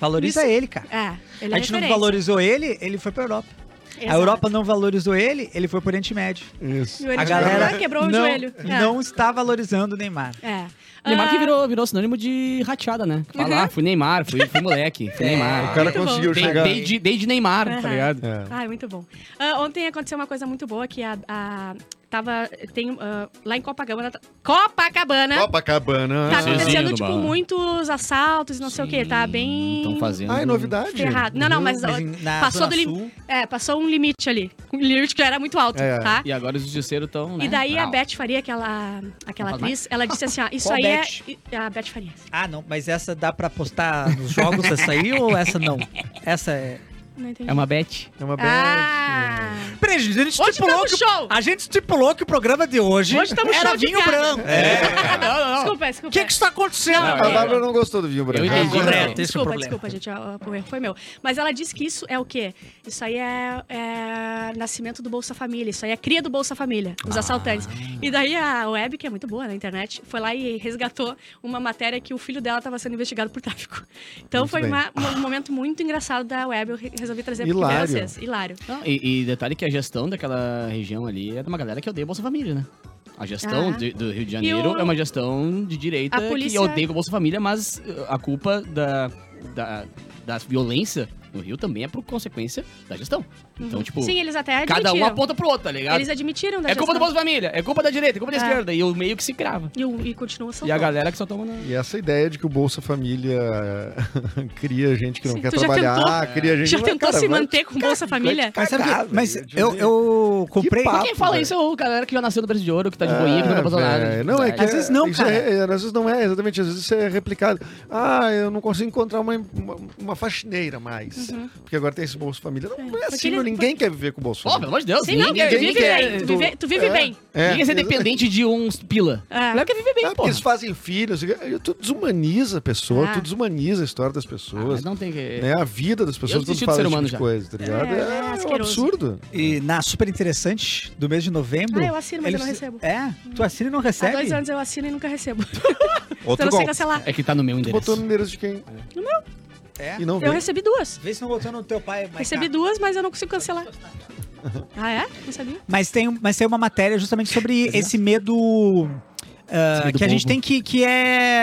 [SPEAKER 6] Valoriza
[SPEAKER 5] Isso-
[SPEAKER 6] ele, cara.
[SPEAKER 5] É, ele é
[SPEAKER 6] A gente não
[SPEAKER 5] referência.
[SPEAKER 6] valorizou ele, ele foi pra Europa.
[SPEAKER 5] Exato.
[SPEAKER 6] A Europa não valorizou ele, ele foi pro Oriente Médio.
[SPEAKER 2] Isso.
[SPEAKER 5] E o Oriente
[SPEAKER 6] A
[SPEAKER 5] Médio
[SPEAKER 6] galera
[SPEAKER 5] quebrou
[SPEAKER 6] não,
[SPEAKER 5] o joelho. É,
[SPEAKER 6] não está valorizando o Neymar.
[SPEAKER 5] É.
[SPEAKER 3] Neymar que
[SPEAKER 5] Ah,
[SPEAKER 3] virou, virou sinônimo de rateada,
[SPEAKER 5] Uhum.
[SPEAKER 3] né? É. Fala, ah, fui Neymar, fui, fui moleque, fui Neymar.
[SPEAKER 2] O cara
[SPEAKER 5] Muito bom.
[SPEAKER 2] conseguiu
[SPEAKER 3] Dei-
[SPEAKER 2] chegar.
[SPEAKER 3] dei de- dei de Neymar, tá
[SPEAKER 5] Aham.
[SPEAKER 3] ligado?
[SPEAKER 2] É.
[SPEAKER 5] Ai, muito bom. Ah, ontem aconteceu uma coisa muito boa que a. a- tava. Tem. ah, lá em Copacabana. tá- Copacabana!
[SPEAKER 2] Copacabana.
[SPEAKER 5] Né? Tá
[SPEAKER 3] Sim, sim.
[SPEAKER 5] acontecendo,
[SPEAKER 3] Sim,
[SPEAKER 5] tipo,
[SPEAKER 3] no bar.
[SPEAKER 5] muitos assaltos e não sei o que. Tá bem.
[SPEAKER 3] Estão fazendo.
[SPEAKER 2] Ah, é novidade?
[SPEAKER 5] Ferrado. Não, não, mas,
[SPEAKER 6] Mas
[SPEAKER 5] ó,
[SPEAKER 6] em- na
[SPEAKER 5] passou,
[SPEAKER 6] Zona
[SPEAKER 5] do lim-
[SPEAKER 6] Sul-
[SPEAKER 5] é, passou um limite ali. Um limite que era muito alto,
[SPEAKER 2] É.
[SPEAKER 5] tá?
[SPEAKER 3] E agora os justiceiros né? estão.
[SPEAKER 5] E daí a Beth Faria, aquela, aquela
[SPEAKER 3] Não faz mais.
[SPEAKER 5] atriz, ela disse assim, ó, isso
[SPEAKER 6] Qual
[SPEAKER 5] aí
[SPEAKER 6] Beth?
[SPEAKER 5] é... A Beth Faria.
[SPEAKER 6] Ah, não, mas essa dá pra postar nos jogos essa aí ou essa não? Essa é.
[SPEAKER 5] Não entendi.
[SPEAKER 3] É uma bet.
[SPEAKER 2] É uma bad.
[SPEAKER 5] Ah!
[SPEAKER 4] Peraí, gente, a gente
[SPEAKER 5] Hoje
[SPEAKER 4] estipulou
[SPEAKER 5] estamos
[SPEAKER 4] que...
[SPEAKER 5] show!
[SPEAKER 4] Tipo A gente estipulou que o programa de hoje,
[SPEAKER 5] Hoje estamos
[SPEAKER 4] era
[SPEAKER 5] show de
[SPEAKER 4] vinho
[SPEAKER 5] gado.
[SPEAKER 4] branco. É.
[SPEAKER 5] Desculpa,
[SPEAKER 4] O
[SPEAKER 5] desculpa.
[SPEAKER 4] que que está acontecendo?
[SPEAKER 5] Ah,
[SPEAKER 3] Não,
[SPEAKER 2] A
[SPEAKER 3] é-
[SPEAKER 2] Bárbara não gostou do vinho branco.
[SPEAKER 3] Eu entendi.
[SPEAKER 5] É,
[SPEAKER 4] Correto, esse que é o
[SPEAKER 5] desculpa,
[SPEAKER 4] problema.
[SPEAKER 5] desculpa, gente. ó, O erro foi meu. Mas ela disse que isso é o quê? Isso aí é, é nascimento do Bolsa Família. Isso aí é cria do Bolsa Família, os assaltantes. E daí a web, que é muito boa na internet, foi lá e resgatou uma matéria que o filho dela estava sendo investigado por tráfico. Então
[SPEAKER 2] Muito
[SPEAKER 5] foi
[SPEAKER 2] bem.
[SPEAKER 5] uma- um momento muito engraçado da web. Eu re- resolvi trazer aqui pra
[SPEAKER 2] Hilário.
[SPEAKER 5] vocês. Hilário.
[SPEAKER 3] Não, e, e detalhe que a gestão daquela região ali é de uma galera que odeia Bolsa Família, né? A gestão
[SPEAKER 5] Ah.
[SPEAKER 3] de- do Rio de Janeiro
[SPEAKER 5] o-
[SPEAKER 3] é uma gestão de direita
[SPEAKER 5] A polícia-
[SPEAKER 3] que odeia o Bolsa Família, mas uh, a culpa da, da, da violência no Rio também é por consequência da gestão. Então, tipo,
[SPEAKER 5] Sim, eles até admitiram.
[SPEAKER 3] cada um aponta pro outro, tá ligado?
[SPEAKER 5] Eles admitiram da
[SPEAKER 3] É culpa do
[SPEAKER 5] gestão.
[SPEAKER 3] Bolsa Família, é culpa da direita, é culpa da
[SPEAKER 5] É.
[SPEAKER 3] esquerda. E o meio que se crava.
[SPEAKER 5] E, o- e continua
[SPEAKER 3] E a
[SPEAKER 5] soltando.
[SPEAKER 3] galera que só toma na...
[SPEAKER 2] E essa ideia de que o Bolsa Família cria gente que não
[SPEAKER 5] Sim,
[SPEAKER 2] quer
[SPEAKER 5] tu já
[SPEAKER 2] trabalhar,
[SPEAKER 5] tentou-
[SPEAKER 2] cria gente
[SPEAKER 5] Já
[SPEAKER 2] Mas,
[SPEAKER 5] tentou
[SPEAKER 2] cara,
[SPEAKER 5] se
[SPEAKER 2] vai- é
[SPEAKER 5] manter com Bolsa Família?
[SPEAKER 6] Mas sabe
[SPEAKER 2] Cagada,
[SPEAKER 6] que, mas
[SPEAKER 2] eu te
[SPEAKER 6] eu,
[SPEAKER 2] odeio.
[SPEAKER 6] eu comprei. né?
[SPEAKER 2] papo.
[SPEAKER 3] Quem fala
[SPEAKER 2] velho.
[SPEAKER 3] isso é o galera que já nasceu no Brasil de Ouro, que tá de boinha, que
[SPEAKER 2] É,
[SPEAKER 3] nunca passou nada.
[SPEAKER 2] velho. Não, é que
[SPEAKER 6] Às
[SPEAKER 2] é-
[SPEAKER 6] vezes não,
[SPEAKER 2] isso
[SPEAKER 6] cara.
[SPEAKER 2] é- é- às vezes não é, exatamente. Às vezes isso é replicado. Ah, eu não consigo encontrar uma, uma, uma faxineira mais. Porque agora tem esse Bolsa Família. Não é
[SPEAKER 5] Uhum. Porque
[SPEAKER 2] assim,
[SPEAKER 5] ele-
[SPEAKER 2] meu, ninguém quer viver com o Bolsa
[SPEAKER 3] Pô, pelo
[SPEAKER 2] Família.
[SPEAKER 3] amor de Deus.
[SPEAKER 5] Sim, não,
[SPEAKER 3] ninguém,
[SPEAKER 5] tu
[SPEAKER 3] ninguém
[SPEAKER 5] vive bem.
[SPEAKER 3] quer,
[SPEAKER 5] Tu vive, tu vive
[SPEAKER 2] É.
[SPEAKER 5] bem.
[SPEAKER 3] ninguém quer ser
[SPEAKER 2] exatamente.
[SPEAKER 3] dependente de uns pila.
[SPEAKER 5] É.
[SPEAKER 3] Não quer viver bem,
[SPEAKER 2] Ah, porque
[SPEAKER 3] pô.
[SPEAKER 2] eles fazem filhos, tu desumaniza a pessoa,
[SPEAKER 5] Ah.
[SPEAKER 2] tu desumaniza a história das pessoas,
[SPEAKER 3] Ah, não tem que...
[SPEAKER 2] né? A vida das pessoas, tudo
[SPEAKER 3] É. desisti do
[SPEAKER 2] fala
[SPEAKER 3] ser
[SPEAKER 2] esse tipo
[SPEAKER 3] humano
[SPEAKER 2] de
[SPEAKER 3] já.
[SPEAKER 2] coisa, tá ligado?
[SPEAKER 5] É,
[SPEAKER 2] É, um
[SPEAKER 5] asqueroso.
[SPEAKER 2] absurdo.
[SPEAKER 6] E na super interessante do mês de novembro.
[SPEAKER 5] Ah, eu assino, mas eu não
[SPEAKER 6] eles-
[SPEAKER 5] recebo.
[SPEAKER 6] É? Tu assina e não
[SPEAKER 5] Há
[SPEAKER 6] recebe?
[SPEAKER 5] dois anos eu assino e nunca recebo. Então eu
[SPEAKER 1] Outro
[SPEAKER 5] não sei
[SPEAKER 1] gol.
[SPEAKER 5] cancelar.
[SPEAKER 3] É que tá no meu
[SPEAKER 2] Tu
[SPEAKER 3] endereço.
[SPEAKER 2] botou no endereço de quem?
[SPEAKER 6] É?
[SPEAKER 2] E não
[SPEAKER 5] Eu
[SPEAKER 2] vê.
[SPEAKER 5] recebi duas.
[SPEAKER 4] Vê se não botou no teu pai. é Maiká.
[SPEAKER 5] Recebi duas, mas eu não consigo cancelar. Ah, é? Não sabia.
[SPEAKER 6] Mas tem, um, mas tem uma matéria justamente sobre
[SPEAKER 4] é.
[SPEAKER 6] esse medo. ah,
[SPEAKER 3] Esse medo
[SPEAKER 6] que a gente
[SPEAKER 3] bobo.
[SPEAKER 6] tem que. que é.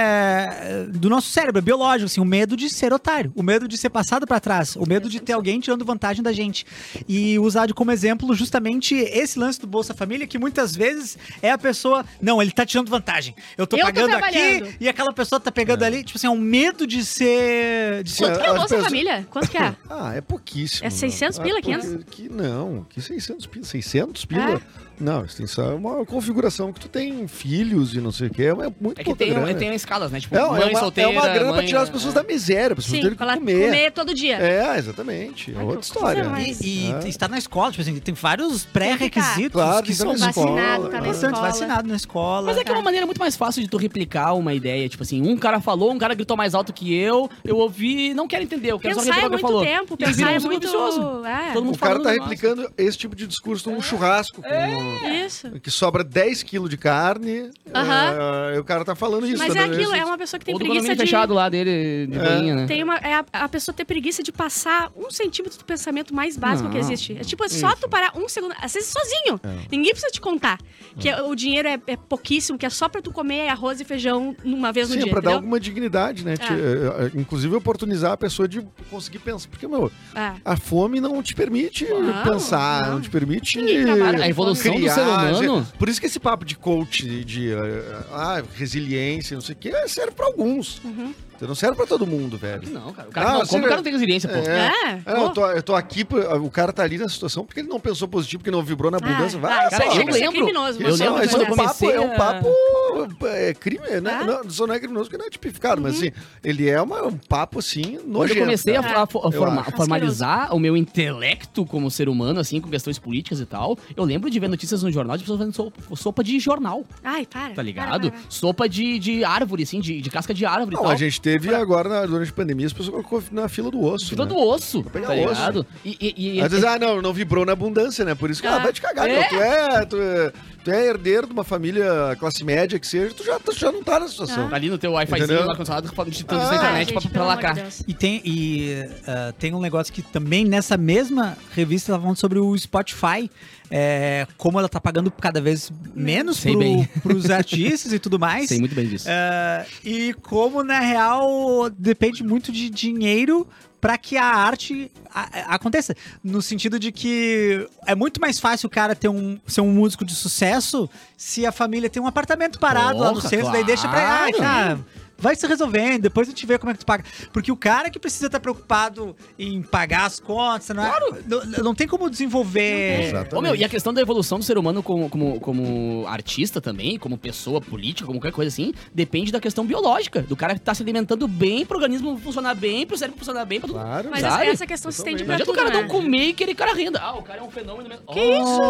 [SPEAKER 6] do nosso cérebro, é biológico, assim, o medo de ser otário, o medo de ser passado pra trás, o medo de ter alguém tirando vantagem da gente. E usar de- como exemplo justamente esse lance do Bolsa Família, que muitas vezes é a pessoa. Não, ele tá tirando vantagem. Eu tô
[SPEAKER 5] Eu tô
[SPEAKER 6] pagando aqui
[SPEAKER 5] trabalhando."
[SPEAKER 6] e aquela pessoa tá pegando ali. Tipo assim, é um medo de ser. de ser
[SPEAKER 5] Quanto que é o
[SPEAKER 2] as
[SPEAKER 5] Bolsa
[SPEAKER 2] pessoas-
[SPEAKER 5] Família? Quanto que é?
[SPEAKER 2] Ah, é pouquíssimo.
[SPEAKER 5] É 600
[SPEAKER 2] Ah,
[SPEAKER 5] pila,
[SPEAKER 2] porque-
[SPEAKER 5] 500?
[SPEAKER 2] Que não, que 600 pila. 600 pila?
[SPEAKER 5] É.
[SPEAKER 2] Não, isso tem só uma configuração que tu tem filhos e não sei o quê, mas é muito
[SPEAKER 3] É que
[SPEAKER 2] pouca
[SPEAKER 3] tem,
[SPEAKER 2] grana.
[SPEAKER 3] tem escalas, né? Tipo,
[SPEAKER 2] É, é
[SPEAKER 3] mãe
[SPEAKER 2] uma,
[SPEAKER 3] solteira,
[SPEAKER 2] é uma grana
[SPEAKER 3] mãe,
[SPEAKER 2] pra tirar as pessoas da miséria, pra pessoas
[SPEAKER 5] Sim,
[SPEAKER 2] terem que
[SPEAKER 5] falar
[SPEAKER 2] comer.
[SPEAKER 5] comer todo dia. Tá
[SPEAKER 2] É, exatamente. É
[SPEAKER 5] Ai, que
[SPEAKER 2] outra
[SPEAKER 5] coisa
[SPEAKER 2] história.
[SPEAKER 5] mais.
[SPEAKER 6] E, e
[SPEAKER 2] É.
[SPEAKER 6] estar na escola, tipo assim, tem vários pré-requisitos
[SPEAKER 2] Claro,
[SPEAKER 6] que
[SPEAKER 2] tem
[SPEAKER 6] são
[SPEAKER 2] vários
[SPEAKER 6] importantes,
[SPEAKER 5] Vacinado, tá na
[SPEAKER 2] Escola.
[SPEAKER 5] escola.
[SPEAKER 6] vacinado na escola.
[SPEAKER 3] Mas é que é uma maneira muito mais fácil de tu replicar uma ideia. Tipo assim, um cara falou, um cara gritou mais alto que eu, eu ouvi, não quero entender, eu quero só
[SPEAKER 5] Pensar
[SPEAKER 3] repetir
[SPEAKER 5] é
[SPEAKER 3] o que ele
[SPEAKER 5] muito
[SPEAKER 3] falou.
[SPEAKER 5] tempo,
[SPEAKER 3] E vira
[SPEAKER 5] pensar
[SPEAKER 3] um
[SPEAKER 5] é
[SPEAKER 3] ciclo
[SPEAKER 5] muito.
[SPEAKER 3] vicioso.
[SPEAKER 5] É.
[SPEAKER 3] Todo mundo
[SPEAKER 2] O cara
[SPEAKER 3] falando,
[SPEAKER 2] tá
[SPEAKER 3] nossa.
[SPEAKER 2] replicando esse tipo de discurso num churrasco com-
[SPEAKER 5] É. Isso.
[SPEAKER 2] que sobra 10 quilos de carne.
[SPEAKER 5] Aham.
[SPEAKER 2] eh, e o cara tá falando isso.
[SPEAKER 5] Mas
[SPEAKER 2] tá
[SPEAKER 5] é
[SPEAKER 2] vendo?
[SPEAKER 5] aquilo,
[SPEAKER 2] Esse-
[SPEAKER 5] é uma pessoa que tem
[SPEAKER 3] Ou do
[SPEAKER 5] preguiça
[SPEAKER 3] condomínio
[SPEAKER 5] de.
[SPEAKER 3] fechado lá dele, de boinha, né?
[SPEAKER 5] Tem uma, é a, a pessoa ter preguiça de passar um centímetro do pensamento mais básico que
[SPEAKER 3] Não.
[SPEAKER 5] existe. É tipo, é só tu parar um segundo. Às vezes sozinho.
[SPEAKER 2] É.
[SPEAKER 5] Ninguém precisa te contar. Que é- o dinheiro é, é pouquíssimo, que é só pra tu comer arroz e feijão numa vez no
[SPEAKER 2] Sim, é
[SPEAKER 5] dia.
[SPEAKER 2] pra dar
[SPEAKER 5] entendeu? É.
[SPEAKER 2] alguma dignidade, né? Te- eh, eh, Inclusive oportunizar a pessoa de conseguir pensar. Porque, meu,
[SPEAKER 5] É.
[SPEAKER 2] a fome não te permite
[SPEAKER 5] Não,
[SPEAKER 2] pensar,
[SPEAKER 5] não.
[SPEAKER 2] não, te permite.
[SPEAKER 5] Ninguém trabalha com
[SPEAKER 2] criar,
[SPEAKER 3] A evolução do ser humano.
[SPEAKER 2] assim, Por isso que esse papo de coach, de eh, ah, resiliência, não sei o quê, é, serve pra alguns.
[SPEAKER 5] Uhum.
[SPEAKER 2] Então não serve pra todo mundo, velho.
[SPEAKER 3] Não, cara. O cara
[SPEAKER 2] Ah,
[SPEAKER 3] que não
[SPEAKER 2] você
[SPEAKER 3] come, o
[SPEAKER 2] vê-
[SPEAKER 3] cara não tem resiliência, pô.
[SPEAKER 2] É.
[SPEAKER 5] É.
[SPEAKER 2] Ah, não, eu tô, eu tô aqui, por- o cara tá ali nessa situação porque ele não pensou positivo, porque não vibrou na abundância. vai,
[SPEAKER 5] vai, Isso
[SPEAKER 3] Cara, eu
[SPEAKER 5] chega a ser
[SPEAKER 3] lembro.
[SPEAKER 5] criminoso,
[SPEAKER 3] Eu
[SPEAKER 5] mas
[SPEAKER 2] Isso é um-
[SPEAKER 3] lembro
[SPEAKER 5] só
[SPEAKER 2] isso é um
[SPEAKER 3] quando eu
[SPEAKER 5] acontece.
[SPEAKER 2] papo,
[SPEAKER 3] comecei
[SPEAKER 2] é um
[SPEAKER 3] a-
[SPEAKER 2] papo é, crime, né?
[SPEAKER 5] Ah.
[SPEAKER 2] Não, só não é criminoso porque não é tipificado, mas assim, ele é uma- um papo assim nojento.
[SPEAKER 3] Quando Uhum. eu comecei a,
[SPEAKER 2] cara.
[SPEAKER 5] É.
[SPEAKER 3] fa- a fo- a
[SPEAKER 2] Eu
[SPEAKER 3] forma-
[SPEAKER 2] acho.
[SPEAKER 3] formalizar o meu intelecto como ser humano, assim, com questões políticas e tal, eu lembro de ver notícias no jornal de pessoas fazendo so- sopa de jornal,
[SPEAKER 5] Ai, para.
[SPEAKER 3] tá
[SPEAKER 5] para,
[SPEAKER 3] ligado?
[SPEAKER 5] para, para.
[SPEAKER 3] Sopa de, de árvore, assim, de, de casca de árvore e
[SPEAKER 2] Não,
[SPEAKER 3] tal.
[SPEAKER 2] a gente teve agora, na- durante a pandemia, as pessoas colocou na fila do osso.
[SPEAKER 3] Fila
[SPEAKER 2] né?
[SPEAKER 3] do osso,
[SPEAKER 2] pegar
[SPEAKER 3] tá
[SPEAKER 2] osso.
[SPEAKER 3] ligado? E, e- e-
[SPEAKER 2] Às vezes, ah, não, não vibrou na abundância, né? Por isso que, ah,
[SPEAKER 5] Ah.
[SPEAKER 2] vai te cagar,
[SPEAKER 3] É?
[SPEAKER 2] meu. Tu é, tu, é, tu é herdeiro de uma família classe média que seja, tu já, tu já não tá nessa situação.
[SPEAKER 3] tá ali no teu Wi-Fizinho
[SPEAKER 2] Entendeu?
[SPEAKER 3] lá condicionado, digitando isso
[SPEAKER 2] Ah,
[SPEAKER 3] na
[SPEAKER 5] Ai,
[SPEAKER 3] internet
[SPEAKER 5] gente,
[SPEAKER 3] pra, pra
[SPEAKER 5] pelo amor de
[SPEAKER 3] lacrar.
[SPEAKER 5] Deus.
[SPEAKER 6] E tem, e, ah, tem um negócio que também nessa mesma revista ela falando sobre o Spotify, é, como ela tá pagando cada vez menos
[SPEAKER 3] Sei
[SPEAKER 6] pro,
[SPEAKER 3] bem.
[SPEAKER 6] pros artistas e tudo mais.
[SPEAKER 3] Sei muito bem
[SPEAKER 2] É,
[SPEAKER 3] disso.
[SPEAKER 6] Ah, e como, na real, depende muito de dinheiro para que a arte a- a- aconteça. No sentido de que é muito mais fácil o cara ter um, ser um músico de sucesso se a família tem um apartamento parado lá no
[SPEAKER 3] Porra,
[SPEAKER 6] centro, daí deixa pra. Ah,
[SPEAKER 3] claro.
[SPEAKER 6] cara, vai se resolvendo, depois a gente vê como é que tu paga. Porque o cara que precisa estar preocupado em pagar as contas, não, é- não, não tem como desenvolver.
[SPEAKER 2] Exatamente.
[SPEAKER 3] É. Ô, meu, e a questão da evolução do ser humano como, como, como artista também, como pessoa política, como qualquer coisa assim, depende da questão biológica. Do cara que tá se alimentando bem, pro organismo funcionar bem, pro cérebro funcionar bem, pra tudo.
[SPEAKER 2] Claro.
[SPEAKER 5] Mas
[SPEAKER 3] Sabe?
[SPEAKER 5] essa questão se estende
[SPEAKER 3] Não
[SPEAKER 5] pra
[SPEAKER 3] adianta
[SPEAKER 5] tudo,
[SPEAKER 3] o cara
[SPEAKER 5] né?
[SPEAKER 3] não comer e querer cara renda. Ah, o cara é um fenômeno mesmo. Que isso?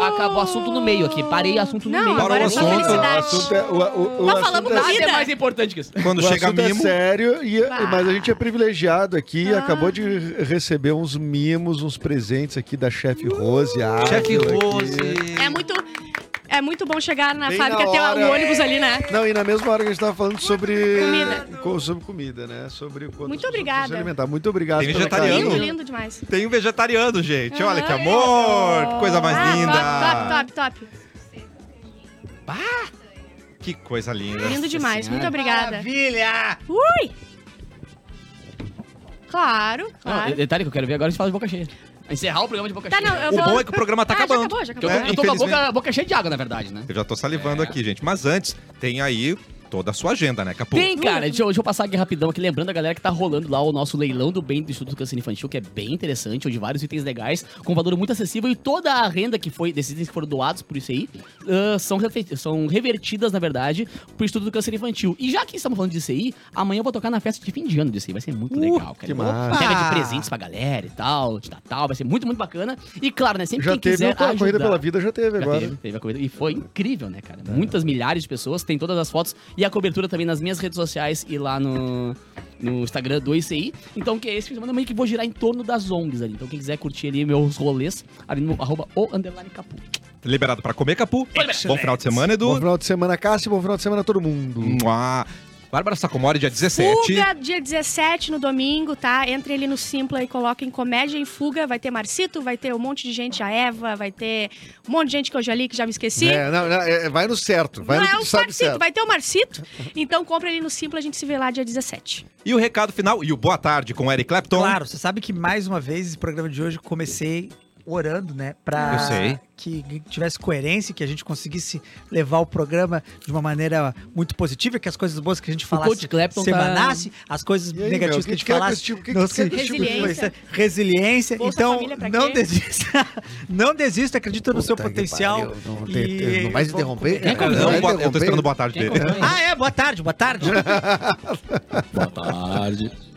[SPEAKER 3] Acabou o assunto no meio aqui. Parei o assunto no
[SPEAKER 5] Não,
[SPEAKER 3] meio.
[SPEAKER 5] agora
[SPEAKER 1] Parou
[SPEAKER 5] é
[SPEAKER 1] o
[SPEAKER 5] só
[SPEAKER 1] assunto,
[SPEAKER 5] felicidade.
[SPEAKER 2] O assunto é, o, o, o
[SPEAKER 5] Nós
[SPEAKER 2] assunto
[SPEAKER 5] falamos
[SPEAKER 2] é-
[SPEAKER 5] da
[SPEAKER 3] Nada
[SPEAKER 5] vida.
[SPEAKER 3] é mais importante que isso.
[SPEAKER 1] Quando
[SPEAKER 2] O
[SPEAKER 1] chega
[SPEAKER 2] assunto é
[SPEAKER 1] mimo,
[SPEAKER 2] sério, e,
[SPEAKER 5] Bah.
[SPEAKER 2] mas a gente é privilegiado aqui.
[SPEAKER 5] Ah.
[SPEAKER 2] Acabou de re- receber uns mimos, uns presentes aqui da chefe
[SPEAKER 5] Uh.
[SPEAKER 2] Rose. a
[SPEAKER 1] chefe
[SPEAKER 2] Ávila aqui.
[SPEAKER 1] Rose.
[SPEAKER 5] É muito, é muito bom chegar na
[SPEAKER 2] Bem
[SPEAKER 5] fábrica
[SPEAKER 2] na
[SPEAKER 5] ter
[SPEAKER 2] hora.
[SPEAKER 5] um ônibus ali, né?
[SPEAKER 2] Não, e na mesma hora que a gente tava falando sobre
[SPEAKER 5] Comida.
[SPEAKER 2] co- sobre comida, né? Sobre quanto
[SPEAKER 5] Muito
[SPEAKER 2] as pessoas
[SPEAKER 5] obrigada.
[SPEAKER 2] precisam se alimentar. Muito obrigado.
[SPEAKER 1] Tem
[SPEAKER 2] pela
[SPEAKER 1] vegetariano?
[SPEAKER 5] Lindo,
[SPEAKER 2] carinha.
[SPEAKER 5] lindo demais.
[SPEAKER 1] Tem um vegetariano, gente. Olha que
[SPEAKER 5] Ah,
[SPEAKER 1] amor!
[SPEAKER 5] isso.
[SPEAKER 1] Que coisa mais
[SPEAKER 5] Ah,
[SPEAKER 1] linda!
[SPEAKER 5] Top, top, top.
[SPEAKER 1] Que coisa linda.
[SPEAKER 5] Lindo demais.
[SPEAKER 3] Senhora.
[SPEAKER 5] Muito obrigada.
[SPEAKER 4] Maravilha!
[SPEAKER 5] Ui! Claro,
[SPEAKER 3] Não,
[SPEAKER 5] claro.
[SPEAKER 3] detalhe que eu quero ver agora, a gente fala de boca cheia. Encerrar o programa de boca
[SPEAKER 5] Tá,
[SPEAKER 3] cheia.
[SPEAKER 5] não, eu
[SPEAKER 1] O
[SPEAKER 5] vou...
[SPEAKER 1] bom é que o programa tá
[SPEAKER 5] Ah, já
[SPEAKER 1] acabando.
[SPEAKER 5] acabou, já
[SPEAKER 3] Que eu,
[SPEAKER 5] acabou.
[SPEAKER 1] É,
[SPEAKER 3] tô- eu tô com a
[SPEAKER 1] infelizmente.
[SPEAKER 3] boca, a boca cheia de água, na verdade, né?
[SPEAKER 1] Eu já tô salivando aqui, gente. Mas antes, tem aí toda a sua agenda, né, Capu?
[SPEAKER 3] Bem, cara, deixa eu, deixa eu passar aqui rapidão aqui, lembrando a galera que tá rolando lá o nosso leilão do bem do Instituto Câncer Infantil, que é bem interessante, onde vários itens legais, com valor muito acessível, e toda a renda que foi, desses itens que foram doados por isso aí, ah, são, refe- são revertidas, na verdade, pro Instituto do Câncer Infantil. E já que estamos falando disso aí, amanhã eu vou tocar na festa de fim de ano disso aí, vai ser muito legal, cara.
[SPEAKER 2] Uh, que
[SPEAKER 3] Vou-
[SPEAKER 2] massa.
[SPEAKER 3] Pega de presentes pra galera e tal, de Natal, vai ser muito, muito bacana. E claro, né, sempre
[SPEAKER 2] Já
[SPEAKER 3] quem
[SPEAKER 2] teve
[SPEAKER 3] quiser
[SPEAKER 2] a corrida
[SPEAKER 3] ajudar-
[SPEAKER 2] pela vida, já teve
[SPEAKER 3] já
[SPEAKER 2] agora.
[SPEAKER 3] Teve, teve a corrida. E foi incrível, né, cara? Muitas milhares de pessoas, tem todas as fotos e a cobertura também nas minhas redes sociais e lá no, no Instagram do ICI. Então, que é esse fim de semana meio que vou girar em torno das ONGs ali. Então, quem quiser curtir ali meus rolês, ali no arroba o underline capu.
[SPEAKER 1] Liberado pra comer, Capu. Bom final de semana,
[SPEAKER 2] Bom
[SPEAKER 1] Edu.
[SPEAKER 2] final de semana, Cássio, bom final de semana a todo mundo.
[SPEAKER 1] Mua. Bárbara Sacomori, dia 17.
[SPEAKER 5] Fuga, dia 17 no domingo, tá? Entrem ali no Simpla e coloquem Comédia em Fuga. Vai ter Marcito, vai ter um monte de gente, a Eva, vai ter um monte de gente que eu já li, que já me esqueci.
[SPEAKER 2] É, não, não, é, vai no certo, vai
[SPEAKER 5] Não
[SPEAKER 2] no
[SPEAKER 5] é
[SPEAKER 2] que
[SPEAKER 5] o
[SPEAKER 2] tu sabe
[SPEAKER 5] Marcito,
[SPEAKER 2] certo.
[SPEAKER 5] vai ter o Marcito. Então compra ali no Simpla, a gente se vê lá dia 17.
[SPEAKER 1] E o recado final e o boa tarde com Eric Clapton.
[SPEAKER 6] Claro, você sabe que mais uma vez esse programa de hoje comecei orando, né? Pra
[SPEAKER 1] Eu sei.
[SPEAKER 6] que tivesse coerência, que a gente conseguisse levar o programa de uma maneira muito positiva, que as coisas boas que a gente
[SPEAKER 3] coach
[SPEAKER 6] falasse
[SPEAKER 3] Clapton tá-
[SPEAKER 6] semanasse, as coisas
[SPEAKER 2] E aí, meu,
[SPEAKER 6] negativas que a gente
[SPEAKER 2] quer com
[SPEAKER 6] falasse.
[SPEAKER 2] esse tipo- que-
[SPEAKER 6] nos-
[SPEAKER 2] que- que tipo de
[SPEAKER 5] Resiliência.
[SPEAKER 6] coisa- resiliência.
[SPEAKER 5] Bolsa
[SPEAKER 6] então,
[SPEAKER 5] Família pra
[SPEAKER 6] não
[SPEAKER 5] quê?
[SPEAKER 6] desista. não desista, acredita no seu
[SPEAKER 2] Puta que
[SPEAKER 6] potencial.
[SPEAKER 2] pariu, Não,
[SPEAKER 6] e- Ah,
[SPEAKER 2] tem- tem- não vai se
[SPEAKER 6] vamos
[SPEAKER 2] interromper?
[SPEAKER 3] comer.
[SPEAKER 2] cara?
[SPEAKER 3] Quem
[SPEAKER 1] Não,
[SPEAKER 2] Vai
[SPEAKER 1] boa- eu tô
[SPEAKER 2] interromper?
[SPEAKER 6] é?
[SPEAKER 1] esperando boa tarde
[SPEAKER 3] Quem
[SPEAKER 1] dele.
[SPEAKER 3] acompanha?
[SPEAKER 6] Ah, é, boa tarde, boa tarde.
[SPEAKER 3] Boa tarde.